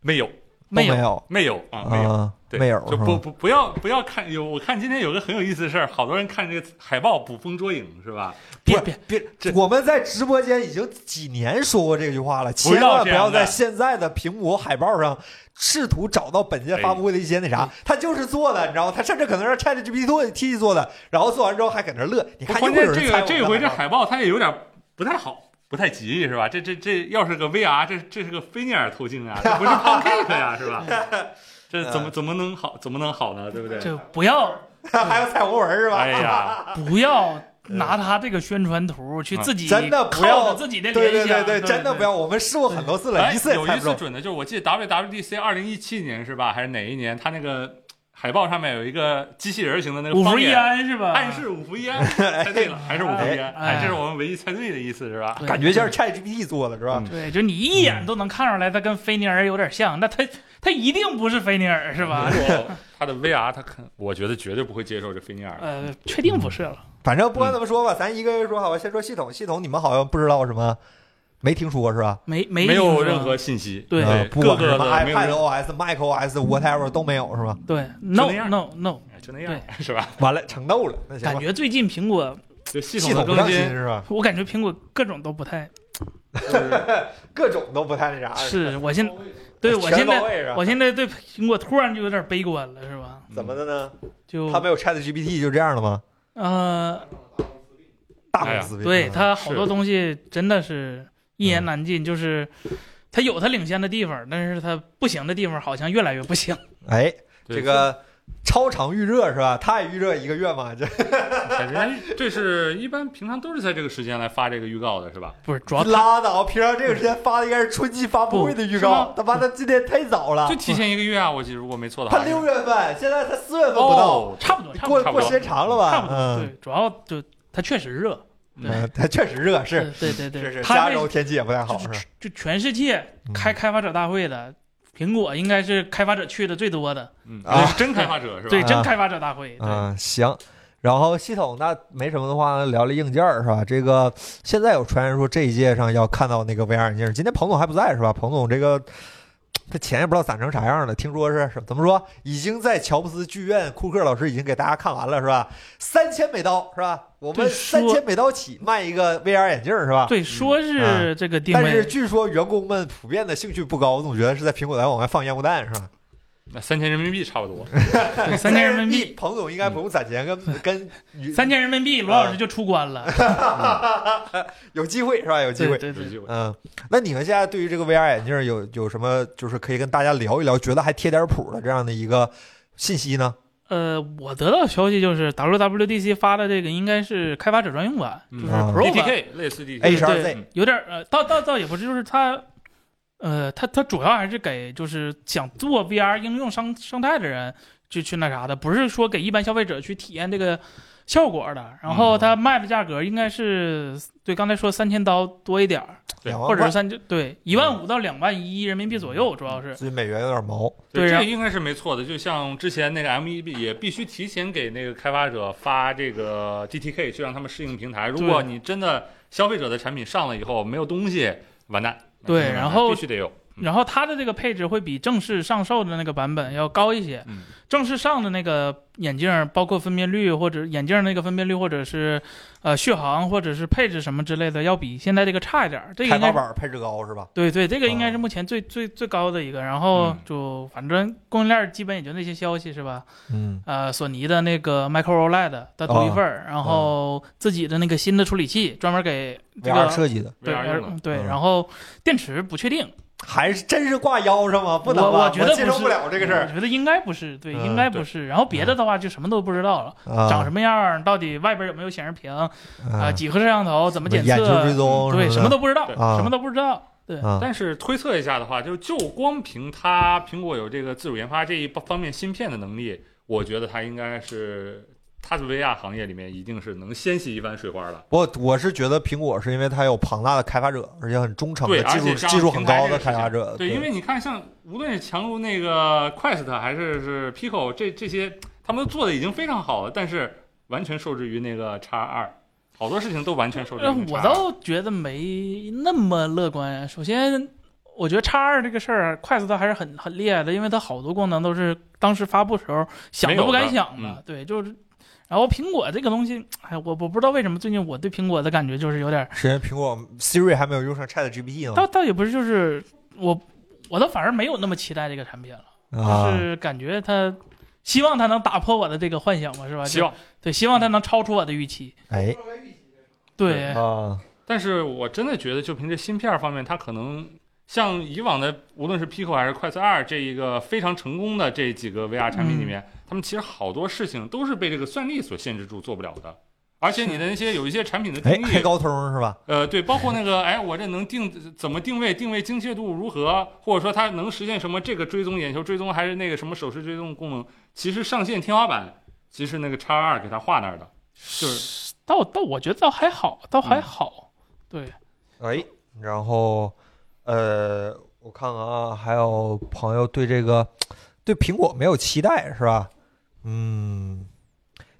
[SPEAKER 4] 没有
[SPEAKER 1] 都
[SPEAKER 2] 没
[SPEAKER 1] 有
[SPEAKER 2] 有，
[SPEAKER 4] 没有啊没有。
[SPEAKER 1] 啊，
[SPEAKER 4] 对
[SPEAKER 1] 没有，
[SPEAKER 4] 就是
[SPEAKER 1] 吧
[SPEAKER 4] 不不不要不要看有，我看今天有个很有意思的事儿，好多人看这个海报捕风捉影是吧？
[SPEAKER 1] 不
[SPEAKER 2] 别
[SPEAKER 1] 是
[SPEAKER 2] 别，
[SPEAKER 1] 别
[SPEAKER 4] 这
[SPEAKER 1] 我们在直播间已经几年说过这句话了，千
[SPEAKER 4] 要
[SPEAKER 1] 万不
[SPEAKER 4] 这样
[SPEAKER 1] 要在
[SPEAKER 4] 的
[SPEAKER 1] 现在的屏幕海报上试图找到本届发布会的一些那
[SPEAKER 4] 哎
[SPEAKER 1] 啥，他就是做的，你知道吗？他甚至可能让 ChatGPT 做 T 做的，然后做完之后还搁那乐，你看
[SPEAKER 4] 关
[SPEAKER 1] 又有
[SPEAKER 4] 键
[SPEAKER 1] 人
[SPEAKER 4] 这
[SPEAKER 1] 猜
[SPEAKER 4] 个
[SPEAKER 1] 我
[SPEAKER 4] 这
[SPEAKER 1] 的
[SPEAKER 4] 回这
[SPEAKER 1] 海
[SPEAKER 4] 海报它也有点不太好，不太吉利是吧？这这这要是个 VR，这这是个菲涅尔透镜 啊，这不是 Pancake 呀、是吧？这怎么怎么能好怎么能好呢？对不对？
[SPEAKER 2] 这不要
[SPEAKER 1] 报 还有彩虹纹是吧？
[SPEAKER 4] 哎呀，
[SPEAKER 2] 不要拿他这个宣传图
[SPEAKER 4] 嗯
[SPEAKER 2] 去自
[SPEAKER 1] 嗯
[SPEAKER 2] 己
[SPEAKER 1] 真的不
[SPEAKER 2] 靠
[SPEAKER 1] 要
[SPEAKER 2] 着自己的
[SPEAKER 1] 对
[SPEAKER 2] 联
[SPEAKER 1] 对
[SPEAKER 2] 想，
[SPEAKER 1] 对
[SPEAKER 2] 对，
[SPEAKER 1] 真的不要，我们试过很多次了，
[SPEAKER 4] 啊哎
[SPEAKER 1] 一次也
[SPEAKER 4] 有
[SPEAKER 1] 猜
[SPEAKER 4] 一
[SPEAKER 1] 不中
[SPEAKER 4] 次。准的，就是我记得 WWDC 二零一七年是吧，还是哪一年？它那个海报上面有一个机器人儿型的那个
[SPEAKER 2] 五
[SPEAKER 4] 方
[SPEAKER 2] 福一
[SPEAKER 4] 脸，
[SPEAKER 2] 安是吧？
[SPEAKER 4] 暗示五福 一安，猜对了，还是五福一安，
[SPEAKER 2] 哎
[SPEAKER 4] 哎，这是我们唯一猜对的意思是吧？
[SPEAKER 2] 对
[SPEAKER 1] 感觉像是 ChatGPT 做的是吧？
[SPEAKER 4] 嗯
[SPEAKER 2] 对，就你一眼都能看出来他跟菲尼尔有点像，那他他一定不是菲尼尔是吧？
[SPEAKER 4] 他的 VR，他肯，我觉得绝对不会接受这菲涅 尔。
[SPEAKER 2] 呃，确定不是了，
[SPEAKER 1] 反正不
[SPEAKER 4] 嗯
[SPEAKER 1] 管怎么说吧，咱一个一个说好吧。先说系统，系统你们好像不知道什么，没听说是吧？
[SPEAKER 2] 没没听
[SPEAKER 4] 没有
[SPEAKER 2] 说
[SPEAKER 4] 任何信息，
[SPEAKER 2] 对啊
[SPEAKER 1] 呃不
[SPEAKER 4] 各
[SPEAKER 1] 管是
[SPEAKER 4] 个
[SPEAKER 1] 什
[SPEAKER 4] 的
[SPEAKER 1] 么
[SPEAKER 4] 没有
[SPEAKER 1] iPad
[SPEAKER 4] 任何，
[SPEAKER 1] OS、Mac OS、whatever 都没有是吧？
[SPEAKER 2] 对
[SPEAKER 4] 那
[SPEAKER 2] ，no
[SPEAKER 4] 样
[SPEAKER 2] no no，
[SPEAKER 4] 哎就那样是吧？
[SPEAKER 1] 完了，成豆了，那行
[SPEAKER 2] 感
[SPEAKER 1] 吧。
[SPEAKER 2] 觉最近苹果，
[SPEAKER 4] 就系
[SPEAKER 1] 系统
[SPEAKER 4] 的
[SPEAKER 1] 不
[SPEAKER 4] 更
[SPEAKER 1] 上心
[SPEAKER 4] 新，
[SPEAKER 1] 是吧？
[SPEAKER 2] 我感觉苹果各种都不太
[SPEAKER 1] 各种都不太那啥。
[SPEAKER 2] 是，我现
[SPEAKER 3] 全方位
[SPEAKER 2] 对我现
[SPEAKER 1] 全啊
[SPEAKER 2] 在
[SPEAKER 1] 到位是吧
[SPEAKER 2] 我现在对苹果突然就有点悲观了，是吧？
[SPEAKER 1] 怎
[SPEAKER 4] 嗯
[SPEAKER 1] 么的呢？
[SPEAKER 2] 就
[SPEAKER 1] 他没有 Chat GPT 就这样了吗？
[SPEAKER 2] 呃，
[SPEAKER 1] 大公司、
[SPEAKER 2] 哎对
[SPEAKER 1] 他
[SPEAKER 2] 它好多东西真的是一言难尽，就是它有它领先的地方，但是它不行的地方好像越来越不行。
[SPEAKER 1] 哎，
[SPEAKER 4] 对
[SPEAKER 1] 这个超长预热是吧？它也预热一个月嘛，这
[SPEAKER 4] 哎人家这是一般平常都是在这个时间来发这个预告的，是吧？
[SPEAKER 2] 不是主要
[SPEAKER 1] 拉倒！平常这个时间发的应该是春季发布会的预告，
[SPEAKER 4] 不
[SPEAKER 1] 他妈的今天太早了
[SPEAKER 4] 就，提前一个月啊，我记得如果没错的话。
[SPEAKER 1] 他六月份，现在才四月份不到，
[SPEAKER 4] 哦，
[SPEAKER 2] 差不多，差不
[SPEAKER 1] 过
[SPEAKER 2] 多，
[SPEAKER 4] 差不
[SPEAKER 1] 过
[SPEAKER 4] 多
[SPEAKER 1] 时间长了吧？
[SPEAKER 2] 差不多，
[SPEAKER 1] 嗯，
[SPEAKER 2] 对，主要就它确实热，对
[SPEAKER 1] 嗯，它确实热，是
[SPEAKER 2] 对对
[SPEAKER 1] 是
[SPEAKER 2] 对
[SPEAKER 1] 是，
[SPEAKER 2] 对，它
[SPEAKER 1] 加
[SPEAKER 2] 这
[SPEAKER 1] 州天气也不太好，是
[SPEAKER 2] 就
[SPEAKER 1] 吧？
[SPEAKER 2] 就全世界开
[SPEAKER 1] 嗯
[SPEAKER 2] 开发者大会的，苹果应该是开发者去的最多的，
[SPEAKER 4] 嗯，
[SPEAKER 1] 啊
[SPEAKER 4] 那是真开发者是吧？
[SPEAKER 2] 对，真
[SPEAKER 1] 啊
[SPEAKER 2] 开发者大会，对，
[SPEAKER 1] 嗯，行。然后系统那没什么的话，聊聊硬件儿是吧？这个现在有传言说这一届上要看到那个 VR 眼镜儿。今天彭总还不在是吧？彭总这个这钱也不知道攒成啥样了，听说是怎么说，已经在乔布斯剧院，库克老师已经给大家看完了是吧？三千美刀是吧？我们
[SPEAKER 2] 对说
[SPEAKER 1] 三千美刀起卖一个 VR 眼镜儿是吧？
[SPEAKER 2] 对，说
[SPEAKER 1] 嗯
[SPEAKER 2] 是这个定
[SPEAKER 1] 但是
[SPEAKER 2] 位，
[SPEAKER 1] 据说员工们普遍的兴趣不高，我总觉得是在苹果台往外放烟雾弹是吧？
[SPEAKER 4] 那三千人民币差不多。
[SPEAKER 2] 对，三千人民币，，嗯
[SPEAKER 1] 彭总应该不用攒钱，跟跟女
[SPEAKER 2] 三千人民币，罗啊老师就出关了，
[SPEAKER 1] 有机会是吧？有机
[SPEAKER 2] 对
[SPEAKER 1] 会。
[SPEAKER 2] 对
[SPEAKER 4] 有
[SPEAKER 2] 对，
[SPEAKER 4] 机会
[SPEAKER 1] 嗯，那你们现在对于这个 VR 眼镜儿有有什么就是可以跟大家聊一聊，觉得还贴点谱的这样的一个信息呢？
[SPEAKER 2] 呃，我得到消息就是 WWDC 发的这个应该是开发者专用版，就
[SPEAKER 4] 嗯
[SPEAKER 2] 是
[SPEAKER 1] 啊
[SPEAKER 2] Pro 版，
[SPEAKER 4] DTK 类似 DTK
[SPEAKER 1] 哎12 Z
[SPEAKER 2] 对，
[SPEAKER 4] 嗯
[SPEAKER 2] 有点儿呃，倒倒倒也不是，就是它，呃，它它主要还是给就是想做 VR 应用生生态的人就去那啥的，不是说给一般消费者去体验这个效果的。然后它卖的价格应该是对刚才说三千刀多一点儿，
[SPEAKER 4] 对
[SPEAKER 1] 两
[SPEAKER 2] 或
[SPEAKER 1] 万
[SPEAKER 2] 者
[SPEAKER 1] 块
[SPEAKER 2] 是三对一万五到两万一人民币左右，主要是
[SPEAKER 1] 所以美元有点毛。
[SPEAKER 4] 对，
[SPEAKER 2] 对
[SPEAKER 4] 这
[SPEAKER 2] 啊
[SPEAKER 4] 个应该是没错的。就像之前那个 M E B 也必须提前给那个开发者发这个 G T K，去让他们适应平台。如果你真的消费者的产品上了以后没有东西，完蛋。
[SPEAKER 2] 对
[SPEAKER 4] 那真的完蛋
[SPEAKER 2] 然后
[SPEAKER 4] 必须得有。嗯
[SPEAKER 2] 然后它的这个配置会比正式上售的那个版本要高一些。
[SPEAKER 4] 嗯
[SPEAKER 2] 正式上的那个呃眼镜儿，包括分辨率或者眼镜儿那个分辨率，或者是呃续航或者是配置什么之类的，要比现在这个差一点儿。这个
[SPEAKER 1] 开
[SPEAKER 2] 应该
[SPEAKER 1] 发
[SPEAKER 2] 是
[SPEAKER 1] 板配置高是吧？
[SPEAKER 2] 对对，这个应该
[SPEAKER 1] 啊
[SPEAKER 2] 是目前最、最最高的一个。然后
[SPEAKER 4] 嗯
[SPEAKER 2] 就反正供应链儿基本也就那些消息是吧？
[SPEAKER 1] 嗯，
[SPEAKER 2] 呃，索尼的那个 Micro OLED 它独一份儿，然后自己的那个新的处理器专门给这
[SPEAKER 1] VR
[SPEAKER 2] 个。
[SPEAKER 1] 设计的
[SPEAKER 2] 对
[SPEAKER 4] VR 用的
[SPEAKER 2] 对，
[SPEAKER 1] 嗯
[SPEAKER 2] 然后电池不确定，
[SPEAKER 1] 还是真是挂腰上吗？不能
[SPEAKER 2] 我
[SPEAKER 1] 吧？
[SPEAKER 2] 我觉得
[SPEAKER 1] 接受
[SPEAKER 2] 是
[SPEAKER 1] 不了这个事
[SPEAKER 2] 我
[SPEAKER 1] 儿
[SPEAKER 2] 觉得应该不是，对，
[SPEAKER 1] 嗯
[SPEAKER 2] 应该不是。然后别的的话就什么都不知道了，嗯长什
[SPEAKER 1] 啊
[SPEAKER 2] 么样儿，到底外边有没有显示屏啊、
[SPEAKER 1] 啊！
[SPEAKER 2] 几何摄像头怎么检
[SPEAKER 1] 眼球追
[SPEAKER 2] 测，
[SPEAKER 1] 踪
[SPEAKER 2] 对，什么
[SPEAKER 1] 都
[SPEAKER 2] 都不知道，
[SPEAKER 4] 对
[SPEAKER 1] 啊
[SPEAKER 2] 什么都不知道。对，
[SPEAKER 1] 啊
[SPEAKER 4] 但是推测一下的话，就就光凭它苹果有这个自主研发这一方面芯片的能力，我觉得它应该是它是 VR 行业里面一定是能掀起一番水花的。
[SPEAKER 1] 我我是觉得苹果是因为它有庞大的开发者，而且很忠诚的
[SPEAKER 4] 对
[SPEAKER 1] 技
[SPEAKER 4] 而
[SPEAKER 1] 术
[SPEAKER 4] 且像
[SPEAKER 1] 技术很高
[SPEAKER 4] 平台
[SPEAKER 1] 的
[SPEAKER 4] 这个事
[SPEAKER 1] 开
[SPEAKER 4] 情
[SPEAKER 1] 发者。
[SPEAKER 4] 对，因为你看，像无论是强如那个 Quest 还是是 Pico 这这些，他们都做的已经非常好了，但是完全受制于那个 X 二，好多事情都完全受制于
[SPEAKER 2] 呃
[SPEAKER 4] X
[SPEAKER 2] 我
[SPEAKER 4] 二。
[SPEAKER 2] 倒觉得没那么乐观。啊首先，我觉得叉二这个事儿，快速它还是很很厉害的，因为它好多功能都是当时发布时候想都不敢想
[SPEAKER 1] 嗯
[SPEAKER 4] 没有的
[SPEAKER 2] 对，就是。然后苹果这个东西，哎，我我不知道为什么最近我对苹果的感觉就是有点
[SPEAKER 1] 是因为苹果 Siri 还没有用上 Chat GPT
[SPEAKER 2] 倒
[SPEAKER 1] 呢
[SPEAKER 2] 倒也不是，就是我我倒反而没有那么期待这个产品了，就
[SPEAKER 1] 啊！
[SPEAKER 2] 是感觉它希望它能打破我的这个幻想吧，是吧？
[SPEAKER 4] 希望
[SPEAKER 2] 就，对，希望它能超出我的预期。
[SPEAKER 1] 哎
[SPEAKER 2] 对，
[SPEAKER 1] 啊，
[SPEAKER 4] 但是我真的觉得，就凭这芯片方面，它可能像以往的，无论是 Pico 还是 Quest 二这一个非常成功的这几个 VR 产品里
[SPEAKER 1] 嗯
[SPEAKER 4] 面，他们其实好多事情都是被这个算力所限制住，做不了的。而且你的那些有一些产品的定
[SPEAKER 1] 哎，
[SPEAKER 4] 义，
[SPEAKER 1] 黑高通是吧？
[SPEAKER 4] 呃，对，包括那个，哎，我这能定怎么定位，定位精确度如何，或者说它能实现什么这个追踪、眼球追踪，还是那个什么手势追踪功能，其实上限天花板，其实那个叉二给它画那儿的，就是
[SPEAKER 2] 倒倒我觉得倒还好，倒
[SPEAKER 4] 嗯
[SPEAKER 2] 还好。对，
[SPEAKER 1] 哎，然后呃，我看看啊，还有朋友对这个对苹果没有期待是吧？嗯，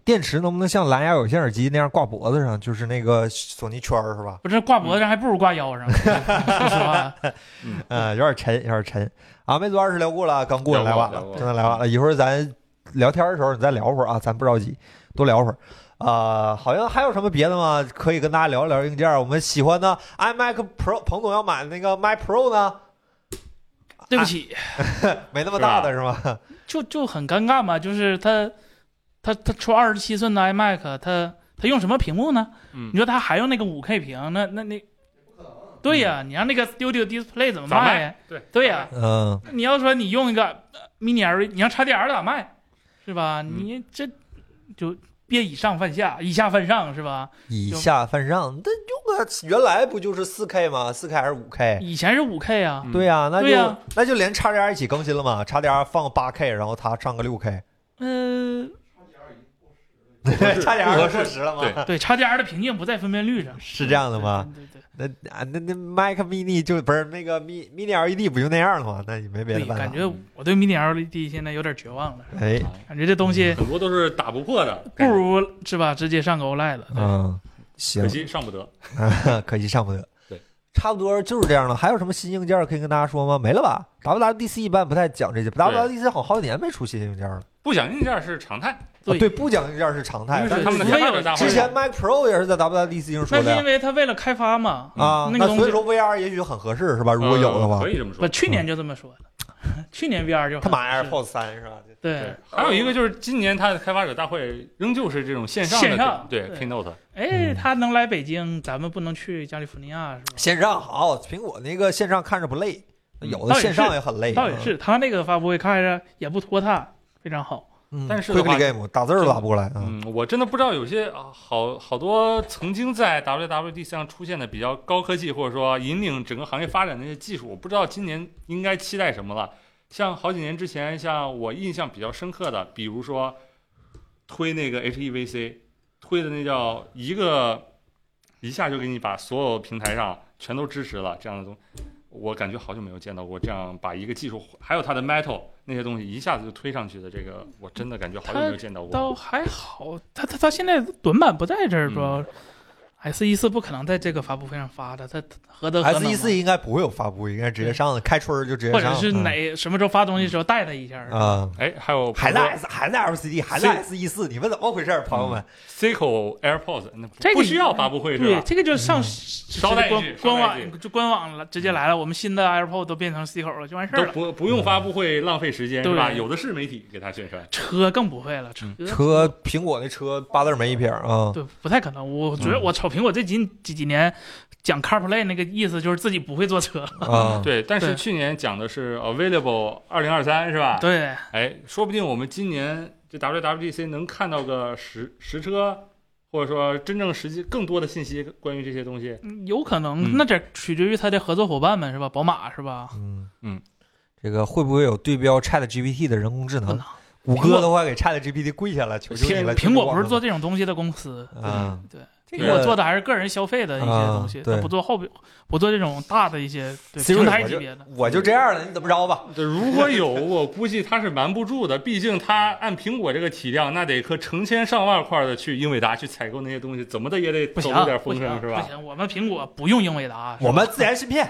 [SPEAKER 1] 电池能不能像蓝牙有线耳机那样挂脖子上，就是那个索尼圈儿是吧？
[SPEAKER 2] 不是挂脖子上还不如挂腰上， 说实话。
[SPEAKER 1] 嗯，有点沉，有点沉。啊，魅族二十聊过了，刚过来
[SPEAKER 4] 聊过
[SPEAKER 1] 晚
[SPEAKER 4] 聊
[SPEAKER 1] 了，
[SPEAKER 4] 过
[SPEAKER 1] 真的来晚啊了。一会儿咱聊天的时候你再聊会儿啊，咱不着急，多聊会儿。啊、好像还有什么别的吗？可以跟大家聊一聊硬件。我们喜欢的 iMac Pro，彭总要买那个 Mac Pro 呢，
[SPEAKER 2] 对不起，
[SPEAKER 1] 没那么大的是吗？
[SPEAKER 2] 就就很尴尬嘛，就是它它它出二十七寸的 iMac，它它用什么屏幕呢？
[SPEAKER 4] 嗯
[SPEAKER 2] 你，说他还用那个五 K 屏，那那那，对呀、你让那个 Studio Display 怎么
[SPEAKER 4] 咋卖哎
[SPEAKER 2] 呀？
[SPEAKER 4] 对
[SPEAKER 2] 对呀、
[SPEAKER 1] 嗯，
[SPEAKER 2] 你要说你用一个呃 Mini LED，你让插 d r 咋卖？是吧？
[SPEAKER 1] 嗯
[SPEAKER 2] 你这就别以上犯下，以下犯上是吧？
[SPEAKER 1] 以下犯上，那用个原来不就是四 K 吗？四 K 还是五 K？
[SPEAKER 2] 以前是五 K 啊，
[SPEAKER 4] 嗯
[SPEAKER 1] 对呀、那就、
[SPEAKER 2] 对呀
[SPEAKER 1] 那就连叉 DR 一起更新了嘛，叉 DR 放八 K，然后它上个六 K，
[SPEAKER 2] 呃，
[SPEAKER 1] 嗯 叉 DR
[SPEAKER 4] 不合
[SPEAKER 1] 过时了
[SPEAKER 4] 对
[SPEAKER 1] 吗？
[SPEAKER 2] 呃对，XDR 的瓶颈不在分辨率上，
[SPEAKER 1] 是这样的吗？
[SPEAKER 2] 对对
[SPEAKER 1] 那啊，那那 Mac Mini 就不是那个 Mi Mini LED 不就那样了吗？那你没别的
[SPEAKER 2] 对对，
[SPEAKER 1] 办法。
[SPEAKER 2] 感觉我对 Mini LED 现在有点绝望了，
[SPEAKER 1] 哎，
[SPEAKER 2] 感觉这东西
[SPEAKER 4] 很多都是打不破的，
[SPEAKER 2] 不如是吧，直接上个 OLED 了。
[SPEAKER 1] 嗯，
[SPEAKER 4] 可
[SPEAKER 1] 行，啊
[SPEAKER 4] 惜上不得。
[SPEAKER 1] 可惜上不得。
[SPEAKER 4] 对，
[SPEAKER 1] 差不多就是这样了。还有什么新硬件可以跟大家说吗？没了吧？WWDC 一般不太讲这些，WWDC 好好几年没出新硬件了。
[SPEAKER 4] 不想硬件是常态，
[SPEAKER 2] 对
[SPEAKER 1] 啊对，不讲硬件是常态
[SPEAKER 4] 因为。是他们的
[SPEAKER 2] 除非
[SPEAKER 4] 开
[SPEAKER 2] 有
[SPEAKER 4] 发者大会
[SPEAKER 1] 之
[SPEAKER 4] 嘛。
[SPEAKER 1] 前 Mac Pro 也是在 WWDC 上
[SPEAKER 2] 那
[SPEAKER 1] 说
[SPEAKER 2] 是
[SPEAKER 1] 的
[SPEAKER 2] 因
[SPEAKER 1] 呀。
[SPEAKER 2] 为它为了开发嘛，
[SPEAKER 1] 啊，
[SPEAKER 2] 那个东西
[SPEAKER 1] 所以说 VR 也许很合适是吧？如果有的
[SPEAKER 4] 呃
[SPEAKER 1] 话
[SPEAKER 4] 可，以啊这么说
[SPEAKER 2] 不，。去年就这么说的， 去年 VR 就
[SPEAKER 1] 他买
[SPEAKER 2] 很合适
[SPEAKER 1] AirPods 三是吧？
[SPEAKER 2] 对，
[SPEAKER 4] 还有一个就是今年它的开发者大会仍旧是这种线上的
[SPEAKER 2] 线上
[SPEAKER 4] 对
[SPEAKER 2] 对
[SPEAKER 4] Keynote，
[SPEAKER 2] 哎，
[SPEAKER 1] 嗯
[SPEAKER 2] 他能来北京，咱们不能去加利福尼亚是吧？
[SPEAKER 1] 线上好，苹果那个线上看着不累，
[SPEAKER 4] 嗯
[SPEAKER 1] 有
[SPEAKER 2] 倒
[SPEAKER 1] 的
[SPEAKER 2] 也
[SPEAKER 1] 线上也很累。啊
[SPEAKER 2] 倒也是，他那个发布会看着也不拖沓，非常好。
[SPEAKER 1] 嗯，
[SPEAKER 4] 但是的
[SPEAKER 1] q u
[SPEAKER 4] 话
[SPEAKER 1] i Game 打字儿都打不过来啊。
[SPEAKER 4] 嗯，我真的不知道有些啊好好多曾经在 WWDC 上出现的比较高科技，或者说引领整个行业发展的那些技术，我不知道今年应该期待什么了。像好几年之前，像我印象比较深刻的，比如说推那个 HEVC，推的那叫一个一下就给你把所有平台上全都支持了这样的东我感觉好久没有见到过这样把一个技术，还有它的 Metal 那些东西一下子就推上去的，这个我真的感觉好久没有见到过。
[SPEAKER 2] 倒还好，他他他现在短板不在这儿，
[SPEAKER 1] 嗯
[SPEAKER 2] 主要 S 一四不可能在这个发布会上发的，他他何德何
[SPEAKER 1] S
[SPEAKER 2] 能
[SPEAKER 1] 一 E 四
[SPEAKER 2] 啊？
[SPEAKER 1] 应该不会有发布，应该直接上的，开春儿就直接
[SPEAKER 2] 或
[SPEAKER 1] 上
[SPEAKER 2] 者
[SPEAKER 1] 了，
[SPEAKER 2] 是哪什么时候发东西的时候带他一下？
[SPEAKER 1] 嗯啊？
[SPEAKER 4] 哎，还有
[SPEAKER 1] 还在
[SPEAKER 4] 包括
[SPEAKER 1] S 还在 LCD 还在 S 一四，你们怎么回事儿，朋友们？
[SPEAKER 4] Cico AirPods，那不
[SPEAKER 2] 这个
[SPEAKER 4] 不需要发布会是
[SPEAKER 2] 对
[SPEAKER 4] 吧，？
[SPEAKER 2] 这个就
[SPEAKER 1] 嗯
[SPEAKER 2] 上
[SPEAKER 4] 捎带一
[SPEAKER 2] 官
[SPEAKER 4] 句捎带
[SPEAKER 2] 官
[SPEAKER 4] 一句
[SPEAKER 2] 网就官网了，直接来了。我们新的 AirPod 都变成 C 口了，就完事
[SPEAKER 4] 都
[SPEAKER 2] 儿了。
[SPEAKER 4] 不不用发布会浪费时间
[SPEAKER 2] 对
[SPEAKER 4] 是吧？有的是媒体给他宣传。
[SPEAKER 2] 车更不会了，车
[SPEAKER 1] 车苹果那车八字儿没一撇儿啊，
[SPEAKER 2] 对，不太可能。我觉得
[SPEAKER 1] 嗯
[SPEAKER 2] 我瞅苹果这几几几年讲 CarPlay 那个意思，就是自己不会坐车。
[SPEAKER 1] 啊，
[SPEAKER 4] 对，但
[SPEAKER 2] 对
[SPEAKER 4] 是去年讲的是 Available 二零二三是吧？
[SPEAKER 2] 对，
[SPEAKER 4] 哎，说不定我们今年这 WWDC 能看到个实实车，或者说真正实际更多的信息关于这些东西。
[SPEAKER 2] 嗯有可能，
[SPEAKER 4] 嗯
[SPEAKER 2] 那得取决于他的合作伙伴们是吧？宝马是吧？
[SPEAKER 1] 嗯
[SPEAKER 4] 嗯，
[SPEAKER 1] 这个会不会有对标 Chat GPT 的人工智
[SPEAKER 2] 不
[SPEAKER 1] 能
[SPEAKER 2] 能？
[SPEAKER 1] 谷
[SPEAKER 2] 苹果
[SPEAKER 1] 歌都快给 Chat GPT 跪下了，求求你
[SPEAKER 4] 天
[SPEAKER 1] 了。
[SPEAKER 2] 苹果不是
[SPEAKER 1] 求求
[SPEAKER 2] 做
[SPEAKER 1] 我
[SPEAKER 2] 这种东西的公司，
[SPEAKER 1] 们啊，
[SPEAKER 2] 对，
[SPEAKER 1] 这
[SPEAKER 2] 苹果
[SPEAKER 1] 个
[SPEAKER 2] 做的还是个人消费的一些东西
[SPEAKER 1] 啊，对
[SPEAKER 2] 它不做后边，不做这种大的一些对
[SPEAKER 1] Siri，
[SPEAKER 2] 平
[SPEAKER 1] 我
[SPEAKER 2] 台级
[SPEAKER 1] 就
[SPEAKER 2] 别的。
[SPEAKER 1] 我就这样了，你怎么着吧？
[SPEAKER 4] 对，如果有， 我估计他是瞒不住的，毕竟他按苹果这个体量，那得和成千上万块的去英伟达去采购那些东西，怎么的也得
[SPEAKER 2] 不
[SPEAKER 4] 走
[SPEAKER 2] 行
[SPEAKER 4] 出点，
[SPEAKER 2] 不
[SPEAKER 4] 风
[SPEAKER 2] 行，
[SPEAKER 4] 声是吧
[SPEAKER 2] 不？行，我们苹果不用英伟达，是吧
[SPEAKER 1] 我们自研芯片，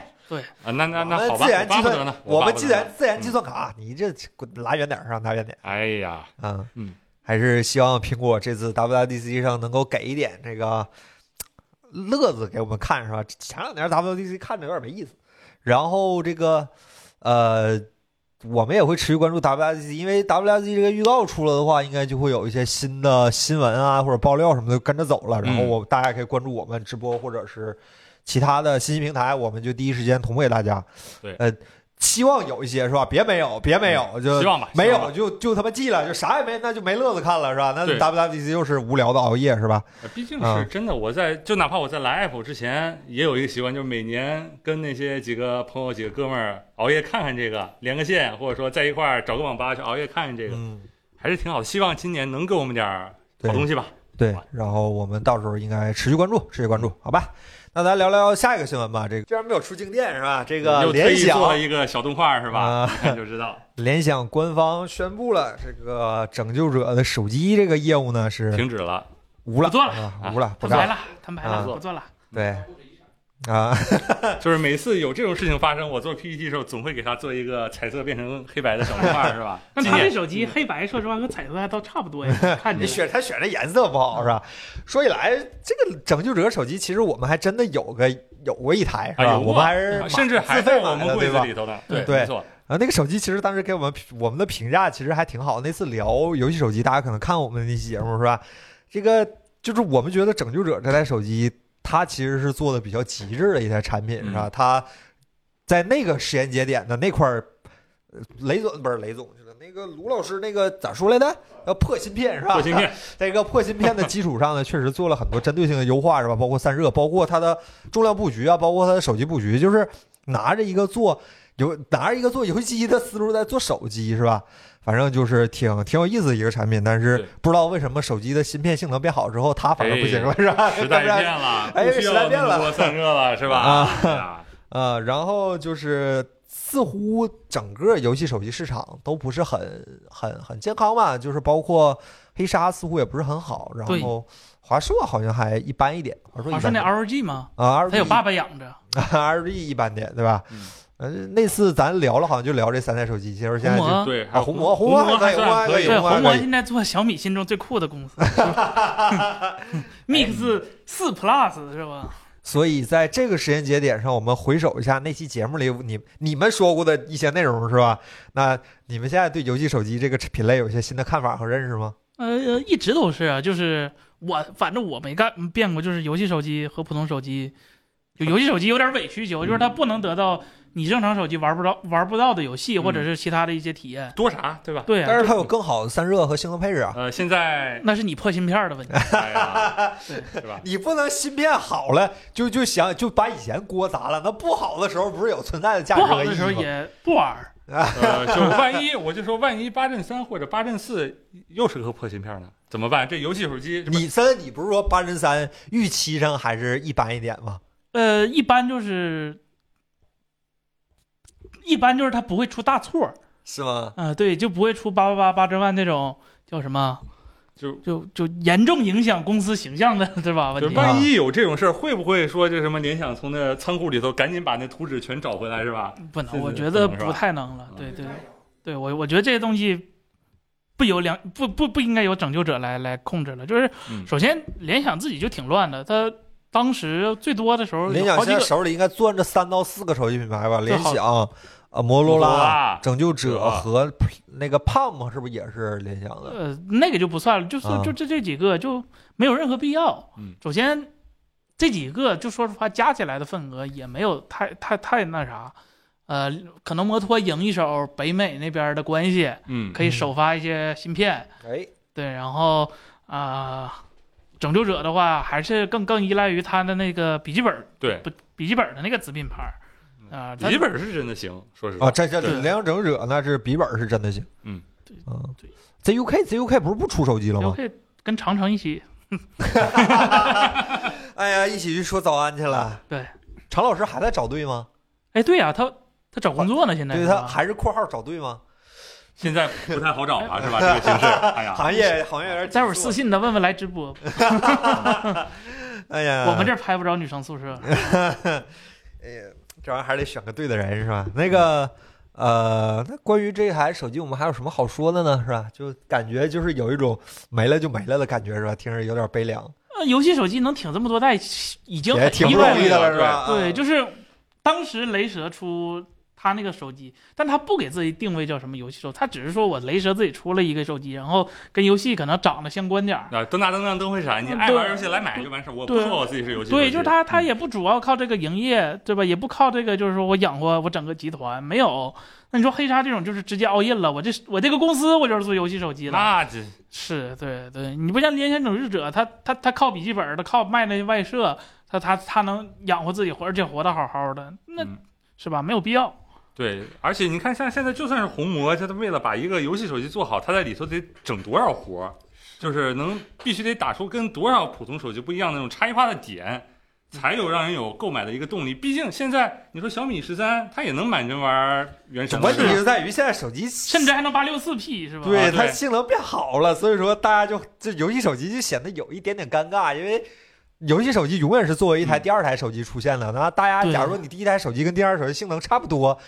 [SPEAKER 4] 啊，那那
[SPEAKER 1] 我
[SPEAKER 4] 那
[SPEAKER 1] 们
[SPEAKER 4] 好吧，
[SPEAKER 1] 自研
[SPEAKER 4] 我
[SPEAKER 1] 计
[SPEAKER 4] 巴不得
[SPEAKER 1] 算
[SPEAKER 4] 呢，，
[SPEAKER 1] 我
[SPEAKER 4] 巴
[SPEAKER 1] 们
[SPEAKER 4] 不
[SPEAKER 1] 自
[SPEAKER 4] 得呢
[SPEAKER 1] 研自
[SPEAKER 2] 嗯
[SPEAKER 1] 研计算卡，你这滚拉远点儿，让拉远点儿。
[SPEAKER 4] 哎呀，
[SPEAKER 1] 嗯
[SPEAKER 4] 嗯，
[SPEAKER 1] 还是希望苹果这次 WWDC 上能够给一点这个乐子给我们看，是吧？前两年 WWDC 看着有点没意思，然后这个呃，我们也会持续关注 WWDC，因为 WWDC 这个预告出了的话，应该就会有一些新的新闻啊或者爆料什么的跟着走
[SPEAKER 4] 嗯
[SPEAKER 1] 了，然后我大家可以关注我们直播或者是其他的信息平台，我们就第一时间同步给大家。
[SPEAKER 4] 对
[SPEAKER 1] 呃。希望有一些是吧？别没有，别没有，就
[SPEAKER 4] 希望吧，
[SPEAKER 1] 没
[SPEAKER 4] 希望
[SPEAKER 1] 有
[SPEAKER 4] 吧。
[SPEAKER 1] 就就他妈记了，就啥也没，那就没乐子看了是吧？那
[SPEAKER 4] 对
[SPEAKER 1] WWDC 又是无聊的熬夜是吧？
[SPEAKER 4] 呃毕竟
[SPEAKER 1] 啊
[SPEAKER 4] 是真的，我在就哪怕我在来 Apple 之前，也有一个习惯，就是每年跟那些几个朋友、几个哥们儿熬夜看看这个，连个线，或者说在一块儿找个网吧去熬夜看看这个，
[SPEAKER 1] 嗯，
[SPEAKER 4] 还是挺好的。希望今年能给我们点儿好东
[SPEAKER 1] 对
[SPEAKER 4] 西吧。
[SPEAKER 1] 对。然后我们到时候应该持续关注，持续关注，好吧？那咱聊聊下一个新闻吧。这个既然没有出静电是吧？这个
[SPEAKER 4] 又特
[SPEAKER 1] 联
[SPEAKER 4] 意
[SPEAKER 1] 想
[SPEAKER 4] 做了一个小动画是吧？
[SPEAKER 1] 啊
[SPEAKER 4] 一看就知道，
[SPEAKER 1] 联想官方宣布了，这个拯救者的手机这个业务呢 是
[SPEAKER 4] 停止了。
[SPEAKER 1] 无了，
[SPEAKER 2] 不做了
[SPEAKER 1] 啊，无了，不
[SPEAKER 2] 摊牌
[SPEAKER 1] 干了，
[SPEAKER 2] 了，摊牌
[SPEAKER 1] 啊
[SPEAKER 2] 了，不做了。？
[SPEAKER 1] 对。啊，
[SPEAKER 4] 就是每次有这种事情发生，我做 PPT 的时候总会给他做一个彩色变成黑白的小动画是吧
[SPEAKER 2] 但
[SPEAKER 4] 今
[SPEAKER 2] 他这
[SPEAKER 4] 年
[SPEAKER 2] 手机黑白，说实话和彩色还都差不多 呀。看
[SPEAKER 1] 你
[SPEAKER 2] 着
[SPEAKER 1] 选他选的颜色不好是吧？说起来，这个拯救者手机其实我们还真的有个有过一台是
[SPEAKER 4] 啊
[SPEAKER 1] 吧？
[SPEAKER 4] 有
[SPEAKER 1] 我
[SPEAKER 4] 过
[SPEAKER 1] 们还 是
[SPEAKER 4] 甚至还
[SPEAKER 1] 自费
[SPEAKER 4] 在
[SPEAKER 1] 买的
[SPEAKER 4] 我们柜
[SPEAKER 1] 对
[SPEAKER 4] 子
[SPEAKER 1] 吧
[SPEAKER 4] 里头呢。
[SPEAKER 1] 对
[SPEAKER 4] 没错，
[SPEAKER 1] 啊，那个手机其实当时给我们评我们的评价其实还挺好。那次聊游戏手机，大家可能看我们的那期节目是吧？这个就是我们觉得拯救者这台手机，它其实是做的比较极致的一台产品，是
[SPEAKER 4] 嗯
[SPEAKER 1] 吧？它在那个时间节点的那块儿，呃雷总不是雷总，就是那个卢老师那个咋说来的？要破芯片是吧？
[SPEAKER 4] 破芯片，
[SPEAKER 1] 在一个破芯片的基础上呢， 确实做了很多针对性的优化，是吧？包括散热，包括它的重量布局啊，包括它的手机布局，就是拿着一个做游，拿着一个做游戏机的思路在做手机，是吧？反正就是挺挺有意思的一个产品，但是
[SPEAKER 4] 对
[SPEAKER 1] 不知道为什么手机的芯片性能变好之后，它反而不行了，是吧？
[SPEAKER 4] 哎 时代
[SPEAKER 1] 是不是
[SPEAKER 4] 变了，
[SPEAKER 1] 哎
[SPEAKER 4] 不需
[SPEAKER 1] 时代
[SPEAKER 4] 要
[SPEAKER 1] 变
[SPEAKER 4] 那
[SPEAKER 1] 了
[SPEAKER 4] 么多散热了，是吧？
[SPEAKER 1] 啊
[SPEAKER 4] 哎呀
[SPEAKER 1] 呃，然后就是似乎整个游戏手机市场都不是很很很健康吧，就是包括黑鲨似乎也不是很好，然
[SPEAKER 2] 对
[SPEAKER 1] 后华硕好像还一般一点，华硕一
[SPEAKER 2] 华
[SPEAKER 1] 般
[SPEAKER 2] 硕那
[SPEAKER 1] 点
[SPEAKER 2] LG 嘛，
[SPEAKER 1] 啊，R
[SPEAKER 2] 他有爸爸养着，
[SPEAKER 1] R G 一般点，对吧？
[SPEAKER 4] 嗯
[SPEAKER 1] 嗯，那次咱聊了，好像就聊这三台手机，其实现在
[SPEAKER 2] 红
[SPEAKER 1] 就
[SPEAKER 2] 魔
[SPEAKER 4] 对，还
[SPEAKER 1] 啊，
[SPEAKER 4] 有
[SPEAKER 1] 红魔，
[SPEAKER 4] 红
[SPEAKER 1] 魔
[SPEAKER 4] 魔
[SPEAKER 1] 可以，红魔
[SPEAKER 4] 算
[SPEAKER 1] 还可以，
[SPEAKER 4] 可
[SPEAKER 2] 对，
[SPEAKER 1] 魔还
[SPEAKER 2] 红
[SPEAKER 1] 可
[SPEAKER 2] 魔
[SPEAKER 1] 以
[SPEAKER 2] 现在做小米心中最酷 的公司，Mix 四 Plus 是吧？
[SPEAKER 1] 所以在这个时间节点上，我们回首一下那期节目里你你们说过的一些内容，是吧？那你们现在对游戏手机这个品类有一些新的看法和认识吗？
[SPEAKER 2] 呃，一直都是啊，就是我反正我没干嗯变过，就是游戏手机和普通手机，就游戏手机有点委曲求，就是它
[SPEAKER 1] 嗯
[SPEAKER 2] 不能得到你正常手机玩不到玩不到的游戏，
[SPEAKER 4] 嗯
[SPEAKER 2] 或者是其他的一些体验。
[SPEAKER 4] 多啥，对吧？
[SPEAKER 2] 对
[SPEAKER 1] 但
[SPEAKER 2] 啊，
[SPEAKER 1] 是它有更好的散热和性能配置啊。
[SPEAKER 4] 呃，现在，
[SPEAKER 2] 那是你破芯片的问题。
[SPEAKER 4] 哎呀，是吧？
[SPEAKER 1] 你不能芯片好了就就想就把以前锅砸了，那不好的时候不是有存在的价值
[SPEAKER 2] 不
[SPEAKER 1] 和
[SPEAKER 2] 好
[SPEAKER 1] 意义
[SPEAKER 2] 的时候
[SPEAKER 1] 吗？
[SPEAKER 2] 也不玩儿，
[SPEAKER 4] 呃，就万一，我就说万一八阵三或者八阵四又是个破芯片呢，怎么办？这游戏手机这不
[SPEAKER 1] 你森，你不是说八针三预期上还是一般一点吗？
[SPEAKER 2] 呃，一般就是，一般就是它不会出大错儿，
[SPEAKER 1] 是吗？
[SPEAKER 2] 啊、对，就不会出八八八八针万那种叫什么，
[SPEAKER 4] 就
[SPEAKER 2] 就就严重影响公司形象的，对吧？问
[SPEAKER 4] 就
[SPEAKER 2] 题
[SPEAKER 1] 是
[SPEAKER 4] 万一有这种事儿，会不会说这什么联想从那仓库里头赶紧把那图纸全找回来是吧？
[SPEAKER 2] 不能，
[SPEAKER 4] 是
[SPEAKER 2] 我
[SPEAKER 4] 是
[SPEAKER 2] 觉
[SPEAKER 4] 不
[SPEAKER 2] 得
[SPEAKER 4] 能是
[SPEAKER 2] 不
[SPEAKER 4] 吧
[SPEAKER 2] 太能了
[SPEAKER 4] 啊。
[SPEAKER 2] 对对对，我我觉得这些东西不由良不不不应该由拯救者来来控制了。就是
[SPEAKER 4] 嗯
[SPEAKER 2] 首先联想自己就挺乱的，他当时最多的时候
[SPEAKER 1] 联
[SPEAKER 2] 有
[SPEAKER 1] 想
[SPEAKER 2] 好
[SPEAKER 1] 现
[SPEAKER 2] 几
[SPEAKER 1] 在
[SPEAKER 2] 个
[SPEAKER 1] 手里应该攥着三到四个手机品牌吧，联
[SPEAKER 2] 好
[SPEAKER 1] 想、啊摩托罗
[SPEAKER 4] 摩托罗
[SPEAKER 1] 拉
[SPEAKER 4] 拉、
[SPEAKER 1] 拯救者
[SPEAKER 4] 对吧
[SPEAKER 1] 和那个 Palm 是不是也是联想的？
[SPEAKER 2] 呃那个就不算了，就是
[SPEAKER 1] 啊
[SPEAKER 2] 就这这几个就没有任何必要
[SPEAKER 4] 嗯。
[SPEAKER 2] 首先这几个就说实话加起来的份额也没有太太太那啥。呃，可能摩托赢一手北美那边的关系，
[SPEAKER 4] 嗯，
[SPEAKER 2] 可以首发一些芯片，
[SPEAKER 1] 哎，
[SPEAKER 2] 对，然后啊、呃拯救者的话还是更更依赖于他的那个笔记本
[SPEAKER 4] 对，
[SPEAKER 2] 笔记本的那个子品牌儿
[SPEAKER 1] 嗯
[SPEAKER 2] 啊、
[SPEAKER 4] 笔记本是真的行，说实
[SPEAKER 1] 啊，
[SPEAKER 4] 话，
[SPEAKER 1] 这这
[SPEAKER 2] 对
[SPEAKER 1] 联想拯救者那是笔记本是真的行。
[SPEAKER 4] 嗯
[SPEAKER 2] 对
[SPEAKER 1] 嗯
[SPEAKER 2] 对
[SPEAKER 1] ，ZUK ZUK 不是不出手机了
[SPEAKER 2] 就
[SPEAKER 1] 吗？
[SPEAKER 2] 可以跟长城一起，
[SPEAKER 1] 哎呀，一起去说早安去了。
[SPEAKER 2] 啊对，
[SPEAKER 1] 常老师还在找对吗？
[SPEAKER 2] 哎，对呀、他他找工作呢，现在
[SPEAKER 1] 对
[SPEAKER 2] 是
[SPEAKER 1] 他
[SPEAKER 2] 吧
[SPEAKER 1] 还是括号找对吗？
[SPEAKER 4] 现在不太好找了是吧？这个形势，哎呀，
[SPEAKER 1] 行业行业有点紧
[SPEAKER 2] 啊待会儿
[SPEAKER 1] 缩
[SPEAKER 2] 私。信他问问来直播，
[SPEAKER 1] 哎呀，
[SPEAKER 2] 我们这儿拍不着女生宿舍，
[SPEAKER 1] 哎呀，这玩意儿还得选个对的人是吧？那个，呃，那关于这台手机，我们还有什么好说的呢？是吧？就感觉就是有一种没了就没了的感觉，是吧？听着有点悲凉，
[SPEAKER 2] 呃，游戏手机能挺这么多代已经
[SPEAKER 1] 也
[SPEAKER 2] 很
[SPEAKER 1] 挺
[SPEAKER 2] 意
[SPEAKER 1] 不
[SPEAKER 2] 外
[SPEAKER 1] 容易
[SPEAKER 2] 了
[SPEAKER 1] 的了，是吧？
[SPEAKER 2] 对，
[SPEAKER 1] 啊
[SPEAKER 2] 就是当时雷蛇出他那个手机，但他不给自己定位叫什么游戏手，他只是说我雷蛇自己出了一个手机，然后跟游戏可能长得相关点儿。
[SPEAKER 1] 嗯
[SPEAKER 4] 啊，灯大灯亮灯会闪，你
[SPEAKER 2] 嗯
[SPEAKER 4] 爱
[SPEAKER 2] 对
[SPEAKER 4] 玩游戏来买就完事儿。我不
[SPEAKER 2] 对
[SPEAKER 4] 说我自己是游戏手机，
[SPEAKER 2] 对，就是他，他
[SPEAKER 4] 嗯
[SPEAKER 2] 也不主要靠这个营业，对吧？也不靠这个，就是说我养活我整个集团没有。那你说黑鲨这种就是直接 all in 了，我这我这个公司我就是做游戏手机了，
[SPEAKER 4] 嗯那这
[SPEAKER 2] 是对对。你不像联想拯救者，他他他靠笔记本儿，他靠卖那外设，他他他能养活自己活，而且活得好好的，那、
[SPEAKER 4] 嗯
[SPEAKER 2] 是吧？没有必要。
[SPEAKER 4] 对，而且你看，像现在就算是红魔，他为了把一个游戏手机做好，他在里头得整多少活儿，就是能必须得打出跟多少普通手机不一样的那种差异化的点，才有让人有购买的一个动力。毕竟现在你说小米十三，它也能满真玩儿原神了，
[SPEAKER 1] 问题就在于现在手机
[SPEAKER 2] 甚至还能八六四 P 是吧？
[SPEAKER 1] 对
[SPEAKER 4] 啊对
[SPEAKER 1] 它性能变好了，所以说大家就这游戏手机就显得有一点点尴尬，因为。游戏手机永远是作为一台
[SPEAKER 4] 嗯
[SPEAKER 1] 第二台手机出现的。那大家，
[SPEAKER 2] 对
[SPEAKER 1] 假如你第一台手机跟第二台手机性能差不多，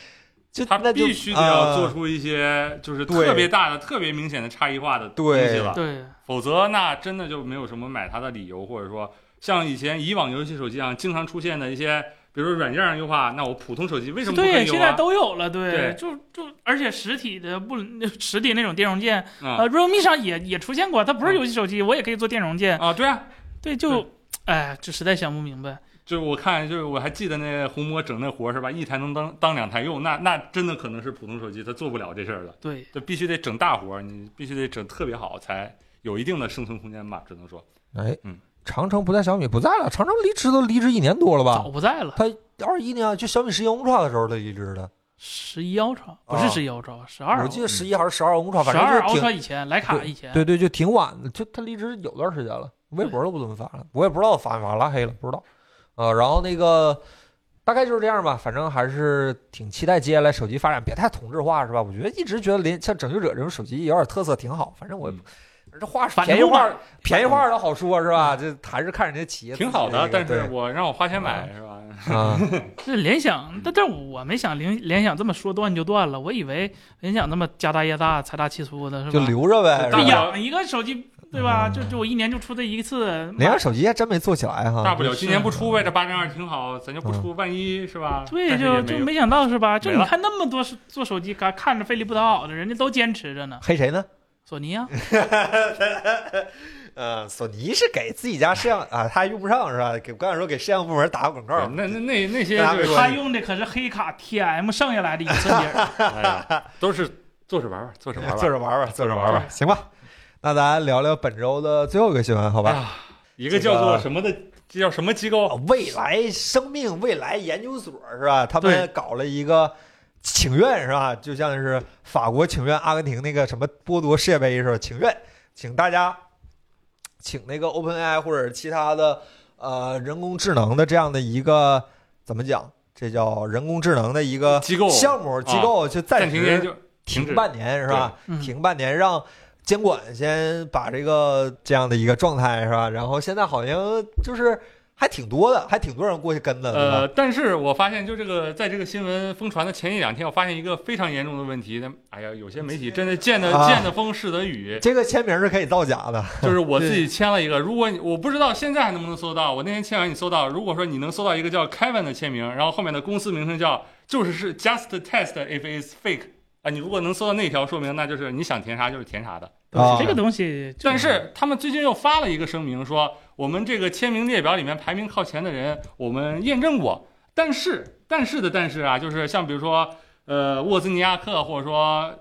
[SPEAKER 1] 就
[SPEAKER 4] 它
[SPEAKER 1] 那就
[SPEAKER 4] 必须得要
[SPEAKER 1] 啊
[SPEAKER 4] 做出一些就是
[SPEAKER 1] 对
[SPEAKER 4] 特别大的、特别明显的差异化的东
[SPEAKER 1] 对
[SPEAKER 4] 西了。
[SPEAKER 2] 啊对，
[SPEAKER 4] 否则那真的就没有什么买它的理由，或者说像以前以往游戏手机上经常出现的一些，比如说软件上优化，那我普通手机为什么不可
[SPEAKER 2] 对，
[SPEAKER 4] 以优啊
[SPEAKER 2] 现在
[SPEAKER 1] 啊
[SPEAKER 4] 化？
[SPEAKER 2] 都有了，对，
[SPEAKER 4] 对
[SPEAKER 2] 就就而且实体的不实体那种电容键，
[SPEAKER 4] 啊
[SPEAKER 2] 呃，realme 上也也出
[SPEAKER 1] 啊
[SPEAKER 2] 现过，它不是
[SPEAKER 4] 嗯
[SPEAKER 2] 游戏手机，我也可以做电容键，
[SPEAKER 4] 啊，对啊，
[SPEAKER 2] 对，就，哎，这实在想不明白，
[SPEAKER 4] 就是我看，就是我还记得那红魔整那活儿是吧？一台能当当两台用，那那真的可能是普通手机它做不了这事儿了，
[SPEAKER 2] 对，
[SPEAKER 4] 就必须得整大活儿，你必须得整特别好才有一定的生存空间吧，只能说
[SPEAKER 1] 哎，
[SPEAKER 4] 嗯
[SPEAKER 1] 长城不在小米不在了，长城离职都离职一年多了吧
[SPEAKER 2] 早？不在了。
[SPEAKER 1] 他二一年啊就小米十一 Ultra 的时候他离职的，
[SPEAKER 2] 十一 Ultra 不是十一 Ultra，十二
[SPEAKER 1] 啊我
[SPEAKER 4] 嗯
[SPEAKER 1] 记得十一还是十二 Ultra，
[SPEAKER 2] 十
[SPEAKER 1] 反
[SPEAKER 2] 二
[SPEAKER 1] 正就
[SPEAKER 2] Ultra
[SPEAKER 1] 挺
[SPEAKER 2] 以前，徕卡以前，
[SPEAKER 1] 对对，就挺晚的，就他离职有段时间了，微博都不怎么发了，我也不知道发没发，拉黑了不知道。呃，然后那个大概就是这样吧，反正还是挺期待接下来手机发展，别太同质化是吧？我觉得一直觉得联像拯救者这种手机有点特色挺好，反正我也不。
[SPEAKER 4] 嗯
[SPEAKER 1] 这话
[SPEAKER 2] 反
[SPEAKER 1] 便宜
[SPEAKER 2] 正不
[SPEAKER 1] 话
[SPEAKER 2] 买
[SPEAKER 1] 便宜话都好说是吧？这还是看人家企业
[SPEAKER 4] 挺好的。
[SPEAKER 1] 自己
[SPEAKER 4] 但
[SPEAKER 1] 这个
[SPEAKER 4] 是我让我花钱买是吧？
[SPEAKER 1] 对啊，
[SPEAKER 2] 这联
[SPEAKER 4] 嗯
[SPEAKER 2] 想，但但我没想联联想这么说断就断了，我以为联想那么家大业大、财大气粗的是
[SPEAKER 1] 就
[SPEAKER 2] 吧？
[SPEAKER 1] 留着呗。
[SPEAKER 4] 就
[SPEAKER 1] 是
[SPEAKER 4] 大
[SPEAKER 1] 吧
[SPEAKER 4] 不了
[SPEAKER 2] 养一个手机对吧？
[SPEAKER 1] 嗯
[SPEAKER 2] 就就我一年就出这一次，
[SPEAKER 1] 联想手机还真没做起来哈，
[SPEAKER 4] 大不了今年不出呗，这
[SPEAKER 1] 嗯
[SPEAKER 4] 八零二挺好，咱就不出，万一是吧？
[SPEAKER 2] 对，
[SPEAKER 4] 但是
[SPEAKER 2] 就
[SPEAKER 4] 也
[SPEAKER 2] 就
[SPEAKER 4] 没有
[SPEAKER 2] 没想到是吧？就
[SPEAKER 4] 没
[SPEAKER 2] 你
[SPEAKER 4] 了
[SPEAKER 2] 看那么多手做手机，看看着费力不讨好的，人家都坚持着呢。
[SPEAKER 1] 黑谁呢？
[SPEAKER 2] 索尼 啊，
[SPEAKER 1] 呃，索尼是给自己家摄像啊，他还用不上是吧？给我刚才说给摄像部门打个广告，
[SPEAKER 4] 那那那那 些
[SPEAKER 1] 大家
[SPEAKER 4] 就
[SPEAKER 1] 没
[SPEAKER 4] 是
[SPEAKER 1] 说
[SPEAKER 2] 他用的可是黑卡 TM 剩下来的一 寸底儿。
[SPEAKER 4] 哎呀都是坐着玩玩，坐着 玩
[SPEAKER 1] 坐
[SPEAKER 4] 玩。
[SPEAKER 1] 着玩玩，坐着
[SPEAKER 4] 坐着玩
[SPEAKER 1] 玩，行吧。那咱聊聊本周的最后一个新闻，好
[SPEAKER 4] 哎
[SPEAKER 1] 吧？
[SPEAKER 4] 呀，一个哦叫做什么的，这叫什么机构？
[SPEAKER 1] 未来生命未来研究所是吧？他
[SPEAKER 2] 对
[SPEAKER 1] 们搞了一个请愿是吧？就像是法国请愿阿根廷那个什么波多世界杯是吧？请愿，请大家，请那个 OpenAI 或者其他的呃人工智能的这样的一个怎么讲？这叫人工智能的一个
[SPEAKER 4] 机构
[SPEAKER 1] 项目机构，就暂
[SPEAKER 4] 暂停研
[SPEAKER 1] 时
[SPEAKER 4] 究，停
[SPEAKER 1] 停
[SPEAKER 4] 止
[SPEAKER 1] 半年是吧？
[SPEAKER 2] 嗯
[SPEAKER 1] 停半年，让监管先把这个这样的一个状态是吧？然后现在好像就是还挺多的，还挺多人过去跟的，对吧？
[SPEAKER 4] 呃，但是我发现，就这个，在这个新闻疯传的前一两天，我发现一个非常严重的问题。那哎呀，有些媒体真的见得、
[SPEAKER 1] 啊
[SPEAKER 4] 见得风是得雨，
[SPEAKER 1] 这个签名是可以造假的，
[SPEAKER 4] 就是我自己签了一个。如果你我不知道现在还能不能搜到，我那天签完你搜到，如果说你能搜到一个叫 Kevin 的签名，然后后面的公司名称叫就是是 Just Test if it's fake 啊，你如果能搜到那条，说明那就是你想填啥就是填啥的。
[SPEAKER 1] 啊
[SPEAKER 2] 这个东西 就
[SPEAKER 4] 但是
[SPEAKER 1] 嗯
[SPEAKER 4] 他们最近又发了一个声明说，我们这个签名列表里面排名靠前的人，我们验证过。但是，但是的，但是啊，就是像比如说，呃，沃兹尼亚克，或者说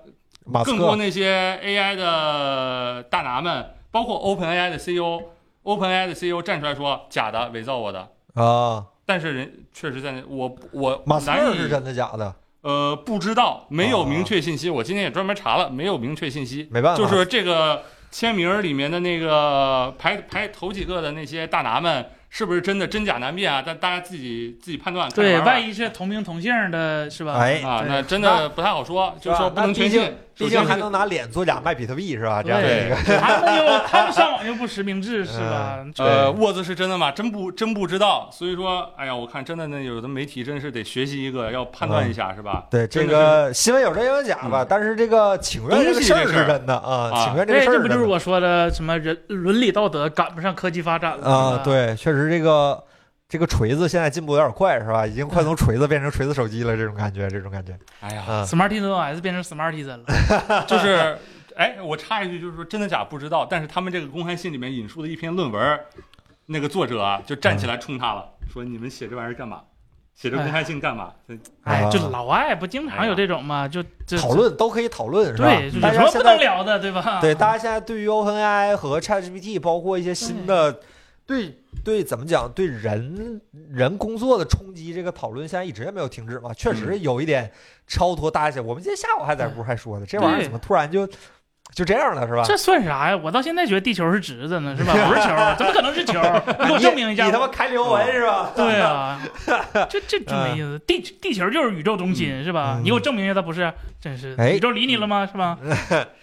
[SPEAKER 1] 马斯
[SPEAKER 4] 更多
[SPEAKER 1] 克
[SPEAKER 4] 那些 AI 的大拿们，包括 OpenAI 的 CEO、OpenAI 的 CEO 站出来说假的，伪造我的。
[SPEAKER 1] 啊，
[SPEAKER 4] 但是人确实在那，我我
[SPEAKER 1] 马斯
[SPEAKER 4] 难
[SPEAKER 1] 克
[SPEAKER 4] 以
[SPEAKER 1] 是哦真的假的，
[SPEAKER 4] 呃不知道，没有明确信息。我今天也专门查了，没有明确信息。
[SPEAKER 1] 没办法，啊
[SPEAKER 4] 就是这个签名儿里面的那个排排头几个的那些大拿们，是不是真的真假难辨啊？但大家自己自己判断。
[SPEAKER 2] 对，万
[SPEAKER 4] 一
[SPEAKER 2] 一是同名同姓的，是吧？
[SPEAKER 1] 哎
[SPEAKER 4] 啊，
[SPEAKER 2] 对
[SPEAKER 4] 那真的不太好说，就是
[SPEAKER 1] 吧
[SPEAKER 4] 说不能
[SPEAKER 1] 那
[SPEAKER 4] 全
[SPEAKER 1] 毕
[SPEAKER 4] 信
[SPEAKER 1] 竟。
[SPEAKER 4] 首
[SPEAKER 1] 毕竟
[SPEAKER 4] 先这
[SPEAKER 1] 还
[SPEAKER 4] 个
[SPEAKER 1] 能拿脸做假卖比特币是吧？这样的一个
[SPEAKER 4] 对，
[SPEAKER 2] 他们又他们上网又不实 名制，是吧？
[SPEAKER 1] 嗯
[SPEAKER 4] 呃，沃兹是真的吗？真不真不知道。所以说，哎呀，我看真的那有的媒体真是得学习一个，要判断一下，是吧？
[SPEAKER 1] 嗯对这
[SPEAKER 4] 真的
[SPEAKER 1] 个新闻有真有假吧，
[SPEAKER 4] 嗯
[SPEAKER 1] 但是这个请愿这个事儿
[SPEAKER 4] 东西这事
[SPEAKER 1] 是
[SPEAKER 4] 儿
[SPEAKER 1] 真的啊，
[SPEAKER 4] 啊
[SPEAKER 1] 请愿这个
[SPEAKER 2] 对，
[SPEAKER 1] 事儿
[SPEAKER 2] 这
[SPEAKER 1] 是
[SPEAKER 2] 不
[SPEAKER 1] 真
[SPEAKER 2] 就是
[SPEAKER 1] 的
[SPEAKER 2] 我说的什么人伦理道德赶不上科技发展了
[SPEAKER 1] 啊，
[SPEAKER 2] 是吧，
[SPEAKER 1] 对，确实这个这个锤子现在进步有点快，是吧？已经快从锤子变成锤子手机了，这种感
[SPEAKER 2] 嗯
[SPEAKER 1] 觉，这种感觉
[SPEAKER 4] 哎呀，
[SPEAKER 1] 啊，
[SPEAKER 2] ，Smartisan OS 变成 Smartisan 了，
[SPEAKER 4] 就是。哎，我插一句，就是说真的假不知道，但是他们这个公开信里面引述的一篇论文，那个作者啊就站起来冲他了，说你们写这玩意儿干嘛？写这公开信干嘛？
[SPEAKER 2] 哎
[SPEAKER 1] 啊，哎
[SPEAKER 2] 就老外不经常有这种嘛，就就
[SPEAKER 1] 讨论都可以讨论，是吧
[SPEAKER 2] 对，？就有
[SPEAKER 1] 大
[SPEAKER 2] 什
[SPEAKER 1] 家
[SPEAKER 2] 么
[SPEAKER 1] 现
[SPEAKER 2] 不能
[SPEAKER 1] 在
[SPEAKER 2] 聊的，对吧？
[SPEAKER 1] 对大家现在对于 OpenAI 和 ChatGPT，包括一些新的对。对，怎么讲？对人人工作的冲击，这个讨论现在一直也没有停止嘛。确实
[SPEAKER 2] 嗯
[SPEAKER 1] 有一点超脱大家想。我们今天下午还在屋还说呢，这玩意儿
[SPEAKER 2] 对
[SPEAKER 1] 怎么突然就就这样了，是吧？
[SPEAKER 2] 嗯这算啥呀？我到现在觉得地球是直的呢，是吧？不是球，怎么可能是球？你给我
[SPEAKER 1] 啊你
[SPEAKER 2] 证明一下嗯
[SPEAKER 1] 你。他妈开刘文是吧？
[SPEAKER 2] 对啊，这这这没意思。地地球就是宇宙中心，是吧？
[SPEAKER 1] 嗯
[SPEAKER 2] 你给我证明一下它不是，真是
[SPEAKER 1] 哎嗯
[SPEAKER 2] 宇宙理你了吗？是吧？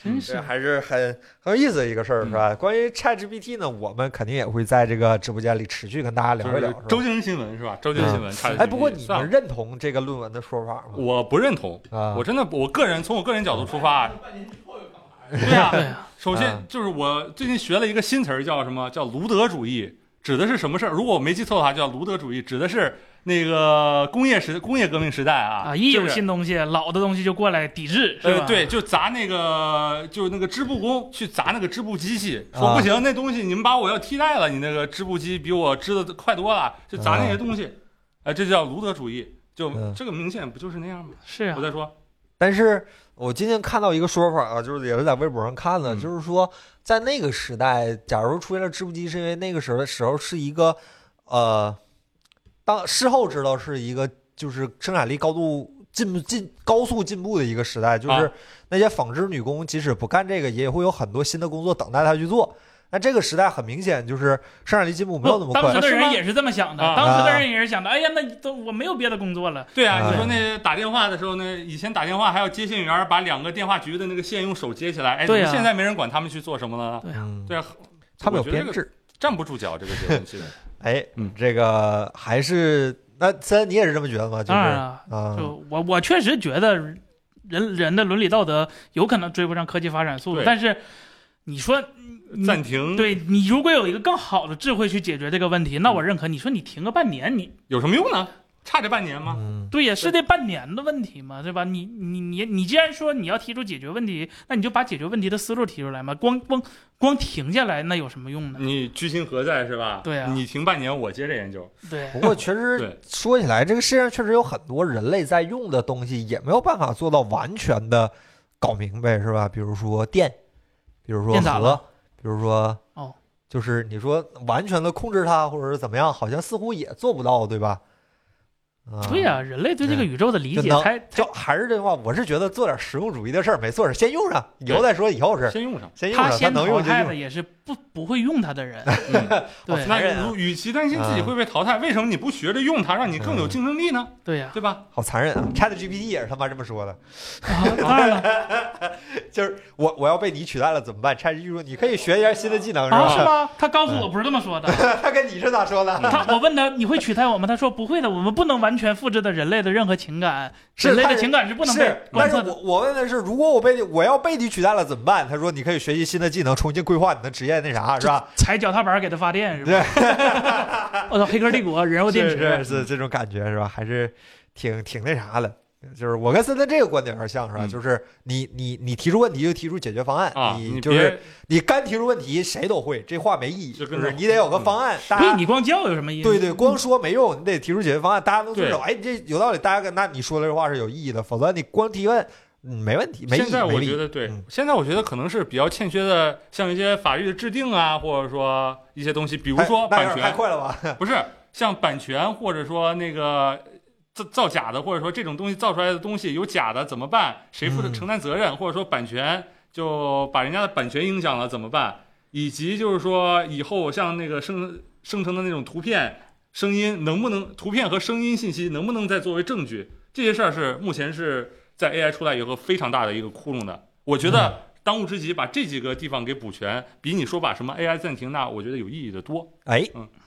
[SPEAKER 2] 真
[SPEAKER 1] 这
[SPEAKER 2] 是
[SPEAKER 1] 还是很很有意思的一个事儿，是
[SPEAKER 4] 嗯
[SPEAKER 1] 吧？关于 ChatGPT 呢，我们肯定也会在这个直播间里持续跟大家聊一
[SPEAKER 4] 就
[SPEAKER 1] 聊
[SPEAKER 4] 是。
[SPEAKER 1] 是
[SPEAKER 4] 周
[SPEAKER 1] 吧
[SPEAKER 4] 杰伦新闻是吧？周杰伦新闻差点就
[SPEAKER 1] 哎，
[SPEAKER 4] 给
[SPEAKER 1] 不过你
[SPEAKER 4] 算
[SPEAKER 1] 们
[SPEAKER 4] 了
[SPEAKER 1] 认同这个论文的说法吗？
[SPEAKER 4] 我不认同，
[SPEAKER 1] 啊
[SPEAKER 4] 我，真的我个人从我个人角度出发，啊对呀、
[SPEAKER 2] 对啊，
[SPEAKER 4] 首
[SPEAKER 1] 啊
[SPEAKER 4] 先就是我最近学了一个新词儿，叫什么？叫卢德主义，指的是什么事儿？如果我没记错的话，叫卢德主义，指的是那个工业时工业革命时代啊，
[SPEAKER 2] 啊，一有
[SPEAKER 4] 就是
[SPEAKER 2] 新东西，老的东西就过来抵制，是吧？
[SPEAKER 4] 呃，对，，就砸那个，就是那个织布工去砸那个织布机器，说
[SPEAKER 1] 啊
[SPEAKER 4] 不行，那东西你们把我要替代了，你那个织布机比我织的快多了，就砸那些东西，啊、这就叫卢德主义，就、
[SPEAKER 1] 嗯
[SPEAKER 4] 这个明显不就是那样吗？
[SPEAKER 2] 是啊
[SPEAKER 4] 我，再说，
[SPEAKER 1] 但是我今天看到一个说法啊，就是也是在微博上看的，
[SPEAKER 4] 嗯
[SPEAKER 1] 就是说在那个时代，假如出现了织布机，是因为那个时候的时候是一个呃，当事后知道是一个就是生产力高度。进步进高速进步的一个时代，就是
[SPEAKER 4] 啊
[SPEAKER 1] 那些纺织女工，即使不干这个，也会有很多新的工作等待她去做。那这个时代很明显就是生产力进步
[SPEAKER 4] 哦
[SPEAKER 1] 没有那么
[SPEAKER 2] 当时
[SPEAKER 1] 快，
[SPEAKER 2] 的
[SPEAKER 4] 啊是
[SPEAKER 2] 人
[SPEAKER 4] 吗
[SPEAKER 2] 也是这么想的，
[SPEAKER 4] 啊
[SPEAKER 2] 当时的人也是想的，哎呀，那都我没有别的工作了，
[SPEAKER 4] 对啊，
[SPEAKER 1] 哎
[SPEAKER 4] 你说那打电话的时候呢，以前打电话还要接线员把两个电话局的那个线用手接起来，哎，
[SPEAKER 2] 对啊
[SPEAKER 4] 怎么现在没人管他们去做什么了呢？
[SPEAKER 1] 嗯，
[SPEAKER 4] 对啊，
[SPEAKER 1] 他们有
[SPEAKER 4] 我觉得
[SPEAKER 1] 编
[SPEAKER 4] 这个嗯
[SPEAKER 1] 制。
[SPEAKER 4] 站不住脚，这个结 论现在
[SPEAKER 1] 哎，
[SPEAKER 4] 嗯
[SPEAKER 1] 这个还是那森，你也是这么觉得吗？就是
[SPEAKER 2] 当然
[SPEAKER 1] 啊，
[SPEAKER 2] 了，就我我确实觉得人人的伦理道德有可能追不上科技发展速度，
[SPEAKER 4] 对嗯
[SPEAKER 2] 但是你说你
[SPEAKER 4] 暂
[SPEAKER 2] 嗯
[SPEAKER 4] 停，
[SPEAKER 2] 对你如果有一个更好的智慧去解决这个问题，
[SPEAKER 4] 嗯
[SPEAKER 2] 那我认可。你说你停个半年，你
[SPEAKER 4] 有什么用呢？差这半年吗？
[SPEAKER 1] 嗯，
[SPEAKER 2] 对呀，是这半年的问题嘛，对吧？你你你你既然说你要提出解决问题，那你就把解决问题的思路提出来嘛。光光光停下来，那有什么用呢？
[SPEAKER 4] 你居心何在是吧？
[SPEAKER 2] 对啊
[SPEAKER 4] 你停半年，我接着研究。
[SPEAKER 2] 对
[SPEAKER 1] 不过确实
[SPEAKER 4] 对
[SPEAKER 1] 说起来，这个世界上确实有很多人类在用的东西，也没有办法做到完全的搞明白，是吧？比如说电，比如说
[SPEAKER 2] 电咋
[SPEAKER 1] 核
[SPEAKER 2] 了，
[SPEAKER 1] 比如说
[SPEAKER 2] 哦，
[SPEAKER 1] 就是你说完全的控制它，或者是怎么样，好像似乎也做不到，对吧？啊，
[SPEAKER 2] 对呀、人类对这个宇宙的理
[SPEAKER 1] 就
[SPEAKER 2] 解
[SPEAKER 1] 能
[SPEAKER 2] 才才
[SPEAKER 1] 就还是这句话，我是觉得做点实用主义的事儿，没错，先用上，以后
[SPEAKER 4] 对
[SPEAKER 1] 再说，以后是
[SPEAKER 4] 先用上。
[SPEAKER 1] 先用
[SPEAKER 2] 他
[SPEAKER 1] 上，它
[SPEAKER 2] 先
[SPEAKER 1] 能
[SPEAKER 2] 淘
[SPEAKER 1] 用就
[SPEAKER 2] 汰
[SPEAKER 1] 用
[SPEAKER 2] 的。也是不不会用它 的人，
[SPEAKER 4] 嗯、
[SPEAKER 2] 对
[SPEAKER 1] 残忍啊嗯
[SPEAKER 4] 那如与其担心自己会被淘汰，为什么你不学着用它，让你更有竞争力呢？
[SPEAKER 2] 对呀、
[SPEAKER 4] 对吧？
[SPEAKER 1] 好残忍啊！Chat GPT 也是他妈这么说的，
[SPEAKER 2] 啊，当 然了
[SPEAKER 1] 就是我我要被你取代了怎么办？Chat GPT 说你可以学一下新的技能是
[SPEAKER 2] 啊，是嗯
[SPEAKER 1] 吧？嗯
[SPEAKER 2] 吗？他告诉我不是这么说的，
[SPEAKER 1] 他跟你是咋说的？
[SPEAKER 2] 他我问他你会取代我吗？他说不会的，我们不能完全复制的人类的任何情感，
[SPEAKER 1] 是
[SPEAKER 2] 人类
[SPEAKER 1] 他
[SPEAKER 2] 的
[SPEAKER 1] 是
[SPEAKER 2] 情感是不能被
[SPEAKER 1] 是，但
[SPEAKER 2] 观
[SPEAKER 1] 是
[SPEAKER 2] 测
[SPEAKER 1] 我
[SPEAKER 2] 的。
[SPEAKER 1] 我问的是，如果我被你我要被你取代了怎么办？他说你可以学习新的技能，重新规划你的职业那啥是吧？
[SPEAKER 2] 踩脚踏板给他发电是吧？ 我操，黑客帝国人肉电
[SPEAKER 1] 是
[SPEAKER 2] 池
[SPEAKER 1] 是是这种感觉是吧？还是挺挺那啥的。就是我跟森森这个观点有点像是吧？
[SPEAKER 4] 嗯
[SPEAKER 1] 就是你你你提出问题就提出解决方案，
[SPEAKER 4] 啊，
[SPEAKER 1] 你
[SPEAKER 4] 你
[SPEAKER 1] 就是
[SPEAKER 4] 别
[SPEAKER 1] 你干提出问题谁都会，这话没意义，
[SPEAKER 4] 就
[SPEAKER 1] 就
[SPEAKER 4] 跟
[SPEAKER 1] 是
[SPEAKER 4] 那
[SPEAKER 1] 你得有个方案，大家
[SPEAKER 2] 对你光叫有什么意思？
[SPEAKER 1] 对对，光说没用，你得提出解决方案，大家能遵守。
[SPEAKER 4] 对
[SPEAKER 1] 哎，你这有道理，大家跟那你说的话是有意义的，否则你光提问嗯没问题，没意义。
[SPEAKER 4] 现在我
[SPEAKER 1] 没
[SPEAKER 4] 觉
[SPEAKER 1] 利益
[SPEAKER 4] 得对
[SPEAKER 1] 嗯，
[SPEAKER 4] 现在我觉得可能是比较欠缺的，像一些法律的制定啊，或者说一些东西，比如
[SPEAKER 1] 太
[SPEAKER 4] 说
[SPEAKER 1] 哎那有
[SPEAKER 4] 版
[SPEAKER 1] 点太
[SPEAKER 4] 权，
[SPEAKER 1] 快了吧？
[SPEAKER 4] 不是像版权，或者说那个造造假的，或者说这种东西造出来的东西有假的怎么办？谁负责
[SPEAKER 1] 嗯
[SPEAKER 4] 承担责任？或者说版权就把人家的版权影响了怎么办？以及就是说以后像那个生生成的那种图片、声音，能不能图片和声音信息能不能再作为证据？这些事儿是目前是在 AI 出来以后非常大的一个窟窿的。我觉得
[SPEAKER 1] 嗯
[SPEAKER 4] 当务之急把这几个地方给补全，比你说把什么 AI 暂停那，我觉得有意义的多。
[SPEAKER 1] 哎，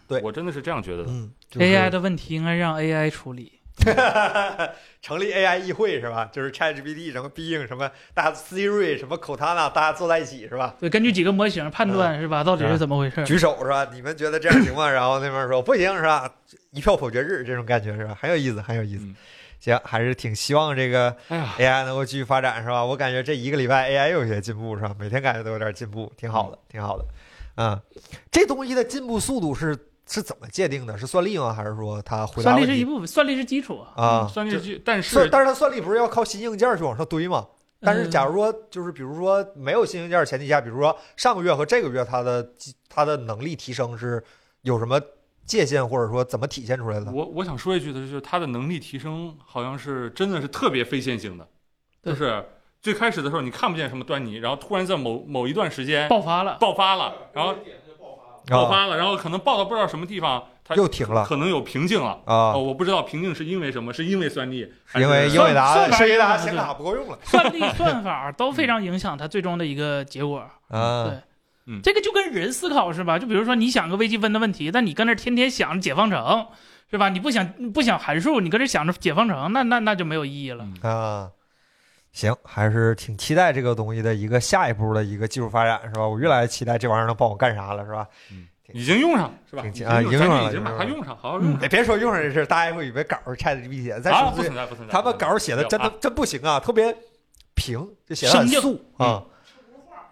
[SPEAKER 1] 对
[SPEAKER 4] 我真的是这样觉得的。
[SPEAKER 1] 嗯
[SPEAKER 2] AI 的问题应该让 AI 处理。
[SPEAKER 1] 的成立 AI 议会是吧？就是 ChatGPT 什么 Bing 什么，大家 Siri 什么 Cortana，大家坐在一起是吧？
[SPEAKER 2] 对，根据几个模型判断是吧？到底是怎么回事？
[SPEAKER 1] 嗯举手是吧？你们觉得这样行吗？然后那边说不行是吧？一票否决日这种感觉是吧？很有意思，很有意思
[SPEAKER 4] 嗯。
[SPEAKER 1] 行，还是挺希望这个
[SPEAKER 4] 哎呀，
[SPEAKER 1] AI 能够继续发展是吧？我感觉这一个礼拜 AI 又有些进步是吧？每天感觉都有点进步，挺好的，挺好的。嗯，这东西的进步速度是是怎么界定的？是算力吗？还是说它回答
[SPEAKER 2] 算力
[SPEAKER 1] 问
[SPEAKER 2] 是一
[SPEAKER 1] 题
[SPEAKER 2] 部分，嗯算力是基础。
[SPEAKER 1] 啊？
[SPEAKER 4] 算
[SPEAKER 1] 就
[SPEAKER 4] 力据，但
[SPEAKER 1] 算，
[SPEAKER 4] 是
[SPEAKER 1] 但是它算力不是要靠新硬件去往上堆吗？但是，
[SPEAKER 2] 嗯
[SPEAKER 1] 假如说就是比如说没有新硬件前提下，比如说上个月和这个月它的技它的能力提升是有什么界限，或者说怎么体现出来的？
[SPEAKER 4] 我我想说一句的就是，他的能力提升好像是真的是特别非线性的，
[SPEAKER 2] 对
[SPEAKER 4] 就是最开始的时候你看不见什么端倪，然后突然在某某一段时间
[SPEAKER 2] 爆发了。
[SPEAKER 4] 爆发了，然后爆
[SPEAKER 1] 啊，
[SPEAKER 4] 发了，然后可能爆到不知道什么地方，它
[SPEAKER 1] 又停了
[SPEAKER 4] 可能有瓶颈了。
[SPEAKER 1] 啊
[SPEAKER 4] 哦，，我不知道瓶颈是因为什么，是因为算力，
[SPEAKER 1] 是因为
[SPEAKER 4] 还是
[SPEAKER 1] 英伟达
[SPEAKER 2] 算法
[SPEAKER 1] 是英伟达
[SPEAKER 2] 也
[SPEAKER 1] 显
[SPEAKER 2] 是
[SPEAKER 1] 卡不够用了
[SPEAKER 2] 算力、算法都非常影响它最终的一个结果。
[SPEAKER 1] 啊
[SPEAKER 2] 对
[SPEAKER 4] 嗯
[SPEAKER 2] 这个就跟人思考是吧？就比如说你想个微积分的问题，但你跟那儿天天想着解方程，是吧？你不想不想函数，你跟这儿想着解方程，那那那就没有意义了。
[SPEAKER 4] 嗯
[SPEAKER 1] 啊，行，还是挺期待这个东西的一个下一步的一个技术发展，是吧？我越来越期待这玩意儿能帮我干啥了，是吧？
[SPEAKER 4] 嗯
[SPEAKER 1] 挺挺
[SPEAKER 4] 已经用上是吧？
[SPEAKER 1] 挺
[SPEAKER 4] 已经
[SPEAKER 1] 啊已经用上
[SPEAKER 4] 咱
[SPEAKER 1] 了
[SPEAKER 4] 就已经把它用上，好好
[SPEAKER 2] 嗯
[SPEAKER 4] 用上
[SPEAKER 1] 哎，。别说用上这事儿，大家会以为稿儿 ChatGPT 写的，再
[SPEAKER 4] 啊，
[SPEAKER 1] 说
[SPEAKER 4] 不
[SPEAKER 1] 最
[SPEAKER 4] 存在，不存在。
[SPEAKER 1] 他们稿儿写的真的
[SPEAKER 4] 啊
[SPEAKER 1] 真不行啊，特别平，就写的很
[SPEAKER 2] 生硬
[SPEAKER 1] 素啊，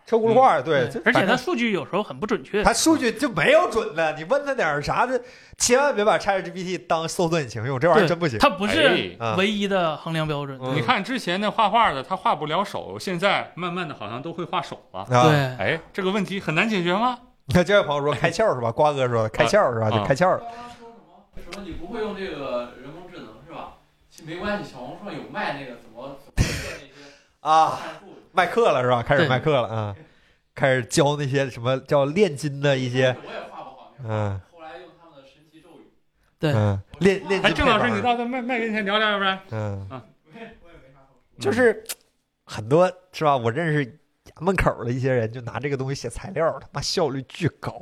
[SPEAKER 1] 车轱辘话儿，对，
[SPEAKER 2] 对
[SPEAKER 1] 这
[SPEAKER 2] 嗯而且
[SPEAKER 1] 反
[SPEAKER 2] 它
[SPEAKER 1] 正
[SPEAKER 2] 数据有时候很不准确。
[SPEAKER 1] 他数据就没有准的，你问他点儿啥的，千万别把 ChatGPT 当搜索引擎用，这玩意儿
[SPEAKER 2] 对
[SPEAKER 1] 真不行。
[SPEAKER 2] 它不是
[SPEAKER 1] 哎啊
[SPEAKER 2] 唯一的衡量标准。
[SPEAKER 1] 嗯
[SPEAKER 4] 哎你看之前那画画的，他画不了手，现在慢慢的好像都会画手了。
[SPEAKER 1] 啊，
[SPEAKER 2] 对，
[SPEAKER 4] 哎，这个问题很难解决吗？
[SPEAKER 1] 那这位朋友说开窍是吧？瓜哥说开窍是吧？
[SPEAKER 4] 啊
[SPEAKER 1] 就开窍了。
[SPEAKER 5] 刚刚说什么？什么你不会用这个人工智能是吧？其实没关系，小红书上有卖那个怎么怎么做那些
[SPEAKER 1] 啊，
[SPEAKER 5] 战术。
[SPEAKER 1] 卖课了是吧？开始
[SPEAKER 2] 对
[SPEAKER 1] 卖课了啊，开始教那些什么叫炼金的一些，
[SPEAKER 5] 我也画不好，
[SPEAKER 1] 嗯
[SPEAKER 5] 后来用他们的神奇咒语。
[SPEAKER 2] 对
[SPEAKER 1] 嗯，炼炼
[SPEAKER 4] 哎，
[SPEAKER 1] 金配
[SPEAKER 4] 郑
[SPEAKER 1] 方啊
[SPEAKER 4] 老师，你到这啊麦麦跟前聊聊，要不然
[SPEAKER 1] 嗯，
[SPEAKER 5] 我也我也没啥好说。
[SPEAKER 1] 就是很多是吧？我认识衙门口儿的一些人，就拿这个东西写材料，他妈效率巨高，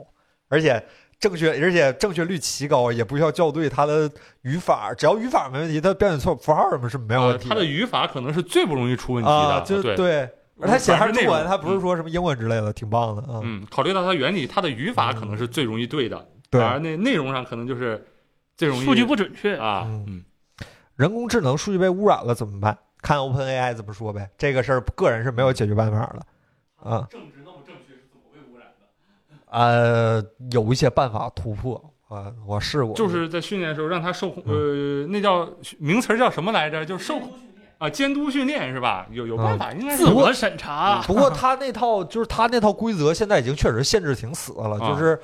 [SPEAKER 1] 而且正确，而且正确率奇高，也不需要校对它的语法，只要语法没问题，它标点错符号什么是没有
[SPEAKER 4] 呃，
[SPEAKER 1] 问题
[SPEAKER 4] 他的语法可能是最不容易出问题
[SPEAKER 1] 啊，
[SPEAKER 4] 的。
[SPEAKER 1] 就
[SPEAKER 4] 对，
[SPEAKER 1] 对。而他写的还是中文，
[SPEAKER 4] 嗯
[SPEAKER 1] 他不是说什么英文之类的，挺棒的啊。
[SPEAKER 4] 嗯，考虑到它原理，它的语法可能是最容易对的，
[SPEAKER 1] 对，
[SPEAKER 4] 而那内容上可能就是最容易
[SPEAKER 2] 数据不准确，
[SPEAKER 4] 啊，
[SPEAKER 1] 嗯
[SPEAKER 4] 嗯，
[SPEAKER 1] 人工智能数据被污染了怎么办？看 OpenAI 怎么说呗。这个事儿个人是没有解决办法的。啊，
[SPEAKER 3] 政治那么正确是怎么被污染的？
[SPEAKER 1] 呃，有一些办法突破啊，我试过，
[SPEAKER 4] 就是在训练的时候让它受控，呃，那叫名词儿叫什么来着？就是受控啊，监督训练是吧？有有办法，应该是
[SPEAKER 2] 自我审查。
[SPEAKER 1] 不过他那套就是他那套规则，现在已经确实限制挺死了，
[SPEAKER 4] 啊
[SPEAKER 1] 就是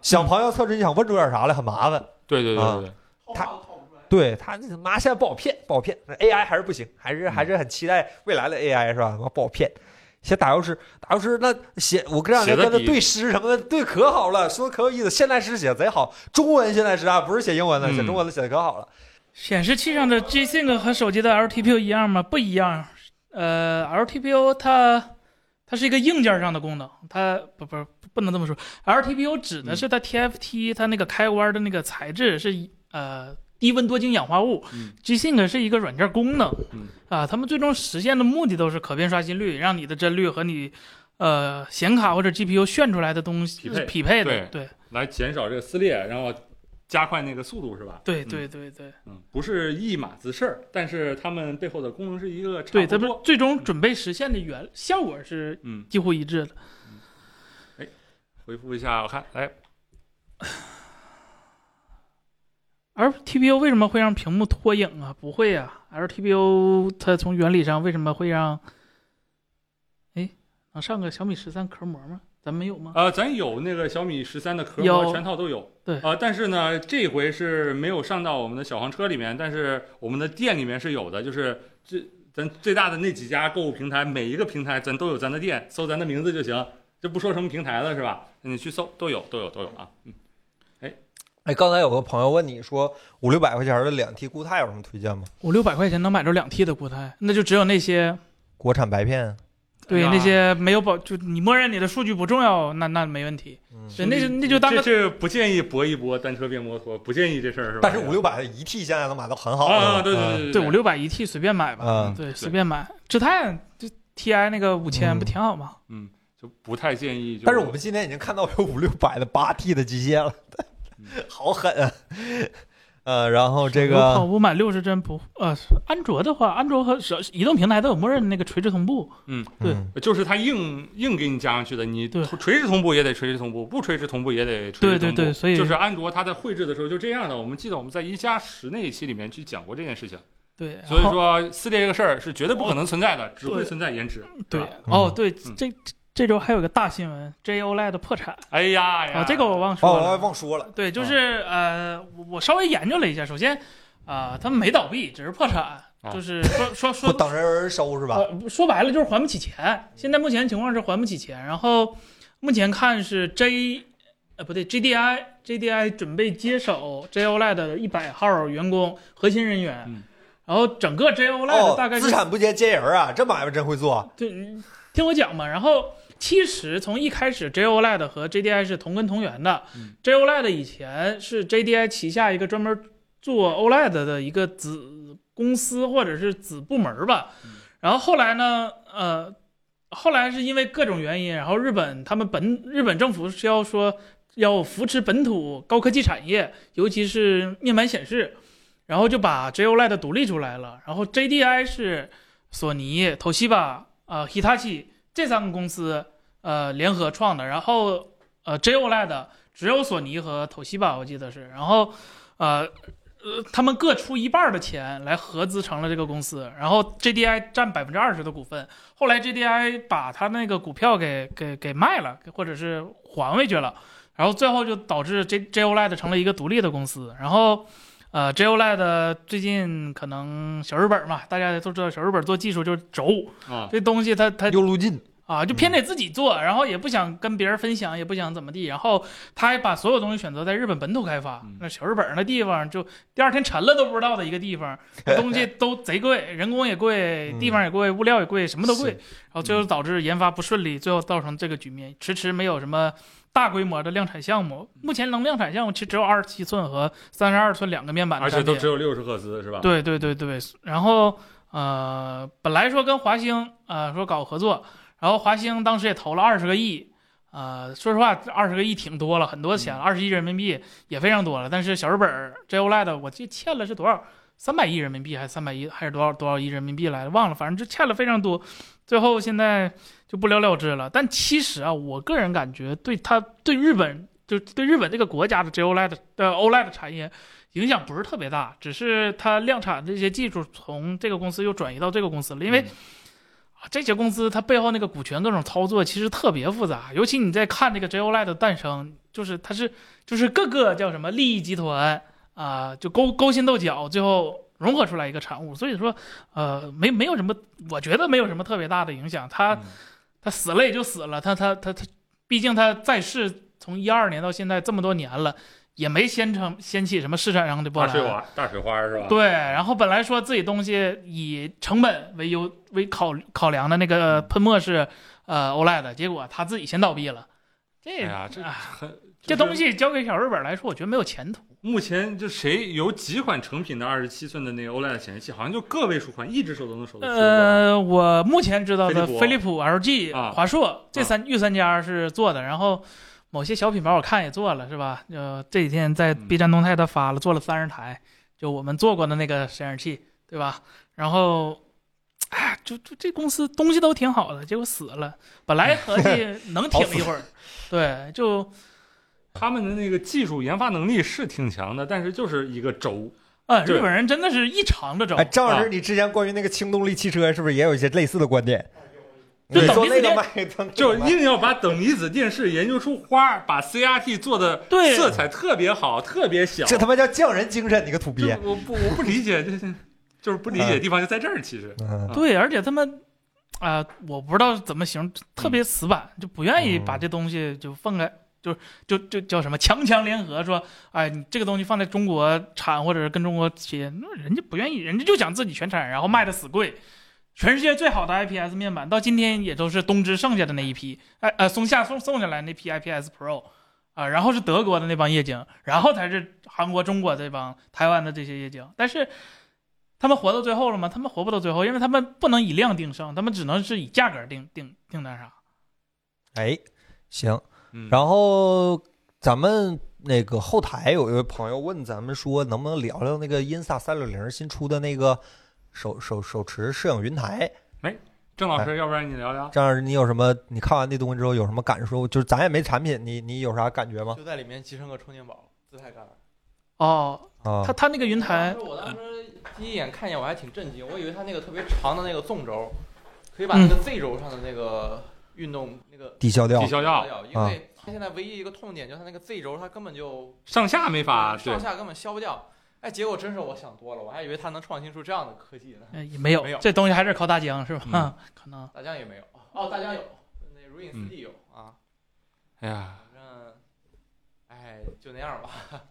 [SPEAKER 1] 想旁敲侧击，你想问出点啥来很麻烦。
[SPEAKER 4] 对对对对对，
[SPEAKER 1] 他
[SPEAKER 5] 套话都套不出来。
[SPEAKER 1] 对他那妈现在不好骗，不好骗那，AI 还是不行，还是还是很期待未来的 AI 是吧？妈不好骗。写打油诗，打油诗那写我这两天
[SPEAKER 4] 写得
[SPEAKER 1] 跟他
[SPEAKER 4] 比
[SPEAKER 1] 对诗什么的，对可好了，说的可有意思。现代诗写得贼好，中文现代诗啊，不是写英文的，
[SPEAKER 4] 嗯
[SPEAKER 1] 写中文的写的可好了。
[SPEAKER 2] 显示器上的 G-Sync 和手机的 LTPO 一样吗？不一样。呃，LTPO 它它是一个硬件上的功能，它不不不能这么说。LTPO 指
[SPEAKER 4] 嗯
[SPEAKER 2] 的是它 TFT 它那个开关的那个材质是呃低温多晶氧化物
[SPEAKER 4] 嗯
[SPEAKER 2] ，G-Sync 是一个软件功能
[SPEAKER 4] 嗯
[SPEAKER 2] 啊。他们最终实现的目的都是可变刷新率，让你的帧率和你呃显卡或者 GPU 炫出来的东西
[SPEAKER 4] 匹配
[SPEAKER 2] 匹配的。
[SPEAKER 4] 对
[SPEAKER 2] 对
[SPEAKER 4] 来减少这个撕裂，然后加快那个速度是吧？
[SPEAKER 2] 对
[SPEAKER 4] 嗯
[SPEAKER 2] 对对对。
[SPEAKER 4] 嗯，不是一码子事儿，但是他们背后的功能是一个差
[SPEAKER 2] 对，
[SPEAKER 4] 不
[SPEAKER 2] 咱们
[SPEAKER 4] 多。
[SPEAKER 2] 最终准备实现的原效果是
[SPEAKER 4] 嗯，
[SPEAKER 2] 几乎一致的。
[SPEAKER 4] 回复一下，我看，哎，
[SPEAKER 2] LTPO 为什么会让屏幕拖影啊？不会啊，LTPO 它从原理上为什么会让？哎，能上个小米十三壳膜吗？咱们有吗？
[SPEAKER 4] 呃，咱有那个小米十三的壳膜
[SPEAKER 2] 有
[SPEAKER 4] 全套都有，
[SPEAKER 2] 对
[SPEAKER 4] 呃，但是呢，这回是没有上到我们的小黄车里面，但是我们的店里面是有的，就是这咱最大的那几家购物平台，每一个平台咱都有咱的店，搜咱的名字就行，就不说什么平台了，是吧？你去搜都有，都有，都有啊，嗯，
[SPEAKER 1] 哎，刚才有个朋友问你说五六百块钱的两 T 固态有什么推荐吗？
[SPEAKER 2] 五六百块钱能买着两 T 的固态，那就只有那些
[SPEAKER 1] 国产白片，啊
[SPEAKER 2] 对、
[SPEAKER 4] 哎呀
[SPEAKER 2] 那些没有保，就你默认你的数据不重要，那那没问题。
[SPEAKER 1] 嗯
[SPEAKER 2] 对，那就那就当
[SPEAKER 4] 这
[SPEAKER 2] 个
[SPEAKER 4] 这不建议搏一搏，单车变摩托，不建议这事儿是吧？
[SPEAKER 1] 但是五六百的一 T 现在能买到很好的嗯了
[SPEAKER 4] 啊，对对对
[SPEAKER 2] 对五六百一 T 随便买吧，
[SPEAKER 1] 嗯
[SPEAKER 2] 对随便买。致泰就 TI 那个五千
[SPEAKER 1] 嗯
[SPEAKER 2] 不挺好吗？
[SPEAKER 4] 嗯，就不太建议就。
[SPEAKER 1] 但是我们今天已经看到有五六百的八 T 的机械了
[SPEAKER 4] 嗯，
[SPEAKER 1] 好狠啊！呃，然后这
[SPEAKER 2] 我跑
[SPEAKER 1] 个
[SPEAKER 2] 步买六十帧不呃，安卓的话，安卓和手移动平台都有默认的那个垂直同步。对
[SPEAKER 1] 嗯
[SPEAKER 4] 就是它硬硬给你加上去的，你
[SPEAKER 2] 对
[SPEAKER 4] 垂直同步也得垂直同步，不垂直同步也得垂直同步。
[SPEAKER 2] 对对对所以
[SPEAKER 4] 就是安卓它在绘制的时候就这样的。我们记得我们在一加十那一期里面去讲过这件事情，
[SPEAKER 2] 对，然
[SPEAKER 4] 所以
[SPEAKER 2] 后
[SPEAKER 4] 说撕裂这个事儿是绝对不可能存在的，只会存在延迟。
[SPEAKER 2] 呃对
[SPEAKER 4] 是吧
[SPEAKER 2] 哦对，
[SPEAKER 4] 嗯
[SPEAKER 2] 这这周还有个大新闻，JOLED 破产
[SPEAKER 4] 哎呀呀，
[SPEAKER 2] 啊，这个我忘说
[SPEAKER 1] 哦，我
[SPEAKER 2] 了。
[SPEAKER 1] 忘说了，
[SPEAKER 2] 对，
[SPEAKER 4] 嗯
[SPEAKER 2] 就是呃，我我稍微研究了一下，首先啊，他们没倒闭，只是破产，
[SPEAKER 4] 哦
[SPEAKER 2] 就是说说
[SPEAKER 1] 不
[SPEAKER 2] 说
[SPEAKER 1] 等着有人收是吧？
[SPEAKER 2] 呃，说白了就是还不起钱。现在目前情况是还不起钱，然后目前看是 J，呃不对，JDI JDI 准备接手 JOLED E 的一百号员工核心人员，
[SPEAKER 4] 嗯
[SPEAKER 2] 然后整个 JOLED
[SPEAKER 1] 哦
[SPEAKER 2] E 大概，是、
[SPEAKER 1] 资产不接接人啊，这买卖真会做。
[SPEAKER 2] 哦对，你听我讲嘛。然后其实从一开始，JOLED E 和 JDI 是同根同源的。
[SPEAKER 4] 嗯
[SPEAKER 2] JOLED E 以前是 JDI 旗下一个专门做 OLED 的一个子公司或者是子部门吧。
[SPEAKER 4] 嗯
[SPEAKER 2] 然后后来呢，呃，后来是因为各种原因，然后日本他们本日本政府是要说要扶持本土高科技产业，尤其是面板显示，然后就把 JOLED E 独立出来了。然后 JDI 是索尼、Toshiba 啊、Hitachi 这三个公司呃联合创的，然后呃 JOLED 只有索尼和 Toshiba 我记得是，然后呃。呃，他们各出一半儿的钱来合资成了这个公司，然后 JDI 占百分之二十的股份，后来 JDI 把他那个股票给给给卖了，或者是还回去了，然后最后就导致 J JOLED 成了一个独 E 立的公司。然后，呃，JOLED 最近可能小日本嘛，大家都知道小日本做技术就是轴，
[SPEAKER 4] 啊，
[SPEAKER 2] 这东西它它
[SPEAKER 1] 又路径，
[SPEAKER 2] 啊，就偏得自己做，然后也不想跟别人分享，也不想怎么地，然后他还把所有东西选择在日本本土开发，
[SPEAKER 4] 嗯
[SPEAKER 2] 那小日本儿那地方就第二天沉了都不知道的一个地 方，东西都贼贵，人工也贵，
[SPEAKER 4] 嗯
[SPEAKER 2] 地方也贵，物料也贵，什么都贵，
[SPEAKER 1] 是
[SPEAKER 2] 然后最后导致研发不顺利，最后造成这个局面，迟迟没有什么大规模的量产项目，目前能量产项目其实只有二十七寸和三十二寸两个面板的
[SPEAKER 4] 而
[SPEAKER 2] 产
[SPEAKER 4] 且
[SPEAKER 2] 品，
[SPEAKER 4] 都只有六十赫兹是吧？
[SPEAKER 2] 对对对对，然后呃，本来说跟华星呃说搞合作，然后华星当时也投了二十个亿，呃，说实话二十个亿挺多了，很多
[SPEAKER 4] 嗯
[SPEAKER 2] 钱了，二十亿人民币也非常多了。但是小日本儿 JOLED 我记得欠了是多少？三百亿人民币还是三百亿还是多少多少亿人民币来着？忘了，反正就欠了非常多，最后现在就不了了之了。但其实啊，我个人感觉对他对日本就对日本这个 E 国家的 JOLED 的 OLED 产业影响不是特别大，只是它量产这些技术从这个公司又转移到这个公司了，因为、
[SPEAKER 4] 嗯
[SPEAKER 2] 啊这些公司它背后那个股权各种操作其实特别复杂，尤其你在看这个 JOLED 的诞生，就是它是就是各个叫什么利益集团啊、就勾勾心斗角，最后融合出来一个产物，所以说呃没没有什么，我觉得没有什么特别大的影响，它、
[SPEAKER 4] 嗯
[SPEAKER 2] 它死了也就死了，它它它它，毕竟它在世从一二年到现在这么多年了。也没掀成掀起什么市场上的波
[SPEAKER 4] 大
[SPEAKER 2] 澜，
[SPEAKER 4] 水花，大水花是吧？
[SPEAKER 2] 对，然后本来说自己东西以成本为优为考考量的那个喷墨是呃 OLED，结果他自己先倒闭了。这、
[SPEAKER 4] 哎呀，这
[SPEAKER 2] 啊
[SPEAKER 4] 很
[SPEAKER 2] 这东。
[SPEAKER 4] 就是
[SPEAKER 2] 西交给小日本来说，我觉得没有前途。
[SPEAKER 4] 目前就谁有几款成品的二十七寸的那个 OLED 显示器，好像就个位数款，一只手都能手得出。
[SPEAKER 2] 呃，我目前知道的
[SPEAKER 4] 飞
[SPEAKER 2] 飞
[SPEAKER 4] 利
[SPEAKER 2] 利浦、LG、
[SPEAKER 4] 啊
[SPEAKER 2] 华硕这三御三家是做的，然后某些小品牌我看也做了，是吧？呃，这几天在
[SPEAKER 4] 嗯
[SPEAKER 2] B 站动态他发了，做了三十台，就我们做过的那个显示器，对吧？然后，哎，就就这公司东西都挺好的，结果死了。本来合计 能挺一会儿，对，就
[SPEAKER 4] 他们的那个技术研发能力是挺强的，但是就是一个轴。
[SPEAKER 2] 呃，
[SPEAKER 4] 对
[SPEAKER 2] 日本人真的是一长的轴
[SPEAKER 1] 哎，。张老师，你之前关于那个轻动力汽车是不是也有一些类似的观 点？
[SPEAKER 4] 对
[SPEAKER 1] 你说那个
[SPEAKER 2] 等
[SPEAKER 1] 卖，等
[SPEAKER 4] 就
[SPEAKER 1] 等
[SPEAKER 4] 硬要把等离子电视研究出花儿，把 CRT 做的
[SPEAKER 2] 对
[SPEAKER 4] 色彩特别好，特别小。
[SPEAKER 1] 这他妈叫匠人精神，你个土
[SPEAKER 4] 就
[SPEAKER 1] 鳖！
[SPEAKER 4] 我不我不理解， 就是就是不理解
[SPEAKER 1] 哎
[SPEAKER 4] 的地方就在这儿，其实。
[SPEAKER 1] 嗯，
[SPEAKER 2] 对，而且他们啊、我不知道怎么形容，特别死板，就不愿意把这东西就放开，就就就叫什么强强联合，说哎，你这个东西放在中国产或者是跟中国企业，那人家不愿意，人家就想自己全产，然后卖的死贵。全世界最好的 IPS 面板，到今天也都是东芝剩下的那一批，哎呃，松下送送下来那批 IPS Pro，啊、然后是德国的那帮液晶，然后才是韩国、中国这帮、台湾的这些液晶。但是他们活到最后了吗？他们活不到最后，因为他们不能以量定胜，他们只能是以价格定定定那啥。
[SPEAKER 1] 哎，行，
[SPEAKER 4] 嗯
[SPEAKER 1] 然后咱们那个后台有一位朋友问咱们说，能不能聊聊那个 Insta 三六零新出的那个手手手持摄影云台？
[SPEAKER 4] 郑老
[SPEAKER 1] 哎
[SPEAKER 4] 师，要不然你聊聊？
[SPEAKER 1] 这样你有什么？你看完那东西之后有什么感受？就是咱也没产品，你你有啥感觉吗？
[SPEAKER 5] 就在里面集成个充电宝，姿态感。
[SPEAKER 2] 哦，
[SPEAKER 1] 啊
[SPEAKER 2] 他，他那个云台，
[SPEAKER 5] 我当时第一眼看见我还挺震惊，我以为它那个特别长的那个纵轴，可以把那个 Z 轴上的那个运动那个
[SPEAKER 1] 抵消掉
[SPEAKER 4] 抵，消掉，
[SPEAKER 5] 掉，因为它现在唯一一个痛点就是它那个 Z 轴它根本就
[SPEAKER 4] 上下没法对
[SPEAKER 5] 上。下根本消不掉。哎，结果真是我想多了，我还以为它能创新出这样的科技 呢。
[SPEAKER 2] 呃也没有，
[SPEAKER 5] 没有
[SPEAKER 2] 这东西还是靠大疆是吧？
[SPEAKER 4] 嗯
[SPEAKER 2] 可能
[SPEAKER 5] 大疆也没有，哦，大疆有，那如影四 D 有啊，
[SPEAKER 4] 哎呀，
[SPEAKER 5] 反正，哎，就那样吧。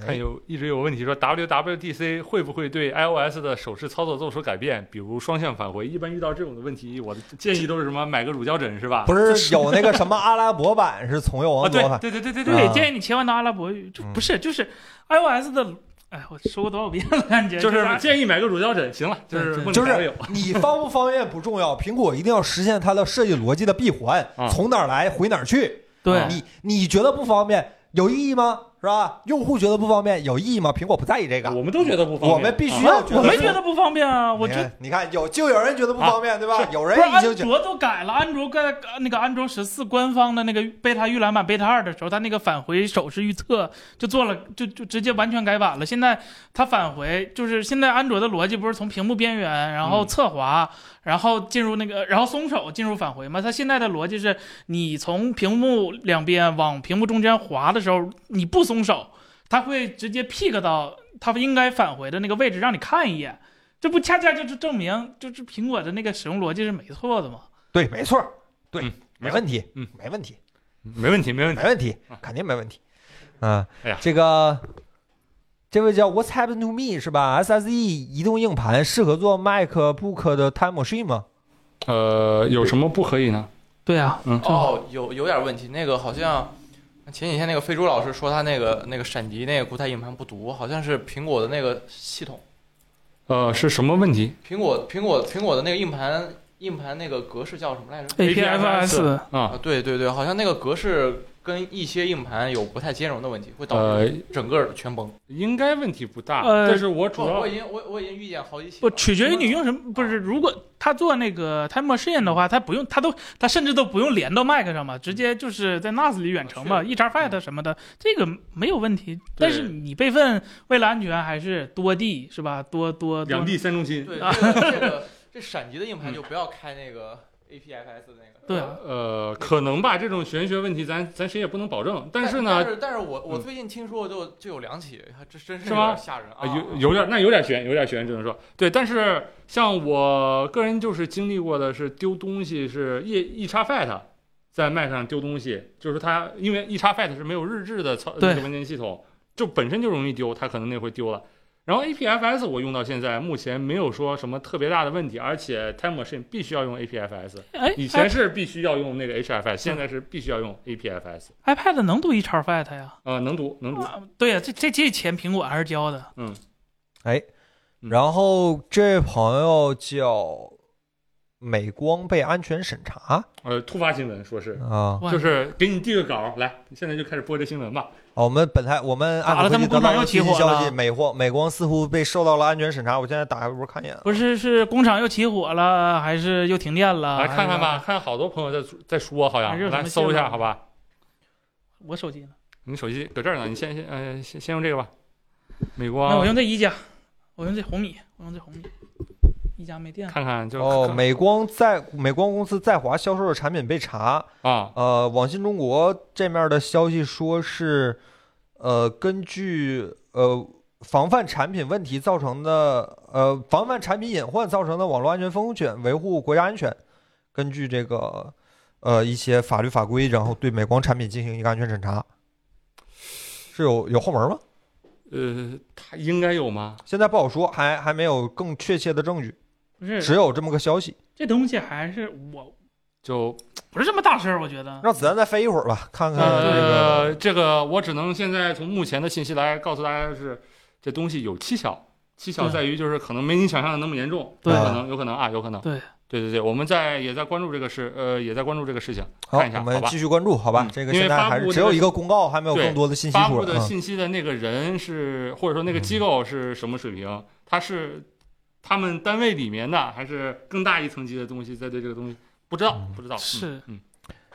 [SPEAKER 1] 哎
[SPEAKER 4] 看有一直有问题说 WWDC 会不会对 iOS 的手势操作做出改变，比如双向返回？一般遇到这种的问题，我的建议都是什么买个乳胶枕是吧？
[SPEAKER 1] 不是有那个什么阿拉伯版是从右
[SPEAKER 4] 啊，
[SPEAKER 1] 往左
[SPEAKER 4] 对
[SPEAKER 1] 反？
[SPEAKER 4] 对对对对
[SPEAKER 2] 对，
[SPEAKER 4] 对，
[SPEAKER 1] 啊
[SPEAKER 2] 建议你切换到阿拉伯语，就
[SPEAKER 1] 嗯
[SPEAKER 2] 不是就是 iOS 的，哎，我说过多少遍了，感觉
[SPEAKER 4] 就是
[SPEAKER 2] 啊
[SPEAKER 4] 建议买个乳胶枕，行了，就
[SPEAKER 2] 对
[SPEAKER 4] 是
[SPEAKER 2] 对
[SPEAKER 4] 梦里
[SPEAKER 1] 就
[SPEAKER 4] 才会
[SPEAKER 1] 是
[SPEAKER 4] 有。
[SPEAKER 1] 你方不方便不重要，苹果一定要实现它的设计逻辑的闭环
[SPEAKER 4] 啊，
[SPEAKER 1] 从哪儿来回哪儿去。
[SPEAKER 2] 对
[SPEAKER 4] 啊
[SPEAKER 1] 你你觉得不方便有意义吗？是吧？用户觉得不方便有意义吗？苹果不在意这个，
[SPEAKER 4] 我们都觉得不方便，
[SPEAKER 1] 我们必须
[SPEAKER 2] 啊
[SPEAKER 1] 要
[SPEAKER 2] 我没
[SPEAKER 1] 是
[SPEAKER 2] 觉得不方便啊，我
[SPEAKER 1] 你
[SPEAKER 2] 觉
[SPEAKER 1] 看你看有就有人觉得不方便，对吧？有
[SPEAKER 2] 不
[SPEAKER 1] 人
[SPEAKER 2] 是嗯
[SPEAKER 1] 已
[SPEAKER 2] 安
[SPEAKER 1] 经觉
[SPEAKER 2] 卓都改了，安卓在那个安卓十四官方的那个贝塔预览版贝塔二的时候，它那个返回手势预测就做了，就就直接完全改版了。现在它返回就是现在安卓的逻辑不是从屏幕边缘，然
[SPEAKER 1] 嗯
[SPEAKER 2] 后侧滑，然后进入那个，然后松手进入返回吗？它现在的逻辑是你从屏幕两边往屏幕中间滑的时候，你不松手，它会直接 pick 到它应该返回的那个位置，让你看一眼。这不恰恰就是证明，就是苹果的那个使用逻辑是没错的吗？
[SPEAKER 1] 对，没错，对
[SPEAKER 4] 嗯，
[SPEAKER 1] 没问题，
[SPEAKER 4] 嗯，
[SPEAKER 1] 没问题，
[SPEAKER 4] 没问题，没问 题
[SPEAKER 1] 没。问题，肯定没问题。嗯，
[SPEAKER 4] 哎呀
[SPEAKER 1] 这个这位叫 What's Happened to Me 是吧？SSE 移动硬盘适合做 MacBook 的 Time Machine 吗？
[SPEAKER 4] 呃，有什么不可以呢？
[SPEAKER 2] 对啊，
[SPEAKER 4] 嗯
[SPEAKER 5] 哦，有有点问题，那个好像前几天那个飞猪老师说他那个那个闪迪那个固态硬盘不读，好像是苹果的那个系统，
[SPEAKER 4] 呃，是什么问题
[SPEAKER 5] 苹果苹果苹果的那个硬盘硬盘那个格式叫什么来着？
[SPEAKER 2] APFS
[SPEAKER 4] APFS
[SPEAKER 5] 啊
[SPEAKER 4] 啊？，
[SPEAKER 5] 对对对，好像那个格式跟一些硬盘有不太兼容的问题，会导
[SPEAKER 4] 呃
[SPEAKER 5] 致，整个全崩。
[SPEAKER 4] 应该问题不大，
[SPEAKER 2] 呃
[SPEAKER 4] 但是我主
[SPEAKER 5] 不，
[SPEAKER 4] 要
[SPEAKER 5] 我已经我我已经遇见好几起了。
[SPEAKER 2] 不取决于你用什么，不是？如果他做那个 Time Machine 的话，他不用，他都他甚至都不用连到 Mac 上嘛，直接就是在 NAS 里远程嘛
[SPEAKER 4] 是
[SPEAKER 2] ，E x Five 什么的，这个没有问题。但是你备份为了安全还是多地是吧？多多多
[SPEAKER 4] 两地三中心。
[SPEAKER 5] 对
[SPEAKER 2] 啊
[SPEAKER 5] 这个这个这闪迪的硬盘就不要开那个 APFS 的那个。
[SPEAKER 2] 对啊，
[SPEAKER 4] 呃，可能吧，这种玄学问题咱咱谁也不能保证。但
[SPEAKER 5] 但
[SPEAKER 4] 是
[SPEAKER 5] 但
[SPEAKER 4] 呢，
[SPEAKER 5] 是但是我我
[SPEAKER 4] 嗯
[SPEAKER 5] 最近听说就就有两起，还真真是
[SPEAKER 4] 是
[SPEAKER 5] 有
[SPEAKER 4] 吗
[SPEAKER 5] 点吓人啊！
[SPEAKER 4] 啊，有有点那有点悬，有点悬，只能说对。但是像我个人就是经历过的是丢东西是 E E 叉 Fat 在 Mac 上丢东西，就是它因为 E 叉 Fat 是没有日志的操
[SPEAKER 2] 对
[SPEAKER 4] 那个文件系统，就本身就容易丢，它可能那回丢了。然后 APFS 我用到现在，目前没有说什么特别大的问题，而且 Time Machine 必须要用 APFS，
[SPEAKER 2] 哎
[SPEAKER 4] 以前是必须要用那个 HFS，现在是必须要用 APFS。
[SPEAKER 2] i- iPad 能读 E x Five 呀？
[SPEAKER 4] 啊，能读能读，
[SPEAKER 2] 啊对呀，这这这钱苹果还是交的。
[SPEAKER 4] 嗯
[SPEAKER 1] 然后这位朋友叫美光被安全审查
[SPEAKER 4] 呃，突发新闻说是，
[SPEAKER 1] 啊。
[SPEAKER 2] 哇
[SPEAKER 4] 就是给你递个稿儿，来，现在就开始播这新闻吧。
[SPEAKER 1] 哦好我们本台我们按
[SPEAKER 2] 咋了他们
[SPEAKER 1] 得
[SPEAKER 2] 工
[SPEAKER 1] 到一个
[SPEAKER 2] 厂又
[SPEAKER 1] 最
[SPEAKER 2] 起
[SPEAKER 1] 新
[SPEAKER 2] 火
[SPEAKER 1] 消
[SPEAKER 2] 了
[SPEAKER 1] 息，美光美光似乎被受到了安全审查。我现在打开微博看一眼，
[SPEAKER 2] 不是，是工厂又起火了，还是又停电了？
[SPEAKER 4] 来看
[SPEAKER 2] 还
[SPEAKER 4] 看吧，
[SPEAKER 2] 是。
[SPEAKER 4] 看好多朋友在说在说，好
[SPEAKER 2] 啊哎还
[SPEAKER 4] 像
[SPEAKER 2] 是有什
[SPEAKER 4] 来
[SPEAKER 2] 么
[SPEAKER 4] 搜一
[SPEAKER 2] 新
[SPEAKER 4] 下，
[SPEAKER 2] 闻
[SPEAKER 4] 好吧？
[SPEAKER 2] 我手机呢？
[SPEAKER 4] 你手机搁这儿呢，你先先呃先先用这个吧。美
[SPEAKER 2] 那我
[SPEAKER 4] 光，
[SPEAKER 2] 用这一加，我用这红米，我用这红米，一加没电了。
[SPEAKER 4] 看看就
[SPEAKER 1] 哦，
[SPEAKER 4] 看
[SPEAKER 1] 美光在美光公司在华销售的产品被查。
[SPEAKER 4] 啊，
[SPEAKER 1] 呃，网信中国这面的消息说是，呃，根据呃防范产品问题造成的呃防范产品隐患造成的网络安全风险，维护国家安全，根据这个呃一些法律法规，然后对美光产品进行一个安全审查。是有有后门吗？
[SPEAKER 4] 呃，它应该有吗？
[SPEAKER 1] 现在不好说，还还没有更确切的证据，
[SPEAKER 2] 不是
[SPEAKER 1] 只有这么个消息。
[SPEAKER 2] 这东西还是我
[SPEAKER 4] 就
[SPEAKER 2] 不是这么大事儿，我觉得。
[SPEAKER 1] 让子弹再飞一会儿吧，看看嗯这个。
[SPEAKER 4] 呃，这个我只能现在从目前的信息来告诉大家的是，这东西有蹊跷，蹊跷
[SPEAKER 2] 对
[SPEAKER 4] 在于就是可能没你想象的那么严重，
[SPEAKER 2] 对
[SPEAKER 4] 有可能有可能啊，有可能。
[SPEAKER 2] 对
[SPEAKER 4] 对对对，我们在也在关注这个事，呃，也在关注这个事情。
[SPEAKER 1] 好，
[SPEAKER 4] 看一下
[SPEAKER 1] 我们
[SPEAKER 4] 好吧
[SPEAKER 1] 继续关注，好吧
[SPEAKER 4] 嗯？
[SPEAKER 1] 这个
[SPEAKER 4] 因为
[SPEAKER 1] 现在
[SPEAKER 4] 发
[SPEAKER 1] 还是
[SPEAKER 4] 布
[SPEAKER 1] 只
[SPEAKER 4] 那
[SPEAKER 1] 有
[SPEAKER 4] 个
[SPEAKER 1] 一个公告，还没有
[SPEAKER 4] 对
[SPEAKER 1] 更多的信息
[SPEAKER 4] 发
[SPEAKER 1] 出
[SPEAKER 4] 布
[SPEAKER 1] 来。
[SPEAKER 4] 的
[SPEAKER 1] 嗯
[SPEAKER 4] 信息的那个人是，或者说那个机构是什么水平？他是他们单位里面的，还是更大一层级的东西在对这个东西？不知道
[SPEAKER 1] 嗯，
[SPEAKER 4] 不知道。嗯
[SPEAKER 2] 是
[SPEAKER 4] 嗯，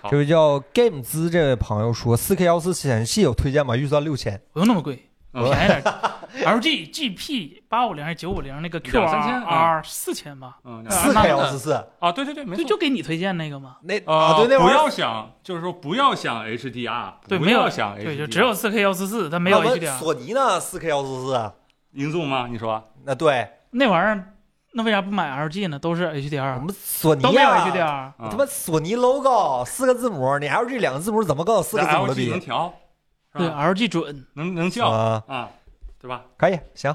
[SPEAKER 1] 这位叫 Game 资这位朋友说，4 K 幺四显示器有推荐吗？预算六千，
[SPEAKER 2] 不用那么贵，
[SPEAKER 4] 嗯
[SPEAKER 2] 便宜点儿。LG GP 八五零还是九五零那个
[SPEAKER 4] 两三千
[SPEAKER 2] QRR 四千吧，
[SPEAKER 1] 4
[SPEAKER 2] 啊
[SPEAKER 4] 嗯，两
[SPEAKER 2] 那
[SPEAKER 4] 三
[SPEAKER 1] K
[SPEAKER 2] 那
[SPEAKER 1] 幺
[SPEAKER 4] 千
[SPEAKER 1] 四
[SPEAKER 4] 的
[SPEAKER 1] 四，
[SPEAKER 4] 啊，对对对，没
[SPEAKER 2] 就
[SPEAKER 4] 错。
[SPEAKER 2] 就给你推荐那个嘛。
[SPEAKER 1] 那
[SPEAKER 4] 呃
[SPEAKER 1] 啊，对，那
[SPEAKER 4] 不
[SPEAKER 1] 玩意
[SPEAKER 4] 要
[SPEAKER 1] 儿
[SPEAKER 4] 想，就是说不要想 HDR，
[SPEAKER 2] 对
[SPEAKER 4] 不
[SPEAKER 2] 没有
[SPEAKER 4] 要想 HDR，
[SPEAKER 2] 对，就只有四 K 幺四四，它没有
[SPEAKER 1] 啊不
[SPEAKER 2] HDR。
[SPEAKER 1] 索尼呢？4 K 幺四四，
[SPEAKER 4] 英纵吗？你说？啊
[SPEAKER 1] 那对
[SPEAKER 2] 那玩意儿，那为啥不买 LG 呢？都是
[SPEAKER 1] 我
[SPEAKER 2] HDR，
[SPEAKER 1] 们索尼
[SPEAKER 2] 都没有
[SPEAKER 1] 啊
[SPEAKER 2] HDR。
[SPEAKER 4] 啊
[SPEAKER 1] 他妈索尼 logo 四个字母，你 LG 两个字母怎么跟我四个字母的
[SPEAKER 4] LG 能
[SPEAKER 1] 比
[SPEAKER 4] 调，是
[SPEAKER 2] 对啊
[SPEAKER 4] 吧？
[SPEAKER 2] ，LG 准。
[SPEAKER 4] 能能叫
[SPEAKER 1] 啊？
[SPEAKER 4] 啊，对 吧？
[SPEAKER 1] 可以，行。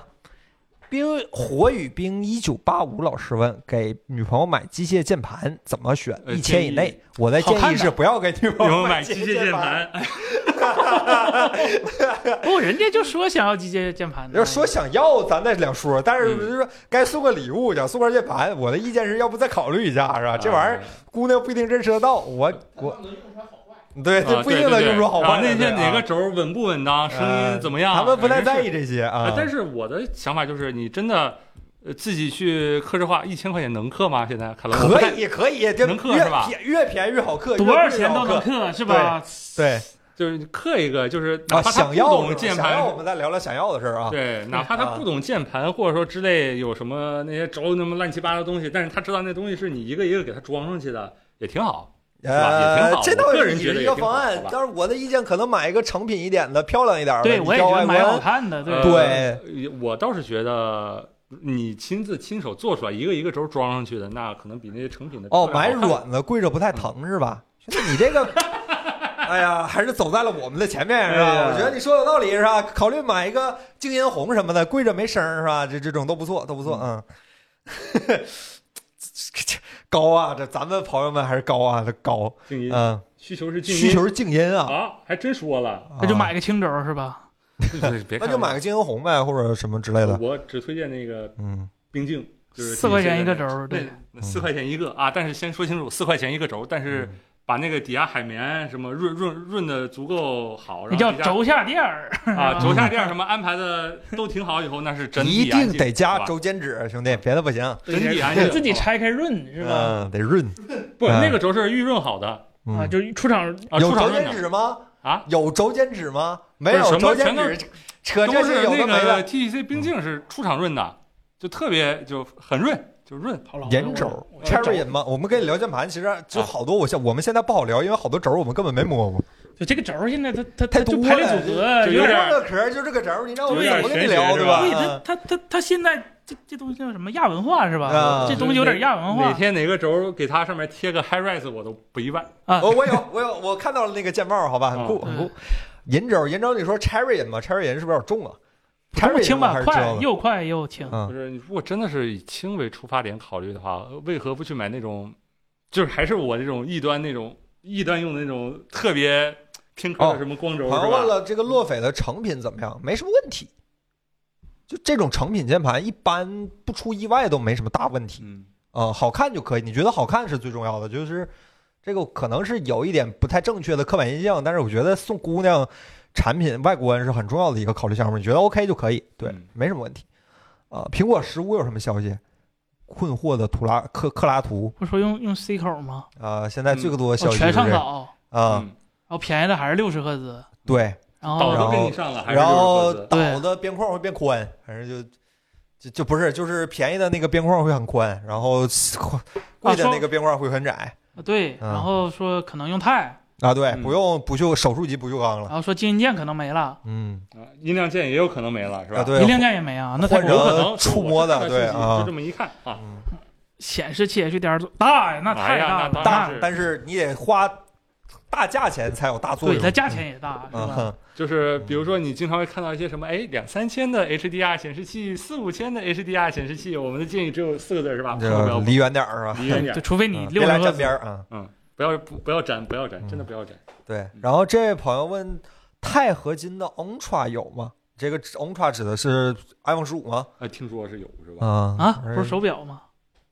[SPEAKER 1] 冰火与冰一九八五老师问，给女朋友买机械键盘怎么选？
[SPEAKER 4] 呃
[SPEAKER 1] 一千以内。我的建
[SPEAKER 2] 好看
[SPEAKER 1] 议
[SPEAKER 2] 的
[SPEAKER 1] 是不要给女
[SPEAKER 4] 你
[SPEAKER 1] 朋友
[SPEAKER 4] 们买
[SPEAKER 1] 机
[SPEAKER 4] 机械键
[SPEAKER 1] 键。
[SPEAKER 4] 盘，啊
[SPEAKER 2] 不，人家就说想要机械键盘的，
[SPEAKER 1] 要说想要，咱再两说。但是
[SPEAKER 4] 嗯
[SPEAKER 1] 就是说该送个礼物，想送块键盘，我的意见是要不再考虑一下，是吧？这玩意儿
[SPEAKER 4] 啊
[SPEAKER 1] 姑娘不一定认识得到。我我
[SPEAKER 5] 能用出来好坏。
[SPEAKER 1] 对，
[SPEAKER 4] 啊
[SPEAKER 1] 这不一定能用出好
[SPEAKER 4] 啊
[SPEAKER 1] 坏来。
[SPEAKER 4] 那些
[SPEAKER 1] 对啊呃
[SPEAKER 4] 哪个轴稳不稳当，声音怎么样，
[SPEAKER 1] 他们不太在
[SPEAKER 4] 意。
[SPEAKER 1] 意这些
[SPEAKER 4] 啊
[SPEAKER 1] 啊。
[SPEAKER 4] 但是我的想法就是，你真的呃自己去刻制化，一千块钱能刻吗？现在可能我不
[SPEAKER 1] 可
[SPEAKER 4] 太
[SPEAKER 1] 以可以，这
[SPEAKER 4] 能刻
[SPEAKER 1] 越
[SPEAKER 4] 是吧
[SPEAKER 1] 便越便宜越好刻，
[SPEAKER 2] 多
[SPEAKER 1] 越
[SPEAKER 2] 少
[SPEAKER 1] 贵越
[SPEAKER 2] 钱都
[SPEAKER 1] 好
[SPEAKER 2] 能
[SPEAKER 1] 刻。
[SPEAKER 2] 刻是吧？
[SPEAKER 1] 对
[SPEAKER 4] 就是刻一个，就是哪
[SPEAKER 1] 啊，
[SPEAKER 4] 怕他
[SPEAKER 1] 想
[SPEAKER 4] 不
[SPEAKER 1] 要
[SPEAKER 4] 懂
[SPEAKER 1] 是吧
[SPEAKER 4] 键
[SPEAKER 1] 想要，
[SPEAKER 4] 盘
[SPEAKER 1] 我，们再聊聊想要的事儿啊。
[SPEAKER 4] 对，哪怕他
[SPEAKER 1] 啊
[SPEAKER 4] 不懂键盘，或者说之类有什么那些轴那么乱七八糟的东西，但是他知道那东西是你一个一个给他装上去的，也挺好。吧也挺
[SPEAKER 1] 呃，
[SPEAKER 4] 好
[SPEAKER 1] 这倒
[SPEAKER 4] 我个人
[SPEAKER 1] 你
[SPEAKER 4] 觉得
[SPEAKER 1] 的一
[SPEAKER 4] 也
[SPEAKER 1] 个
[SPEAKER 4] 挺
[SPEAKER 1] 方
[SPEAKER 4] 好
[SPEAKER 1] 案
[SPEAKER 4] 好吧，
[SPEAKER 1] 但是我的意见可能买一个成品一点的、漂亮一点的，
[SPEAKER 2] 对，
[SPEAKER 1] 你
[SPEAKER 2] 我也
[SPEAKER 1] 叫
[SPEAKER 2] 觉
[SPEAKER 1] 外
[SPEAKER 2] 得蛮好
[SPEAKER 1] 观，
[SPEAKER 2] 看的，对
[SPEAKER 4] 呃
[SPEAKER 1] 对
[SPEAKER 4] 我倒是觉得。你亲自亲手做出来一个一个轴装上去的，那可能比那些成品的
[SPEAKER 1] 哦，
[SPEAKER 4] 质量
[SPEAKER 1] 买
[SPEAKER 4] 好看
[SPEAKER 1] 软的跪着不太疼是吧？那你这 个，哎呀，还是走在了我们的前面是
[SPEAKER 4] 哎
[SPEAKER 1] 吧？
[SPEAKER 4] 呀
[SPEAKER 1] 我觉得你说有道理是吧？考虑买一个静音红什么的，跪着没声儿是吧？这这种都不错，都不错，嗯。 高啊，这咱们朋友们还是高啊，这高，
[SPEAKER 4] 静音，
[SPEAKER 1] 嗯，
[SPEAKER 4] 需求是静音，
[SPEAKER 1] 需求是静音啊，
[SPEAKER 4] 啊，还真 说了，
[SPEAKER 2] 那就
[SPEAKER 1] 啊
[SPEAKER 2] 买个青轴是吧？
[SPEAKER 4] 别
[SPEAKER 1] 那就买个静音红呗，或者什么之类的，
[SPEAKER 4] 我只推荐那个
[SPEAKER 1] 嗯，
[SPEAKER 4] 冰镜，就是
[SPEAKER 2] 四块钱一个轴儿，对
[SPEAKER 4] 对，那四块钱一个啊。但是先说清楚，四块钱一个轴，但是把那个底下海绵什么润润润的足够好，
[SPEAKER 2] 那
[SPEAKER 4] 然
[SPEAKER 2] 叫
[SPEAKER 4] 后底下
[SPEAKER 2] 轴下垫儿，
[SPEAKER 4] 啊，轴下垫什么安排的都挺好，以后那是真啊
[SPEAKER 1] 一
[SPEAKER 4] 底安
[SPEAKER 1] 定
[SPEAKER 4] 静
[SPEAKER 1] 得
[SPEAKER 4] 好
[SPEAKER 1] 加
[SPEAKER 4] 吧
[SPEAKER 1] 轴间指，兄弟，别的不行，
[SPEAKER 4] 真底安
[SPEAKER 2] 啊你
[SPEAKER 4] 静，
[SPEAKER 2] 自己
[SPEAKER 4] 好吧
[SPEAKER 2] 拆开润是吧？
[SPEAKER 1] 嗯，得润，
[SPEAKER 4] 啊不，
[SPEAKER 1] 嗯
[SPEAKER 4] 那个轴是预润好的
[SPEAKER 1] 嗯
[SPEAKER 2] 啊，就是出厂
[SPEAKER 4] 啊，
[SPEAKER 1] 有
[SPEAKER 4] 出
[SPEAKER 1] 轴
[SPEAKER 4] 厂润
[SPEAKER 1] 间
[SPEAKER 4] 的
[SPEAKER 1] 指吗？
[SPEAKER 4] 啊，
[SPEAKER 1] 有轴间指吗？没
[SPEAKER 4] 不是
[SPEAKER 1] 有
[SPEAKER 4] 什么
[SPEAKER 1] 轴间
[SPEAKER 4] 全都
[SPEAKER 1] 指，扯这
[SPEAKER 4] 都
[SPEAKER 1] 些
[SPEAKER 4] 是
[SPEAKER 1] 有的
[SPEAKER 4] 那
[SPEAKER 1] 没
[SPEAKER 4] 个
[SPEAKER 1] 的。
[SPEAKER 4] TEC 冰镜是出厂润的，就特别就很润，就润。
[SPEAKER 2] 好了，
[SPEAKER 1] 人轴
[SPEAKER 2] 我
[SPEAKER 1] c h e r r y 嘛，我们跟你聊键盘，其实
[SPEAKER 4] 啊
[SPEAKER 1] 就好多。我现我们现在不好聊，因为好多轴我们根本没摸过。
[SPEAKER 2] 就这个轴儿现在它它它
[SPEAKER 1] 太多
[SPEAKER 2] 就
[SPEAKER 1] 了
[SPEAKER 2] 排列组合
[SPEAKER 4] 就
[SPEAKER 2] 有
[SPEAKER 4] 有
[SPEAKER 2] 点
[SPEAKER 4] 点
[SPEAKER 2] 儿
[SPEAKER 4] 儿
[SPEAKER 1] 这个壳就这个轴，你让我们
[SPEAKER 2] 对
[SPEAKER 1] 怎么跟你
[SPEAKER 4] 玄
[SPEAKER 1] 聊
[SPEAKER 4] 学
[SPEAKER 1] 对
[SPEAKER 4] 是吧
[SPEAKER 1] 吧？
[SPEAKER 2] 对，它
[SPEAKER 1] 嗯
[SPEAKER 2] 它它它现在这这东西叫什么亚文化是吧
[SPEAKER 1] 啊？
[SPEAKER 2] 这东西有点亚文
[SPEAKER 4] 哪
[SPEAKER 2] 化
[SPEAKER 4] 天哪个轴给它上面贴个 high res，我都不意外。啊
[SPEAKER 2] 啊
[SPEAKER 1] 我。我有我有我看到了那个键帽，好吧，很酷
[SPEAKER 2] 嗯
[SPEAKER 1] 很酷。银轴银轴，你说 cherry 嘛，cherry 是不是有点重啊
[SPEAKER 2] 这么
[SPEAKER 1] ？cherry
[SPEAKER 2] 轻
[SPEAKER 1] 我还是
[SPEAKER 2] 吧，
[SPEAKER 1] 知
[SPEAKER 2] 快
[SPEAKER 1] 道的。
[SPEAKER 2] 又快又轻。
[SPEAKER 4] 不
[SPEAKER 1] 嗯，
[SPEAKER 4] 是，你如果真的是以轻为出发点考虑的话，呃为何不去买那种，就是还是我这种异端那种异端用的那种特别偏科
[SPEAKER 1] 哦
[SPEAKER 4] 的什么光轴、
[SPEAKER 1] 朋友
[SPEAKER 4] 是
[SPEAKER 1] 问
[SPEAKER 4] 吧？
[SPEAKER 1] 了这个洛斐的成品怎么样？没什么问题。就这种成品键盘，一般不出意外都没什么大问题。
[SPEAKER 4] 嗯，
[SPEAKER 1] 嗯，好看就可以。你觉得好看是最重要的，就是这个可能是有一点不太正确的刻板印象，但是我觉得送姑娘产品外观是很重要的一个考虑项目。你觉得 OK 就可以，对，
[SPEAKER 4] 嗯
[SPEAKER 1] 没什么问题。啊、苹果十五有什么消息？困惑的图拉克克拉图
[SPEAKER 2] 不是说用用 C 口吗？
[SPEAKER 1] 啊、现在最多的消
[SPEAKER 2] 哦
[SPEAKER 1] 息
[SPEAKER 2] 全
[SPEAKER 1] 就是
[SPEAKER 2] 上
[SPEAKER 1] 这
[SPEAKER 2] 岛
[SPEAKER 1] 个，啊、
[SPEAKER 4] 嗯
[SPEAKER 2] 然后便宜的还是六十赫兹，
[SPEAKER 1] 对，
[SPEAKER 2] 然
[SPEAKER 4] 导
[SPEAKER 2] 后
[SPEAKER 4] 都给你上了，还是
[SPEAKER 1] 然后
[SPEAKER 4] 60赫
[SPEAKER 1] 岛
[SPEAKER 4] 兹
[SPEAKER 1] 的边框会变宽，反正就就就不是，就是便宜的那个边框会很宽，然后贵的
[SPEAKER 2] 说
[SPEAKER 1] 那个边框会很窄
[SPEAKER 2] 对，
[SPEAKER 1] 嗯
[SPEAKER 2] 然后说可能用钛，
[SPEAKER 1] 啊，对，
[SPEAKER 4] 嗯
[SPEAKER 1] 不用不锈手术级不锈钢
[SPEAKER 2] 然
[SPEAKER 1] 了，
[SPEAKER 2] 后说静音键可能没了，
[SPEAKER 1] 嗯。
[SPEAKER 4] 啊音量键也有可能没了，是吧？
[SPEAKER 1] 啊，对，
[SPEAKER 2] 音量键也没啊，那
[SPEAKER 1] 换
[SPEAKER 2] 太
[SPEAKER 1] 成
[SPEAKER 2] 有可
[SPEAKER 4] 可能
[SPEAKER 1] 触摸的
[SPEAKER 4] 我看
[SPEAKER 1] 对
[SPEAKER 4] 信息
[SPEAKER 1] 啊
[SPEAKER 4] 就这么一看啊，
[SPEAKER 2] 显示器 HDR 做大呀，那
[SPEAKER 4] 哎
[SPEAKER 2] 太
[SPEAKER 4] 呀
[SPEAKER 2] 大
[SPEAKER 4] 那
[SPEAKER 2] 了，
[SPEAKER 4] 当
[SPEAKER 1] 大
[SPEAKER 4] 然，是
[SPEAKER 1] 但是你得花大价钱才有大作
[SPEAKER 2] 对
[SPEAKER 1] 用。
[SPEAKER 2] 它价钱也大，是
[SPEAKER 1] 嗯，
[SPEAKER 2] 吧？
[SPEAKER 1] 嗯，
[SPEAKER 4] 就是比如说你经常会看到一些什么，哎，两三千的 HDR 显示器，四五千的 HDR 显示器，我们的建议只有四个字儿是吧？
[SPEAKER 1] 这
[SPEAKER 4] 不要不
[SPEAKER 1] 个
[SPEAKER 4] 要
[SPEAKER 1] 离远点儿是吧？
[SPEAKER 4] 离远点
[SPEAKER 2] 就
[SPEAKER 4] 儿，
[SPEAKER 2] 除非你
[SPEAKER 1] 嗯别
[SPEAKER 2] 六十
[SPEAKER 1] 来
[SPEAKER 2] 赫
[SPEAKER 1] 沾
[SPEAKER 2] 兹
[SPEAKER 1] 边，儿啊！
[SPEAKER 4] 不要不不要粘，不要粘，真的不要粘。
[SPEAKER 1] 嗯对，然后这位朋友问，钛合金的 Ultra 有吗？这个 Ultra 指的是 iPhone 十五吗？
[SPEAKER 4] 呃，听说是有是吧？
[SPEAKER 1] 啊
[SPEAKER 2] 啊，不是手表
[SPEAKER 1] 嗯
[SPEAKER 2] 吗？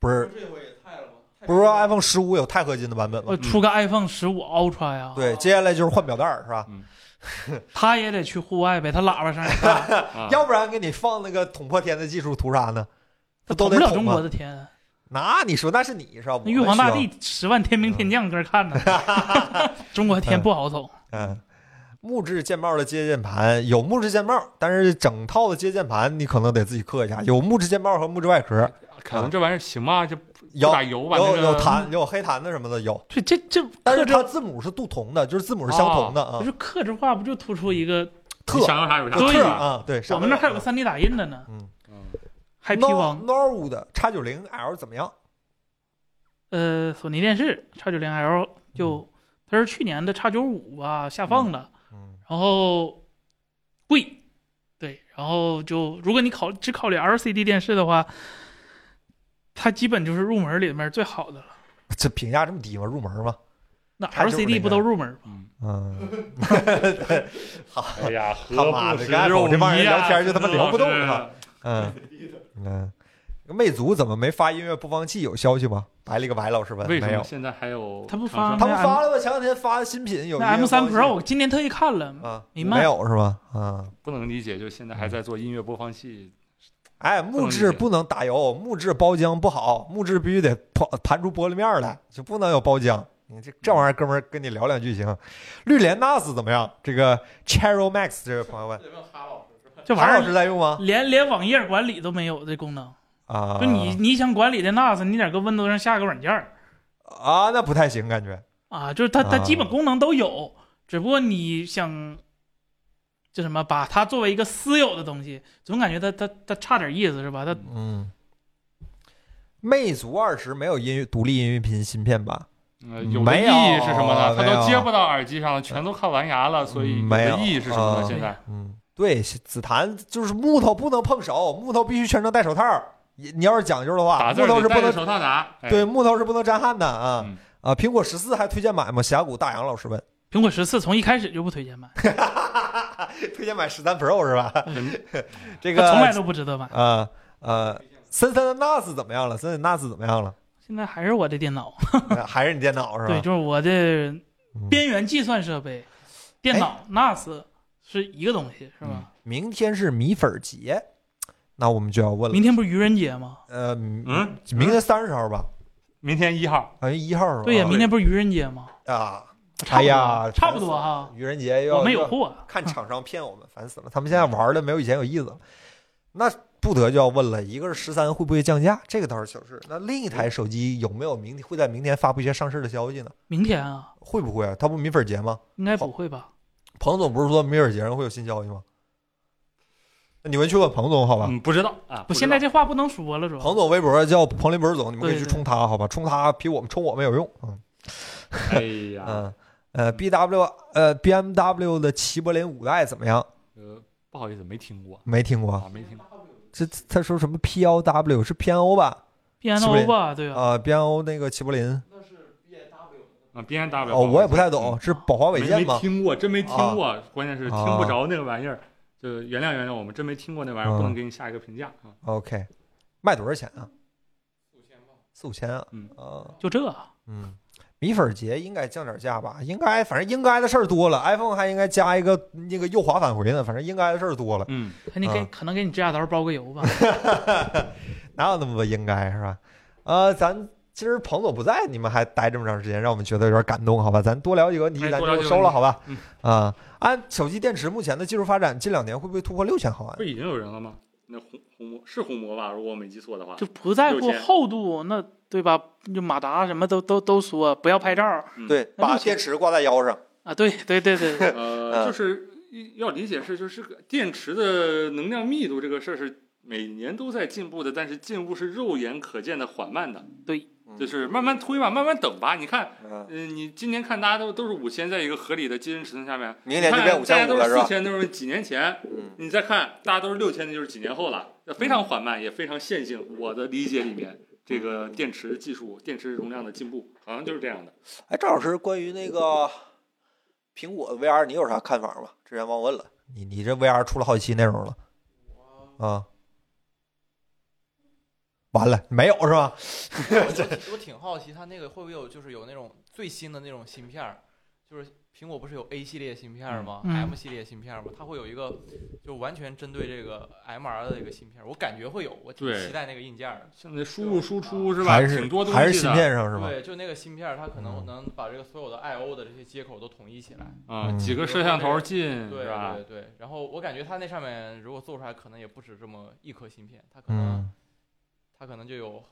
[SPEAKER 1] 不是
[SPEAKER 5] 这回也太了吗
[SPEAKER 1] 不是说 iPhone 十五有钛合金的版本吗
[SPEAKER 2] 呃，？出个 iPhone 十五 Ultra 呀，
[SPEAKER 1] 对，接下来就是换表带儿是吧？
[SPEAKER 2] 他也得去户外呗，他喇叭声也大，
[SPEAKER 4] 啊
[SPEAKER 1] 要不然给你放那个捅破天的技术图啥呢？
[SPEAKER 2] 他
[SPEAKER 1] 不 都
[SPEAKER 2] 捅不
[SPEAKER 1] 得
[SPEAKER 2] 了
[SPEAKER 1] 捅
[SPEAKER 2] 中国
[SPEAKER 1] 吗？
[SPEAKER 2] 的天。
[SPEAKER 1] 那你说那是你是吧？我
[SPEAKER 2] 那玉
[SPEAKER 1] 们
[SPEAKER 2] 皇大
[SPEAKER 1] 需要嗯
[SPEAKER 2] 帝十万天兵天将搁这看呢， 中国天不好走。
[SPEAKER 1] 嗯，木质键帽的接键盘有木质键帽，但是整套的接键盘你可能得自己刻一下，有木质键帽和木质外壳，
[SPEAKER 4] 可能这玩意儿行吗？就不
[SPEAKER 1] 有
[SPEAKER 4] 打油吧？
[SPEAKER 1] 有
[SPEAKER 4] 那个
[SPEAKER 1] 有弹有黑弹的什么的有，
[SPEAKER 2] 这这这，
[SPEAKER 1] 但
[SPEAKER 2] 克
[SPEAKER 1] 是
[SPEAKER 2] 制
[SPEAKER 1] 它字母是镀铜的，就是字母是相同的啊
[SPEAKER 2] 不，是克制化，不就突出一个？
[SPEAKER 1] 嗯
[SPEAKER 4] 你
[SPEAKER 1] 特
[SPEAKER 4] 想要啥有啥。
[SPEAKER 2] 对
[SPEAKER 1] 特啊，对，
[SPEAKER 2] 我们那还有个三 D 打印的呢，
[SPEAKER 4] 嗯
[SPEAKER 2] 还 P 王
[SPEAKER 1] Nor，Norwood X 九零 L 怎么样？
[SPEAKER 2] 呃，索尼电视叉九零 L 就它是去年的叉九五吧下放的，
[SPEAKER 1] 嗯嗯
[SPEAKER 2] 然后贵，对，然后就如果你考只考虑 LCD 电视的话，它基本就是入门里面最好的了。
[SPEAKER 1] 这评价这么低吗？入门吗？
[SPEAKER 2] 那
[SPEAKER 1] 叉九五那
[SPEAKER 2] LCD
[SPEAKER 1] 个
[SPEAKER 2] 不都入门吗？
[SPEAKER 4] 嗯，
[SPEAKER 1] 嗯，
[SPEAKER 4] 哎呀，
[SPEAKER 1] 他
[SPEAKER 4] 何
[SPEAKER 1] 妈的
[SPEAKER 4] 不食
[SPEAKER 1] 跟
[SPEAKER 4] 肉
[SPEAKER 1] 我这帮人
[SPEAKER 4] 糜呀
[SPEAKER 1] 聊天就他妈
[SPEAKER 4] 陈老
[SPEAKER 1] 聊不动
[SPEAKER 4] 师
[SPEAKER 1] 了嗯嗯，魅族怎么没发音乐播放器？有消息吗？挨了一个白老师问，
[SPEAKER 4] 为什
[SPEAKER 1] 没
[SPEAKER 4] 么
[SPEAKER 1] 有？
[SPEAKER 4] 现在还有
[SPEAKER 2] 他不
[SPEAKER 4] 厂商
[SPEAKER 2] 发
[SPEAKER 1] 他们发了吗？前两天发新品有
[SPEAKER 2] 那
[SPEAKER 1] 音
[SPEAKER 2] M
[SPEAKER 1] 乐
[SPEAKER 2] 三
[SPEAKER 1] 放
[SPEAKER 2] Pro
[SPEAKER 1] 弃
[SPEAKER 2] 我今天特意看了，
[SPEAKER 1] 啊，
[SPEAKER 2] 没卖
[SPEAKER 1] 没有是吗？啊，
[SPEAKER 4] 不能理解，就现在还在做音乐播放器，
[SPEAKER 1] 哎，
[SPEAKER 4] 能
[SPEAKER 1] 木
[SPEAKER 4] 理
[SPEAKER 1] 质
[SPEAKER 4] 解
[SPEAKER 1] 不能打油，木质包浆不好，木质必须得盘盘出玻璃面儿来，就不能有包浆。你这这玩意儿，哥们儿跟你聊两句行。绿莲 NAS 怎么样？这个 Chero Max 这位朋友问，
[SPEAKER 5] 有没有哈老师？
[SPEAKER 2] 这
[SPEAKER 1] 韩
[SPEAKER 2] 玩
[SPEAKER 1] 老
[SPEAKER 2] 意
[SPEAKER 1] 师
[SPEAKER 2] 儿
[SPEAKER 1] 在用吗？
[SPEAKER 2] 连连网页管理都没有这功能。
[SPEAKER 1] 啊，
[SPEAKER 2] 就你你想管理的 NAS，你得搁 Windows 上下个软件儿
[SPEAKER 1] 啊，那不太行，感觉
[SPEAKER 2] 啊，就是它它
[SPEAKER 1] 啊
[SPEAKER 2] 基本功能都有，只不过你想这什么把它作为一个私有的东西，总感觉它它它差点意思是吧？它
[SPEAKER 1] 嗯。魅族二十没有音乐独立音频芯片吧？
[SPEAKER 4] 呃，有的
[SPEAKER 1] 没
[SPEAKER 4] 意
[SPEAKER 1] 有
[SPEAKER 4] 义是什么呢？它
[SPEAKER 1] 没有
[SPEAKER 4] 都接不到耳机上了，全都靠蓝牙了，所以有
[SPEAKER 1] 没有
[SPEAKER 4] 的意义是什么
[SPEAKER 1] 啊
[SPEAKER 4] 呢？现在
[SPEAKER 1] 嗯，对，紫檀就是木头不能碰手，木头必须全程戴手套。你你要是讲究的话，
[SPEAKER 4] 打字
[SPEAKER 1] 木
[SPEAKER 4] 儿
[SPEAKER 1] 头
[SPEAKER 4] 得
[SPEAKER 1] 是不
[SPEAKER 4] 戴
[SPEAKER 1] 能
[SPEAKER 4] 着手套打，哎
[SPEAKER 1] 对，木头是不能沾汗的啊、
[SPEAKER 4] 嗯
[SPEAKER 1] 啊！苹果十四还推荐买吗？峡谷大洋老师问，
[SPEAKER 2] 苹果十四从一开始就不推荐买，
[SPEAKER 1] 推荐买十三 Pro 是吧？
[SPEAKER 4] 真
[SPEAKER 1] 这个
[SPEAKER 2] 它从来都不值得买。
[SPEAKER 1] 啊呃，森森的 NAS 怎么样了？森森 NAS 怎么样了？
[SPEAKER 2] 现在还是我的电脑，
[SPEAKER 1] 呃还是你电脑是吧？
[SPEAKER 2] 对，就是我的
[SPEAKER 1] 嗯哎
[SPEAKER 2] 边缘计算设备，电脑 NAS 是一个东西是吧？
[SPEAKER 1] 明天是米粉节，那我们就要问了
[SPEAKER 2] 明。天不是愚人节吗？
[SPEAKER 1] 呃，
[SPEAKER 4] 嗯，
[SPEAKER 1] 明天三十号吧，
[SPEAKER 4] 明天一号，
[SPEAKER 1] 好像一号是吧？
[SPEAKER 2] 对呀，
[SPEAKER 1] 啊
[SPEAKER 2] 明天不是愚人节吗？
[SPEAKER 1] 啊，
[SPEAKER 2] 差
[SPEAKER 1] 哎
[SPEAKER 2] 不多
[SPEAKER 1] 呀，
[SPEAKER 2] 差不多哈。
[SPEAKER 1] 愚人节又要
[SPEAKER 2] 我们
[SPEAKER 1] 又
[SPEAKER 2] 有
[SPEAKER 1] 要
[SPEAKER 2] 货，
[SPEAKER 1] 看厂商骗我们，烦死了！他们现在玩的没有以前有意思了。那不得就要问了，一个是十三会不会降价，这个倒是小事。那另一台手机有没有明天会在明天发布一些上市的消息呢？
[SPEAKER 2] 明天啊，
[SPEAKER 1] 会不会啊？它不米粉节吗？
[SPEAKER 2] 应该不会吧？
[SPEAKER 1] 彭总不是说米粉节上会有新消息吗？那你们去问彭总好吧？
[SPEAKER 4] 嗯，不知道啊，
[SPEAKER 2] 不，
[SPEAKER 4] 知
[SPEAKER 2] 现在
[SPEAKER 4] 道
[SPEAKER 2] 这话不能说了，主要
[SPEAKER 1] 彭总微博叫彭林本总，你们可以去
[SPEAKER 2] 对对
[SPEAKER 1] 冲他好吧？冲他比我们冲我们有用。嗯
[SPEAKER 4] 哎
[SPEAKER 2] 啊
[SPEAKER 4] 呀，
[SPEAKER 1] 嗯呃，B W 呃 B M W 的齐柏林五代怎么样？
[SPEAKER 4] 呃，不好意思，没听过
[SPEAKER 1] 没听过，
[SPEAKER 4] 啊，没听过，
[SPEAKER 1] 这他说什么 P L W 是偏欧吧？
[SPEAKER 2] BNO 吧，对吧？
[SPEAKER 1] 啊、边欧那个齐柏林，
[SPEAKER 4] 啊，B N W，
[SPEAKER 1] 哦，我也不太
[SPEAKER 4] 嗯
[SPEAKER 1] 懂，是宝华伟
[SPEAKER 4] 没
[SPEAKER 1] 健
[SPEAKER 4] 没
[SPEAKER 1] 吗？
[SPEAKER 4] 听过，真没听
[SPEAKER 1] 啊
[SPEAKER 4] 过，关键是听不着那个玩意儿，就原谅原谅我们，真没听过那玩意
[SPEAKER 1] 啊
[SPEAKER 4] 儿，不能给你下一个评价啊。
[SPEAKER 1] OK，卖多少钱啊？四五千啊，
[SPEAKER 4] 嗯
[SPEAKER 1] 啊，
[SPEAKER 2] 就这，
[SPEAKER 1] 嗯，米粉节应该降点价吧？应该，反正应该的事儿多了。iPhone 还应该加一个那个右滑返回呢，反正应该的事儿多了，
[SPEAKER 4] 嗯，
[SPEAKER 2] 那你给
[SPEAKER 1] 啊
[SPEAKER 2] 可能给你指甲刀包 个油吧？
[SPEAKER 1] 哪有那么多应该是吧？呃，咱今儿彭总不在，你们还待这么长时间，让我们觉得有点感动，好吧？咱多聊几个问题，
[SPEAKER 4] 哎
[SPEAKER 1] 咱
[SPEAKER 4] 多聊
[SPEAKER 1] 就
[SPEAKER 4] 几个
[SPEAKER 1] 收
[SPEAKER 4] 问
[SPEAKER 1] 了，
[SPEAKER 4] 题
[SPEAKER 1] 好吧
[SPEAKER 4] 嗯？
[SPEAKER 1] 啊、按手机电池目前的技术发展，近两年会不会突破六千毫安
[SPEAKER 4] 不？是已经有人了吗？那红红魔是红魔吧？如果我没记错的话，
[SPEAKER 2] 就不在乎
[SPEAKER 4] 六千
[SPEAKER 2] 厚度，那对吧？就马达什么都都都说不要拍照
[SPEAKER 1] 对，
[SPEAKER 2] 那
[SPEAKER 1] 把
[SPEAKER 2] 6000
[SPEAKER 1] 电池挂在腰上。
[SPEAKER 2] 啊！对对对对， 对
[SPEAKER 4] 呃，
[SPEAKER 1] 嗯
[SPEAKER 4] 就是要理解是就是个电池的能量密度这个事儿是每年都在进步的，但是进步是肉眼可见的缓慢的。
[SPEAKER 2] 对，
[SPEAKER 4] 就是慢慢推吧，慢慢等吧。你看，
[SPEAKER 1] 嗯，
[SPEAKER 4] 嗯、你今年看大家都都是五千，在一个合理的机身尺寸下面，
[SPEAKER 1] 明年就
[SPEAKER 4] 你看
[SPEAKER 1] 变5500
[SPEAKER 4] 大家都
[SPEAKER 1] 了是吧
[SPEAKER 4] 四千，都是几年前。
[SPEAKER 1] 嗯
[SPEAKER 4] 你再看，大家都是六千，那就是几年后了，非常缓慢，也非常线性。我的理解里面，这个电池技术、电池容量的进步，好像就是这样的。
[SPEAKER 1] 哎，赵老师，关于那个苹果的 VR，你有啥看法吗？之前忘问了，你你这 VR 出了好几期内容了，啊，完了没有是吧？
[SPEAKER 5] 我挺我挺好奇，它那个会不会有就是有那种最新的那种芯片儿，就是苹果不是有 A 系列芯片儿吗、
[SPEAKER 2] 嗯
[SPEAKER 5] m 系列芯片儿吗？它会有一个就完全针对这个 MR 的一个芯片儿，我感觉会有，我挺
[SPEAKER 4] 对
[SPEAKER 5] 期待那个硬件儿的。
[SPEAKER 4] 像那输入输出是吧？
[SPEAKER 1] 还是
[SPEAKER 4] 挺多东西的
[SPEAKER 1] 还是芯片上是吧？
[SPEAKER 5] 对，就那个芯片儿，它可
[SPEAKER 1] 嗯
[SPEAKER 5] 能能把这个所有的 I/O 的这些接口都统一起来。
[SPEAKER 4] 啊、
[SPEAKER 1] 嗯
[SPEAKER 4] 几个摄像头进
[SPEAKER 5] 对
[SPEAKER 4] 嗯是吧？
[SPEAKER 5] 对对，然后我感觉它那上面如果做出来，可能也不止这么一颗芯片，它可能、
[SPEAKER 1] 嗯
[SPEAKER 5] 它可能就有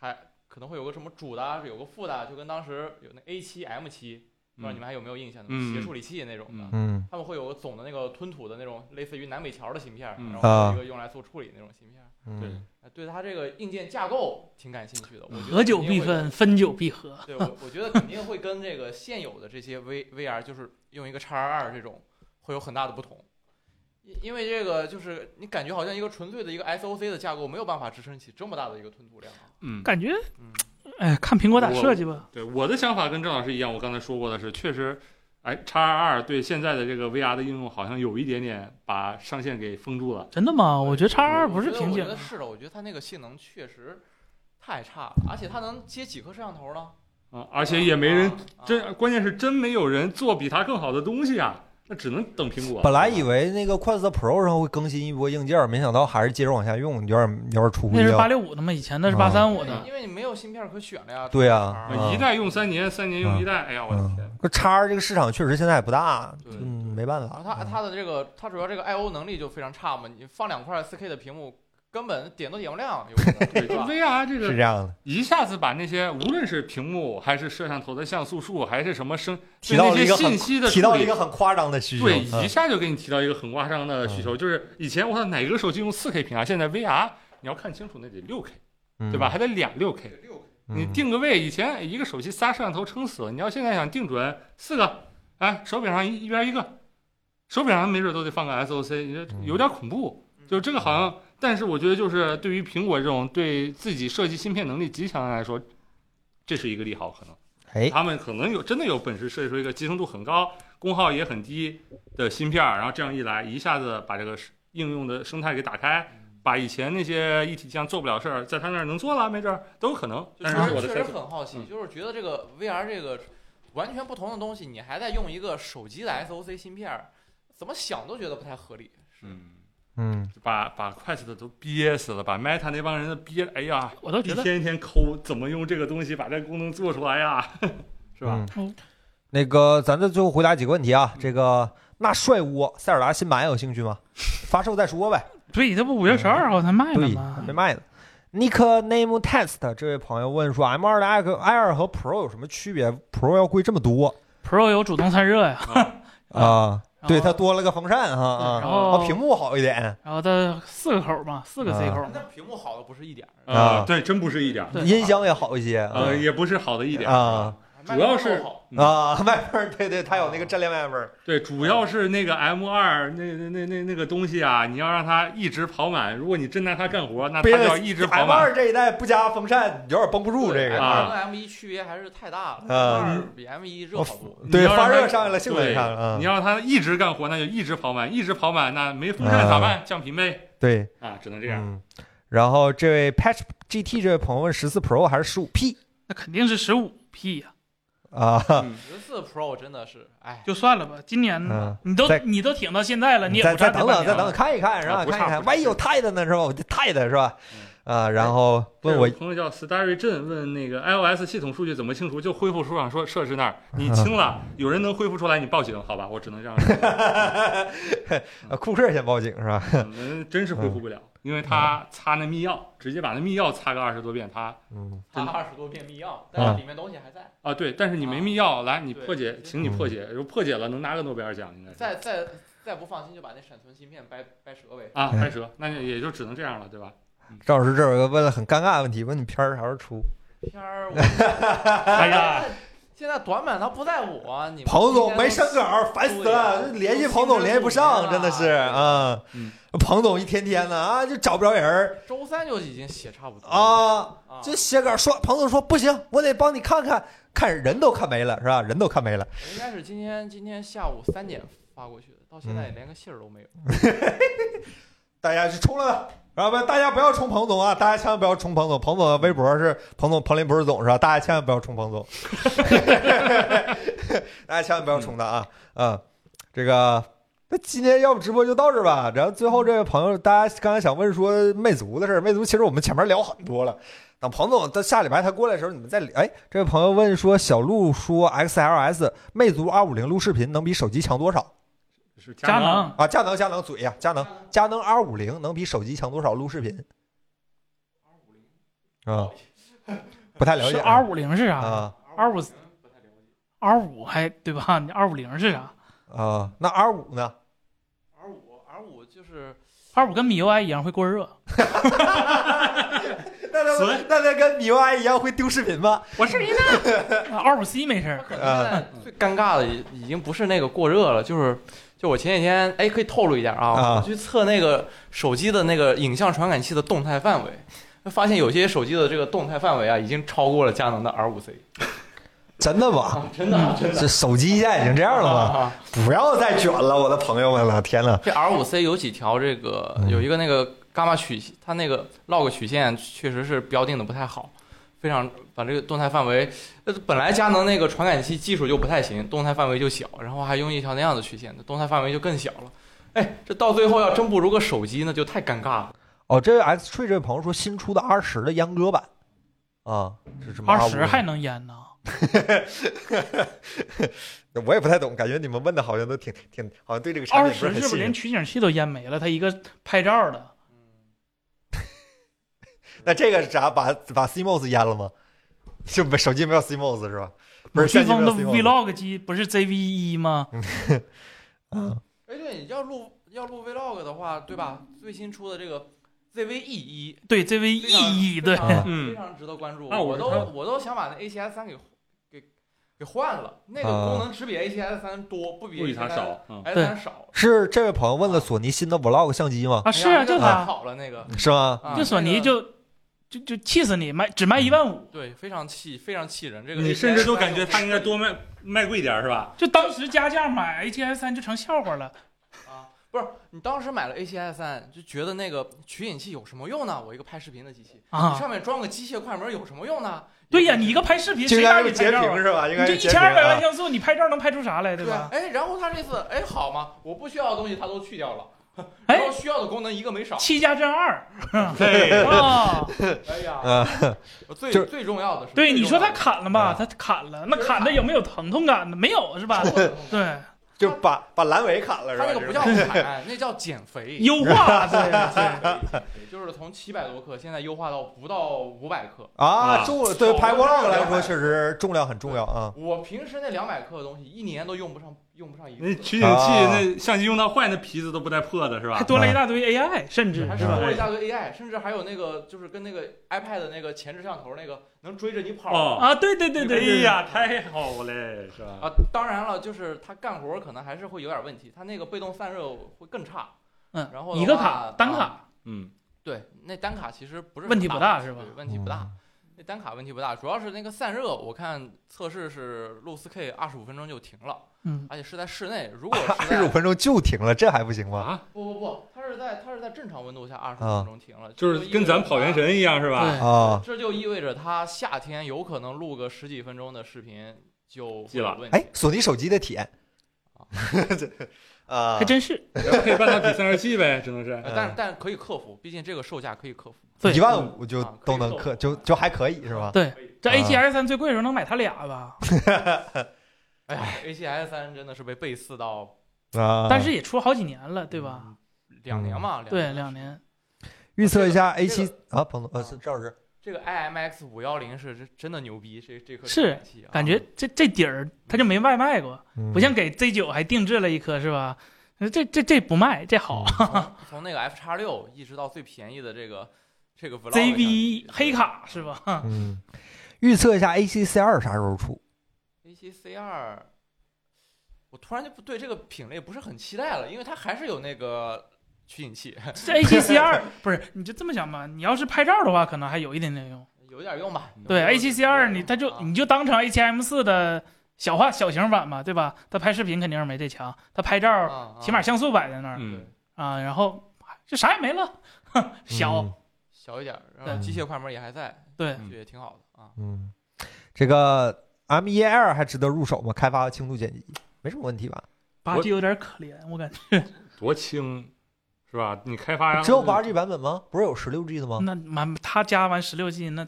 [SPEAKER 5] 还可能会有个什么主的啊，有个副的啊，就跟当时有那 A 七 M 七。不知道你们还有没有印象？
[SPEAKER 4] 嗯
[SPEAKER 5] 那协处理器那种的，
[SPEAKER 4] 嗯
[SPEAKER 1] 嗯
[SPEAKER 5] 他们会有个总的那个吞吐的那种，类似于南北桥的芯片儿，
[SPEAKER 4] 嗯
[SPEAKER 5] 然
[SPEAKER 1] 啊
[SPEAKER 5] 后有一个用来做处理那种芯片儿。
[SPEAKER 4] 对
[SPEAKER 1] 嗯，
[SPEAKER 5] 哎对它这个硬件架构挺感兴趣的，我觉得
[SPEAKER 2] 合久
[SPEAKER 5] 肯
[SPEAKER 2] 必
[SPEAKER 5] 定会
[SPEAKER 2] 分，分久必合。
[SPEAKER 5] 对我，我觉得肯定会跟这个现有的这些 V VR，就是用一个 x 二这种，会有很大的不同。因因为这个就是你感觉好像一个纯粹的一个 SOC 的架构没有办法支撑起这么大的一个吞吐量啊。
[SPEAKER 4] 嗯，
[SPEAKER 2] 感觉
[SPEAKER 5] 嗯，
[SPEAKER 2] 哎，看苹果咋
[SPEAKER 4] 我
[SPEAKER 2] 设计吧。
[SPEAKER 4] 对，我的想法跟郑老师一样，我刚才说过的是，确实，哎，x 二二对现在的这个 VR 的应用好像有一点点把上限给封住了。
[SPEAKER 2] 真的吗？我觉得叉二
[SPEAKER 5] 我
[SPEAKER 2] 不是
[SPEAKER 5] 觉得
[SPEAKER 2] 瓶
[SPEAKER 5] 我觉
[SPEAKER 2] 颈啊
[SPEAKER 5] 得，是的，我觉得它那个性能确实，太差了，而且它能接几颗摄像头呢？
[SPEAKER 4] 啊，而且也没人
[SPEAKER 5] 啊，啊
[SPEAKER 4] 真关键是真没有人做比它更好的东西啊，那只能等苹果。
[SPEAKER 1] 本来以为那个快色 Pro 上会更新一波硬件，没想到还是接着往下用，有点有点出乎
[SPEAKER 2] 那
[SPEAKER 1] 意
[SPEAKER 2] 是八
[SPEAKER 1] 料。
[SPEAKER 2] 六五的嘛，以前那是
[SPEAKER 1] 嗯
[SPEAKER 2] 八三
[SPEAKER 5] 因
[SPEAKER 2] 五
[SPEAKER 5] 为
[SPEAKER 2] 的，
[SPEAKER 5] 因为你没有芯片可选了呀。
[SPEAKER 1] 对呀
[SPEAKER 5] 啊
[SPEAKER 1] 啊
[SPEAKER 4] 一代用三年，三年用一代，哎呀，我的天！
[SPEAKER 1] 嗯，叉这个市场确实现在也不大，
[SPEAKER 5] 对
[SPEAKER 1] 嗯，没办
[SPEAKER 5] 然
[SPEAKER 1] 法
[SPEAKER 5] 后。它它的这个它主要这个 I/O 能力就非常差嘛，你放两块 4K 的屏幕，根本点都点不亮，有可能
[SPEAKER 4] 对，
[SPEAKER 5] 对
[SPEAKER 4] 就
[SPEAKER 5] 吧？
[SPEAKER 4] VR 这
[SPEAKER 1] 嗯是
[SPEAKER 4] 个
[SPEAKER 1] 这样的，
[SPEAKER 4] 一下子把那些无论是屏幕还是摄像头的像素数，还是什么声，
[SPEAKER 1] 提到了
[SPEAKER 4] 对
[SPEAKER 1] 一个
[SPEAKER 4] 那些
[SPEAKER 1] 很
[SPEAKER 4] 信息的
[SPEAKER 1] 提到
[SPEAKER 4] 处
[SPEAKER 1] 了一
[SPEAKER 4] 理
[SPEAKER 1] 个，很夸张的需求。
[SPEAKER 4] 对，
[SPEAKER 1] 嗯
[SPEAKER 4] 一下就给你提到一个很夸张的需求，就是以前我操哪个手机用 4K 屏啊，现在 VR 你要看清楚那得 6K，对吧？？还得俩 6K。
[SPEAKER 1] 嗯
[SPEAKER 4] 你定个位，以前一个手机仨摄像头撑死了，你要现在想定准四个，哎，手柄上一一边一个，手柄上没准都得放个 SOC，你这
[SPEAKER 1] 嗯
[SPEAKER 4] 有点恐怖。就是这个好像，但是我觉得就是对于苹果这种对自己设计芯片能力极强的来说，这是一个利好，可能
[SPEAKER 1] 哎，
[SPEAKER 4] 他们可能有真的有本事设计出一个集成度很高、功耗也很低的芯片儿，然后这样一来，一下子把这个应用的生态给打开。把以前那些一体机上做不了事儿，在他那儿能做了，没准儿都有可能。
[SPEAKER 5] 就
[SPEAKER 4] 但
[SPEAKER 5] 确
[SPEAKER 4] 是是我
[SPEAKER 5] 实
[SPEAKER 4] 的
[SPEAKER 5] 确
[SPEAKER 4] 猜
[SPEAKER 5] 实
[SPEAKER 4] 测。
[SPEAKER 5] 很好奇，
[SPEAKER 4] 嗯
[SPEAKER 5] 就是觉得这个 VR 这个完全不同的东西，你还在用一个手机的 SOC 芯片儿，怎么想都觉得不太合理。
[SPEAKER 4] 嗯，
[SPEAKER 1] 嗯，
[SPEAKER 4] 把把筷子的都憋死了，把 Meta 那帮人都憋，哎呀，
[SPEAKER 2] 我倒
[SPEAKER 4] 一
[SPEAKER 2] 觉得
[SPEAKER 4] 天一天抠，怎么用这个东西把这个功能做出来呀？是吧？嗯
[SPEAKER 1] 嗯
[SPEAKER 2] 嗯
[SPEAKER 1] 那个，咱再最后回答几个问题啊。这个那帅窝塞尔达新版有兴趣吗？发售再说呗。
[SPEAKER 2] 对，这不五月十二号才卖的
[SPEAKER 1] 对，
[SPEAKER 2] 吗
[SPEAKER 1] 还没？卖呢。Nick Name Test 这位朋友问说，M 二的 i 和 i 二和 Pro 有什么区别？Pro 要贵这么多
[SPEAKER 2] Pro 有主动散热呀，
[SPEAKER 1] 啊？
[SPEAKER 2] 然后
[SPEAKER 1] 对，它，多了个风扇哈啊，
[SPEAKER 2] 哦
[SPEAKER 1] 啊
[SPEAKER 2] 然
[SPEAKER 1] 哦，
[SPEAKER 2] 后
[SPEAKER 1] 屏幕好一点，
[SPEAKER 2] 然后它四个口嘛，四个 C 口嘛，
[SPEAKER 5] 那屏幕好的不是一点儿，
[SPEAKER 1] 啊
[SPEAKER 4] 呃对，真不是一点儿，
[SPEAKER 2] 对
[SPEAKER 1] 音箱也好一些
[SPEAKER 4] 呃，也不是好的一点儿
[SPEAKER 1] 啊。
[SPEAKER 4] 主要是
[SPEAKER 5] 麦克风好
[SPEAKER 4] 嗯
[SPEAKER 1] 啊， 麦味儿，对对，它有那个阵列麦味儿，
[SPEAKER 4] 对，主要是那个 M 二那那那那那个东西啊，你要让它一直跑满，如果你真拿它干活，那它
[SPEAKER 1] 别
[SPEAKER 4] 就要一直跑
[SPEAKER 1] M
[SPEAKER 4] 满。
[SPEAKER 1] 二这一代不加风扇，有点绷不住这
[SPEAKER 5] 对
[SPEAKER 1] 个。
[SPEAKER 4] 啊
[SPEAKER 5] M2 跟 M 一区别还是太大了
[SPEAKER 1] 啊
[SPEAKER 5] ，M 二比 M 一热好多。
[SPEAKER 1] 哦对，
[SPEAKER 4] 你要让
[SPEAKER 1] 发
[SPEAKER 4] 它
[SPEAKER 1] 热上来了，性能
[SPEAKER 4] 对
[SPEAKER 1] 上来了，
[SPEAKER 4] 你
[SPEAKER 1] 嗯
[SPEAKER 4] 要让它一直干活，那就一直跑满，一直跑满，那没风扇咋办？降频呗，
[SPEAKER 1] 对。
[SPEAKER 4] 啊，只能这样。
[SPEAKER 1] 嗯。然后这位 Patch GT 这位朋友问十四 Pro 还是十五 P
[SPEAKER 2] 那肯定是十五 P 呀，
[SPEAKER 1] 啊？
[SPEAKER 5] 十四 Pro 真的是，哎，
[SPEAKER 2] 就算了吧。今年
[SPEAKER 1] 嗯
[SPEAKER 2] 你都
[SPEAKER 1] 再
[SPEAKER 2] 你都挺到现在了，你也
[SPEAKER 1] 再
[SPEAKER 2] 不差
[SPEAKER 1] 再
[SPEAKER 2] 这
[SPEAKER 1] 等
[SPEAKER 2] 半
[SPEAKER 1] 等，
[SPEAKER 2] 年
[SPEAKER 1] 再
[SPEAKER 2] 了
[SPEAKER 1] 等等，看一看，然后
[SPEAKER 4] 啊不
[SPEAKER 1] 看
[SPEAKER 4] 差
[SPEAKER 1] 一看，
[SPEAKER 4] 不差
[SPEAKER 1] 万一有 Tide 呢是吧？我这 Tide 是吧？啊，然后问
[SPEAKER 4] 我
[SPEAKER 1] 我
[SPEAKER 4] 朋友叫 Starry 镇问那个 iOS 系统数据怎么清除？就恢复数上说设置那儿，你清了，有人能恢复出来，你报警，好吧？我只能这 样说，
[SPEAKER 1] 呃库克先报警是吧？
[SPEAKER 4] 嗯真是恢复不了，因为他擦那密钥，直接把那密钥擦个二十多遍，他
[SPEAKER 1] 嗯，
[SPEAKER 5] 它
[SPEAKER 4] 真的
[SPEAKER 5] 二十多遍密钥，但是里面东西还在。
[SPEAKER 4] 啊对，但是你没密钥，来你破解，
[SPEAKER 5] 对
[SPEAKER 4] 请你
[SPEAKER 1] 嗯
[SPEAKER 4] 破解，如果破解了能拿个诺贝尔奖，应该是
[SPEAKER 5] 再再再不放心，就把那闪存芯片掰掰折呗。
[SPEAKER 4] 啊，拍蛇，那也就只能这样了，对吧？
[SPEAKER 1] 赵老师这有个问了很尴尬的问题，问你片儿啥时候出？
[SPEAKER 5] 片儿，我
[SPEAKER 4] 哎呀，
[SPEAKER 5] 现在短板它不在我，你们
[SPEAKER 1] 彭总没
[SPEAKER 5] 删
[SPEAKER 1] 审稿，烦死了，
[SPEAKER 5] 对
[SPEAKER 1] 联系彭总联系不上，真的是啊
[SPEAKER 4] 嗯。
[SPEAKER 1] 彭总一天天的啊，就找不着人儿
[SPEAKER 5] 周三就已经写差不多了
[SPEAKER 1] 啊。
[SPEAKER 5] 啊，
[SPEAKER 1] 就写稿说，彭总说不行，我得帮你看看，看人都看没了是吧？人都看没了，
[SPEAKER 5] 应该是今天今天下午三点发过去的，到现在也连个信儿都没有。
[SPEAKER 1] 大家去冲了吧，然后吧，大家不要冲彭总啊，大家千万不要冲彭总，彭总的微博是彭总彭林不是总是吧？大家千万不要冲彭总， 大家千万不要冲他啊，嗯，这个。那今天要不直播就到这儿吧。然后最后这位朋友，大家刚才想问说魅族的事儿，魅族其实我们前面聊很多了。等彭总他下礼拜他过来的时候，你们再聊哎，这位朋友问说，小鹿说 XLS 魅族二五零录视频能比手机强多少？
[SPEAKER 4] 是
[SPEAKER 2] 佳
[SPEAKER 4] 能，
[SPEAKER 2] 能
[SPEAKER 1] 啊，佳能佳能嘴呀、佳能佳能 R 五零能比手机强多少录视频？啊，不太了
[SPEAKER 2] 是
[SPEAKER 1] 解
[SPEAKER 2] R 五零是啥
[SPEAKER 1] 啊
[SPEAKER 2] ？R 五 R 五还对吧？你 R 五零是啥
[SPEAKER 1] 啊，那 R 五呢？
[SPEAKER 5] R 五 R 五就是
[SPEAKER 2] ？R 五跟 MIUI 一样会过热，
[SPEAKER 1] 那那那那跟米 U I 一样会丢视频吗？
[SPEAKER 2] 我 是一个 R 五 C 没事
[SPEAKER 5] 它
[SPEAKER 2] 儿，
[SPEAKER 5] 可能
[SPEAKER 1] 呃
[SPEAKER 5] 现在最尴尬的已已经不是那个过热了，就是就我前几天哎可以透露一下
[SPEAKER 1] 啊
[SPEAKER 5] 啊，我去测那个手机的那个影像传感器的动态范围，发现有些手机的这个动态范围啊已经超过了佳能的 R 五 C，
[SPEAKER 1] 真的吗？
[SPEAKER 5] 真的啊真的
[SPEAKER 1] 这手机现在已经这样了吗？
[SPEAKER 5] 啊。
[SPEAKER 1] 不要再卷了，我的朋友们了！天呐，
[SPEAKER 5] 这 R 五 C 有几条这个
[SPEAKER 1] 嗯
[SPEAKER 5] 有一个那个伽马曲它那个 log 曲线确实是标定的不太好，非常把这个动态范围，呃，本来佳能那个传感器技术就不太行，动态范围就小，然后还用一条那样的曲线，动态范围就更小了。哎，这到最后要真不如个手机，那就太尴尬了。
[SPEAKER 1] 哦，这位 X Tree 这位朋友说新出的 R 十的阉割版啊，是什么
[SPEAKER 2] 二
[SPEAKER 1] R5
[SPEAKER 2] 十还能淹呢？
[SPEAKER 1] 我也不太懂，感觉你们问的好像都挺挺，好像对这个产
[SPEAKER 2] 二
[SPEAKER 1] 品不
[SPEAKER 2] 十
[SPEAKER 1] 是很
[SPEAKER 2] 是不
[SPEAKER 1] 信
[SPEAKER 2] 是连
[SPEAKER 1] 任。
[SPEAKER 2] 取景器都淹没了？它一个拍照的，
[SPEAKER 1] 那这个是啥？把把 CMOS E 淹了吗？ 就没手机没有 CMOS E 是吧？不是，
[SPEAKER 2] 飓
[SPEAKER 1] 相机
[SPEAKER 2] 风
[SPEAKER 1] 没
[SPEAKER 2] 的
[SPEAKER 1] 有 CMOS。
[SPEAKER 2] Vlog 机不是 ZV 一吗？
[SPEAKER 1] 嗯，
[SPEAKER 5] 哎，对，你要录要录 vlog 的话，对吧？最新出的这个 ZV-E 一
[SPEAKER 2] 对，ZV 一一对
[SPEAKER 5] 非，
[SPEAKER 1] 啊
[SPEAKER 5] 常
[SPEAKER 4] 嗯
[SPEAKER 5] 非常值得关注。
[SPEAKER 4] 啊我
[SPEAKER 5] 我
[SPEAKER 4] 是
[SPEAKER 5] 都
[SPEAKER 4] 看
[SPEAKER 5] 我都想把那 ACS 三给给给换了，那个
[SPEAKER 1] 啊
[SPEAKER 5] 功能只比 ACS 三多，不比
[SPEAKER 4] 不比它
[SPEAKER 5] ACS
[SPEAKER 4] 少，嗯，
[SPEAKER 5] ，S
[SPEAKER 2] 对
[SPEAKER 5] 三少。
[SPEAKER 1] 是这位朋友问了索尼新的 Vlog 相机吗？
[SPEAKER 2] 啊，是啊，
[SPEAKER 5] 哎呀那
[SPEAKER 2] 就
[SPEAKER 5] 个太
[SPEAKER 2] 它，
[SPEAKER 5] 好了那个，
[SPEAKER 1] 是吗？
[SPEAKER 5] 啊
[SPEAKER 2] 就索尼
[SPEAKER 5] 那个
[SPEAKER 2] 就就就气死你，卖只卖一万五，
[SPEAKER 5] 对，非常气，非常气人。这个
[SPEAKER 4] 你
[SPEAKER 5] ACS
[SPEAKER 4] 甚至都感觉
[SPEAKER 5] 三
[SPEAKER 4] 它应该多卖卖贵点儿是吧？
[SPEAKER 2] 就当时加价买 ATS 三就成笑话了。
[SPEAKER 5] 啊，不是你当时买了 ACS 三，就觉得那个取景器有什么用呢？我一个拍视频的机器，
[SPEAKER 2] 啊
[SPEAKER 5] 你上面装个机械快门有什么用呢？
[SPEAKER 2] 对呀，你一个拍视频，
[SPEAKER 1] 就
[SPEAKER 2] 谁
[SPEAKER 1] 应
[SPEAKER 2] 让
[SPEAKER 1] 该
[SPEAKER 2] 你
[SPEAKER 1] 是
[SPEAKER 2] 拍
[SPEAKER 1] 截
[SPEAKER 2] 照
[SPEAKER 1] 屏
[SPEAKER 2] 啊？
[SPEAKER 1] 是吧？应
[SPEAKER 2] 你
[SPEAKER 1] 该
[SPEAKER 2] 就是一
[SPEAKER 1] 截
[SPEAKER 2] 千
[SPEAKER 1] 屏
[SPEAKER 2] 二百万
[SPEAKER 1] 啊。
[SPEAKER 2] 像素，你拍照能拍出啥来，
[SPEAKER 5] 对
[SPEAKER 2] 吧？
[SPEAKER 5] 哎，然后他这次哎好嘛，我不需要的东西他都去掉了，
[SPEAKER 2] 哎
[SPEAKER 5] 然后需要的功能一个没少。
[SPEAKER 2] 七加 真二
[SPEAKER 4] 嗯对，
[SPEAKER 2] 啊，
[SPEAKER 5] 哎呀，
[SPEAKER 1] 嗯，
[SPEAKER 5] 最
[SPEAKER 1] 就是
[SPEAKER 5] 最重要的是，
[SPEAKER 2] 对，
[SPEAKER 5] 最
[SPEAKER 2] 你说
[SPEAKER 5] 重
[SPEAKER 2] 他
[SPEAKER 5] 要的
[SPEAKER 2] 砍了吧？
[SPEAKER 1] 啊
[SPEAKER 2] 他砍了，那砍的有没有疼痛感呢？没有是吧？
[SPEAKER 5] 是
[SPEAKER 2] 对，
[SPEAKER 1] 就把把阑尾砍了是吧？
[SPEAKER 5] 他那个 不叫砍，那叫减肥。
[SPEAKER 2] 优化对对，
[SPEAKER 5] 就是从七百多克，现在优化到不到五百克。
[SPEAKER 1] 啊，
[SPEAKER 4] 啊
[SPEAKER 1] 重对拍
[SPEAKER 5] 手工
[SPEAKER 1] Vlog
[SPEAKER 5] 量
[SPEAKER 1] 来说确实重量很重要啊。
[SPEAKER 5] 我平时那两百克的东西，一年都用不上，用不上一
[SPEAKER 4] 那
[SPEAKER 5] 次。
[SPEAKER 4] 取景器那相机用到坏，那皮子都不带破的是吧
[SPEAKER 2] 还？多了一大堆
[SPEAKER 1] 嗯
[SPEAKER 2] AI，甚至
[SPEAKER 5] 还
[SPEAKER 2] 是
[SPEAKER 5] 是
[SPEAKER 2] 吧？哎
[SPEAKER 5] 多了一大堆 AI，甚至还有那个就是跟那个 iPad 的那个前置摄像头那个能追着你跑。
[SPEAKER 4] 哦，
[SPEAKER 2] 啊，对对对
[SPEAKER 4] 哎
[SPEAKER 2] 对，
[SPEAKER 4] 呀，太好嘞，是吧？
[SPEAKER 5] 啊，当然了，就是它干活可能还是会有点问题，它那个被动散热会更差。
[SPEAKER 2] 嗯，
[SPEAKER 5] 然后的
[SPEAKER 2] 一个
[SPEAKER 5] 话啊
[SPEAKER 2] 卡单卡
[SPEAKER 4] 嗯，
[SPEAKER 5] 对，那单卡其实不是
[SPEAKER 2] 问题
[SPEAKER 5] 很
[SPEAKER 2] 不
[SPEAKER 5] 大
[SPEAKER 2] 大是吧嗯
[SPEAKER 5] 对问题不大。那单卡问题不大，主要是那个散热，我看测试是录 4K 二十五分钟就停了，
[SPEAKER 2] 嗯，
[SPEAKER 5] 而且是在室内。如果
[SPEAKER 1] 二
[SPEAKER 5] 是在
[SPEAKER 1] 十五分钟就停了，这还不行吗？
[SPEAKER 4] 啊，
[SPEAKER 5] 不不不，它是在它是在正常温度下二十
[SPEAKER 1] 啊
[SPEAKER 5] 分钟停了，
[SPEAKER 4] 就是跟咱跑原
[SPEAKER 5] 神。
[SPEAKER 4] 神一样是吧？
[SPEAKER 2] 对
[SPEAKER 1] 啊，
[SPEAKER 5] 这就意味着它夏天有可能录个十几分钟的视频就
[SPEAKER 4] 记了
[SPEAKER 5] 会有问题
[SPEAKER 1] 哎，索尼手机的体 验，啊
[SPEAKER 2] 还，真是
[SPEAKER 4] 然后可以半导体散热器呗，只能是。
[SPEAKER 5] 呃但但可以克服，毕竟这个售价可以克服。
[SPEAKER 2] 对
[SPEAKER 1] 一万五就
[SPEAKER 5] 啊可以
[SPEAKER 1] 都能
[SPEAKER 5] 做
[SPEAKER 1] 克，就就还可以是吧？
[SPEAKER 2] 对。嗯这
[SPEAKER 1] 啊
[SPEAKER 2] ATS 三最贵的时候能买它俩吧？
[SPEAKER 5] 哎呀，ACS 三真的是被背刺到嗯
[SPEAKER 1] 啊，
[SPEAKER 2] 但是也出好几年了，对吧？
[SPEAKER 5] 两年嘛，
[SPEAKER 1] 嗯
[SPEAKER 2] 对，两。年。
[SPEAKER 1] 预测一下 A
[SPEAKER 5] 这
[SPEAKER 1] 七
[SPEAKER 5] 个
[SPEAKER 1] 啊，彭总，呃，是赵老师，
[SPEAKER 5] 这个 IMX 五幺零是真真的牛逼，这这颗
[SPEAKER 2] 是
[SPEAKER 5] 传感器啊
[SPEAKER 2] 感觉这这底儿它就没外卖过，
[SPEAKER 1] 嗯
[SPEAKER 2] 不像给 Z 九还定制了一颗是吧？这这这不卖，这好。
[SPEAKER 5] 从 从那个 F 叉六一直到最便宜的这个这个 Vlog 相
[SPEAKER 2] ZV
[SPEAKER 5] 机
[SPEAKER 2] 黑卡是吧？
[SPEAKER 1] 嗯，预测一下 A 七 C 二啥时候出？
[SPEAKER 5] ，ACC 二。我突然就不对这个品类不是很期待了，因为它还是有那个取景器，
[SPEAKER 2] 这 A 7 C 二不是，你就这么想吧？你要是拍照的话，可能还有一点点用。
[SPEAKER 5] 有点用吧。
[SPEAKER 2] 对 A 7
[SPEAKER 5] 7
[SPEAKER 2] C 二，你它就
[SPEAKER 5] 啊
[SPEAKER 2] 你就当成 A 7 M 四的小化小型版嘛，对吧？它拍视频肯定是没这强，它拍照
[SPEAKER 5] 啊
[SPEAKER 2] 起码像素摆在那儿
[SPEAKER 4] 嗯，
[SPEAKER 2] 啊，然后就啥也没了，小
[SPEAKER 1] 嗯。
[SPEAKER 5] 小一点儿，然后
[SPEAKER 2] 嗯
[SPEAKER 1] 对
[SPEAKER 5] 机械快门也还在，
[SPEAKER 2] 对
[SPEAKER 5] 这也挺好的啊。
[SPEAKER 1] 嗯，这个 M 1 L 还值得入手吗？开发和轻度剪辑没什么问题吧？
[SPEAKER 2] 八 G 有点可怜，我感觉
[SPEAKER 4] 多轻，是吧？你开发
[SPEAKER 1] 只有八 G 版本吗？不是有十六 G 的吗？
[SPEAKER 2] 那满它加完十六 G 那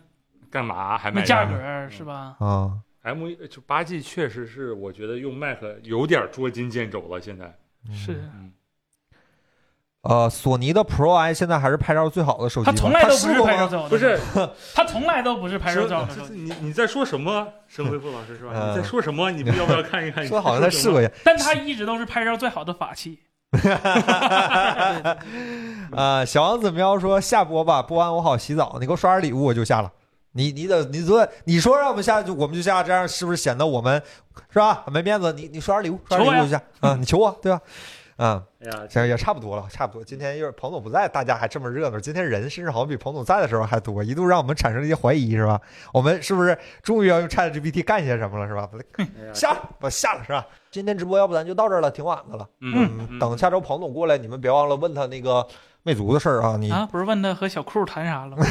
[SPEAKER 4] 干嘛还
[SPEAKER 2] 那
[SPEAKER 4] 买
[SPEAKER 2] 价格是吧？
[SPEAKER 1] 啊，
[SPEAKER 4] M 就八 G 确实是，我觉得用 Mac 有点捉襟见肘了。现在，
[SPEAKER 1] 嗯
[SPEAKER 2] 是。
[SPEAKER 4] 嗯，
[SPEAKER 1] 呃，索尼的 Pro I 现在还是拍照最好的手机
[SPEAKER 2] 它
[SPEAKER 1] 吗？
[SPEAKER 2] 从来都不
[SPEAKER 1] 它试
[SPEAKER 2] 是
[SPEAKER 1] 过
[SPEAKER 2] 拍照
[SPEAKER 1] 吗？
[SPEAKER 2] 最好的，
[SPEAKER 4] 不是，
[SPEAKER 2] 它从来都不是拍照最好的手
[SPEAKER 4] 是
[SPEAKER 2] 机，
[SPEAKER 4] 你你在说什么？申恢复老师是吧？
[SPEAKER 1] 嗯
[SPEAKER 4] 你在说什么？你们要不要看一看？
[SPEAKER 1] 说好像他试过一下。
[SPEAKER 2] 但它一直都是拍照最好的法器。
[SPEAKER 1] 呃，小王子喵说下播吧，播完我好洗澡，你给我刷点礼物我就下了。你你得你昨你说让我们下就我们就下，这样是不是显得我们是吧没面子？你你刷点礼物，刷点礼物我就下啊、你求我对吧？啊、
[SPEAKER 4] 哎呀，
[SPEAKER 1] 行也差不多了，差不多。今天又是彭总不在，大家还这么热闹。今天人甚至好像比彭总在的时候还多，一度让我们产生了一些怀疑，是吧？我们是不是终于要用 ChatGPT 干些什么了，是吧？
[SPEAKER 4] 哎呀
[SPEAKER 1] 下了，我下了，是吧？今天直播要不咱就到这儿了，挺晚的了。
[SPEAKER 4] 嗯
[SPEAKER 1] 等下周彭总过来，你们别忘了问他那个魅族的事儿啊，你
[SPEAKER 2] 啊，不是问他和小库谈啥了吗？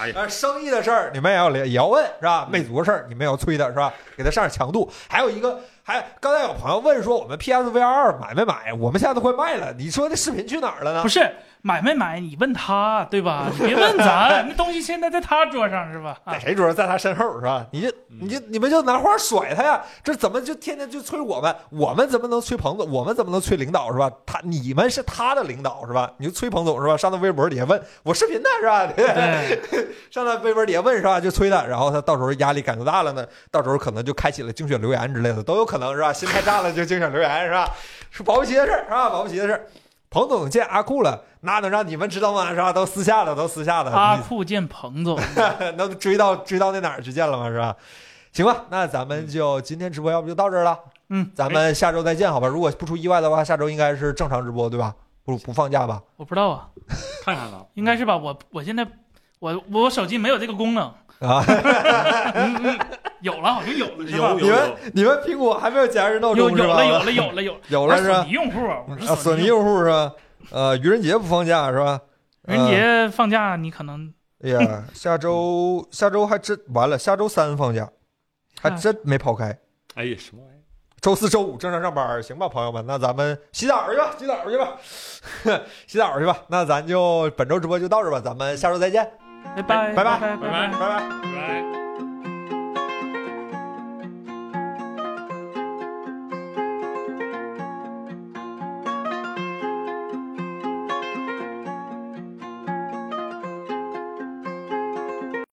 [SPEAKER 4] 哎呀，
[SPEAKER 1] 啊，生意的事儿你们也要聊也要问是吧？魅族的事儿你们也要催他是吧？给他上点强度。还有一个，还刚才有朋友问说我们 PSVR 二买没买？我们现在都快卖了，你说那视频去哪儿了呢
[SPEAKER 2] 不？是买没买，你问他对 吧？你别问咱，那东西现在在他桌上是吧？啊
[SPEAKER 1] 在，谁桌上，在他身哎后是吧？你就你就你们就拿花甩他呀！这怎么就天天就催我们？我们怎么能催彭总？我们怎么能催领导是吧？他你们是他的领导是吧？你就催彭总是吧？上他微博底下问我视频呢是吧？
[SPEAKER 2] 对，
[SPEAKER 1] 上他微博底下问是吧，就催他，然后他到时候压力感觉大了呢，到时候可能就开启了精选留言之类的，都有可能是吧？心态炸了就精选留言是吧？是保不齐的事儿是吧？保不齐的事 儿。彭总见阿酷了，那能让你们知道
[SPEAKER 2] 啊
[SPEAKER 1] 吗？是吧？都私下了，都私下了，
[SPEAKER 2] 阿库见彭总，
[SPEAKER 1] 你能追到追到那哪儿去见了吗？是吧？行吧，那咱们就今天直播要不就到这儿了。
[SPEAKER 2] 嗯，
[SPEAKER 1] 咱们下周再见，好吧？如果不出意外的话，下周应该是正常直播对吧？不不放假吧？
[SPEAKER 2] 我不知道啊，
[SPEAKER 4] 看看了，
[SPEAKER 2] 应该是吧？我我现在我我手机没有这个功能， 嗯
[SPEAKER 1] 啊，
[SPEAKER 2] 有了好像有了是吧
[SPEAKER 4] 有？
[SPEAKER 1] 你们你们苹果还没有节日闹
[SPEAKER 2] 有
[SPEAKER 1] 钟
[SPEAKER 2] 有
[SPEAKER 1] 是吧？
[SPEAKER 2] 了有了有了 有了，
[SPEAKER 1] 有
[SPEAKER 2] 我
[SPEAKER 1] 了
[SPEAKER 2] 是
[SPEAKER 1] 是吧
[SPEAKER 2] 索尼？用户，我是
[SPEAKER 1] 啊，索尼
[SPEAKER 2] 用户。
[SPEAKER 1] 用户是吧？呃，愚人节不放假是吧？
[SPEAKER 2] 愚人节放假你可能
[SPEAKER 1] 呃，哎呀，下周下周还真完了，下周三放假，还
[SPEAKER 2] 啊
[SPEAKER 1] 真没跑开。
[SPEAKER 4] 哎呀，什么玩意儿？
[SPEAKER 1] 周四周五正常上班，行吧，朋友们，那咱们洗澡去吧，洗澡去吧， 洗澡去吧。那咱就本周直播就到这儿吧，咱们下周再见，
[SPEAKER 2] 拜拜
[SPEAKER 1] 拜拜
[SPEAKER 2] 拜
[SPEAKER 4] 拜拜
[SPEAKER 1] 拜拜。
[SPEAKER 4] 拜拜。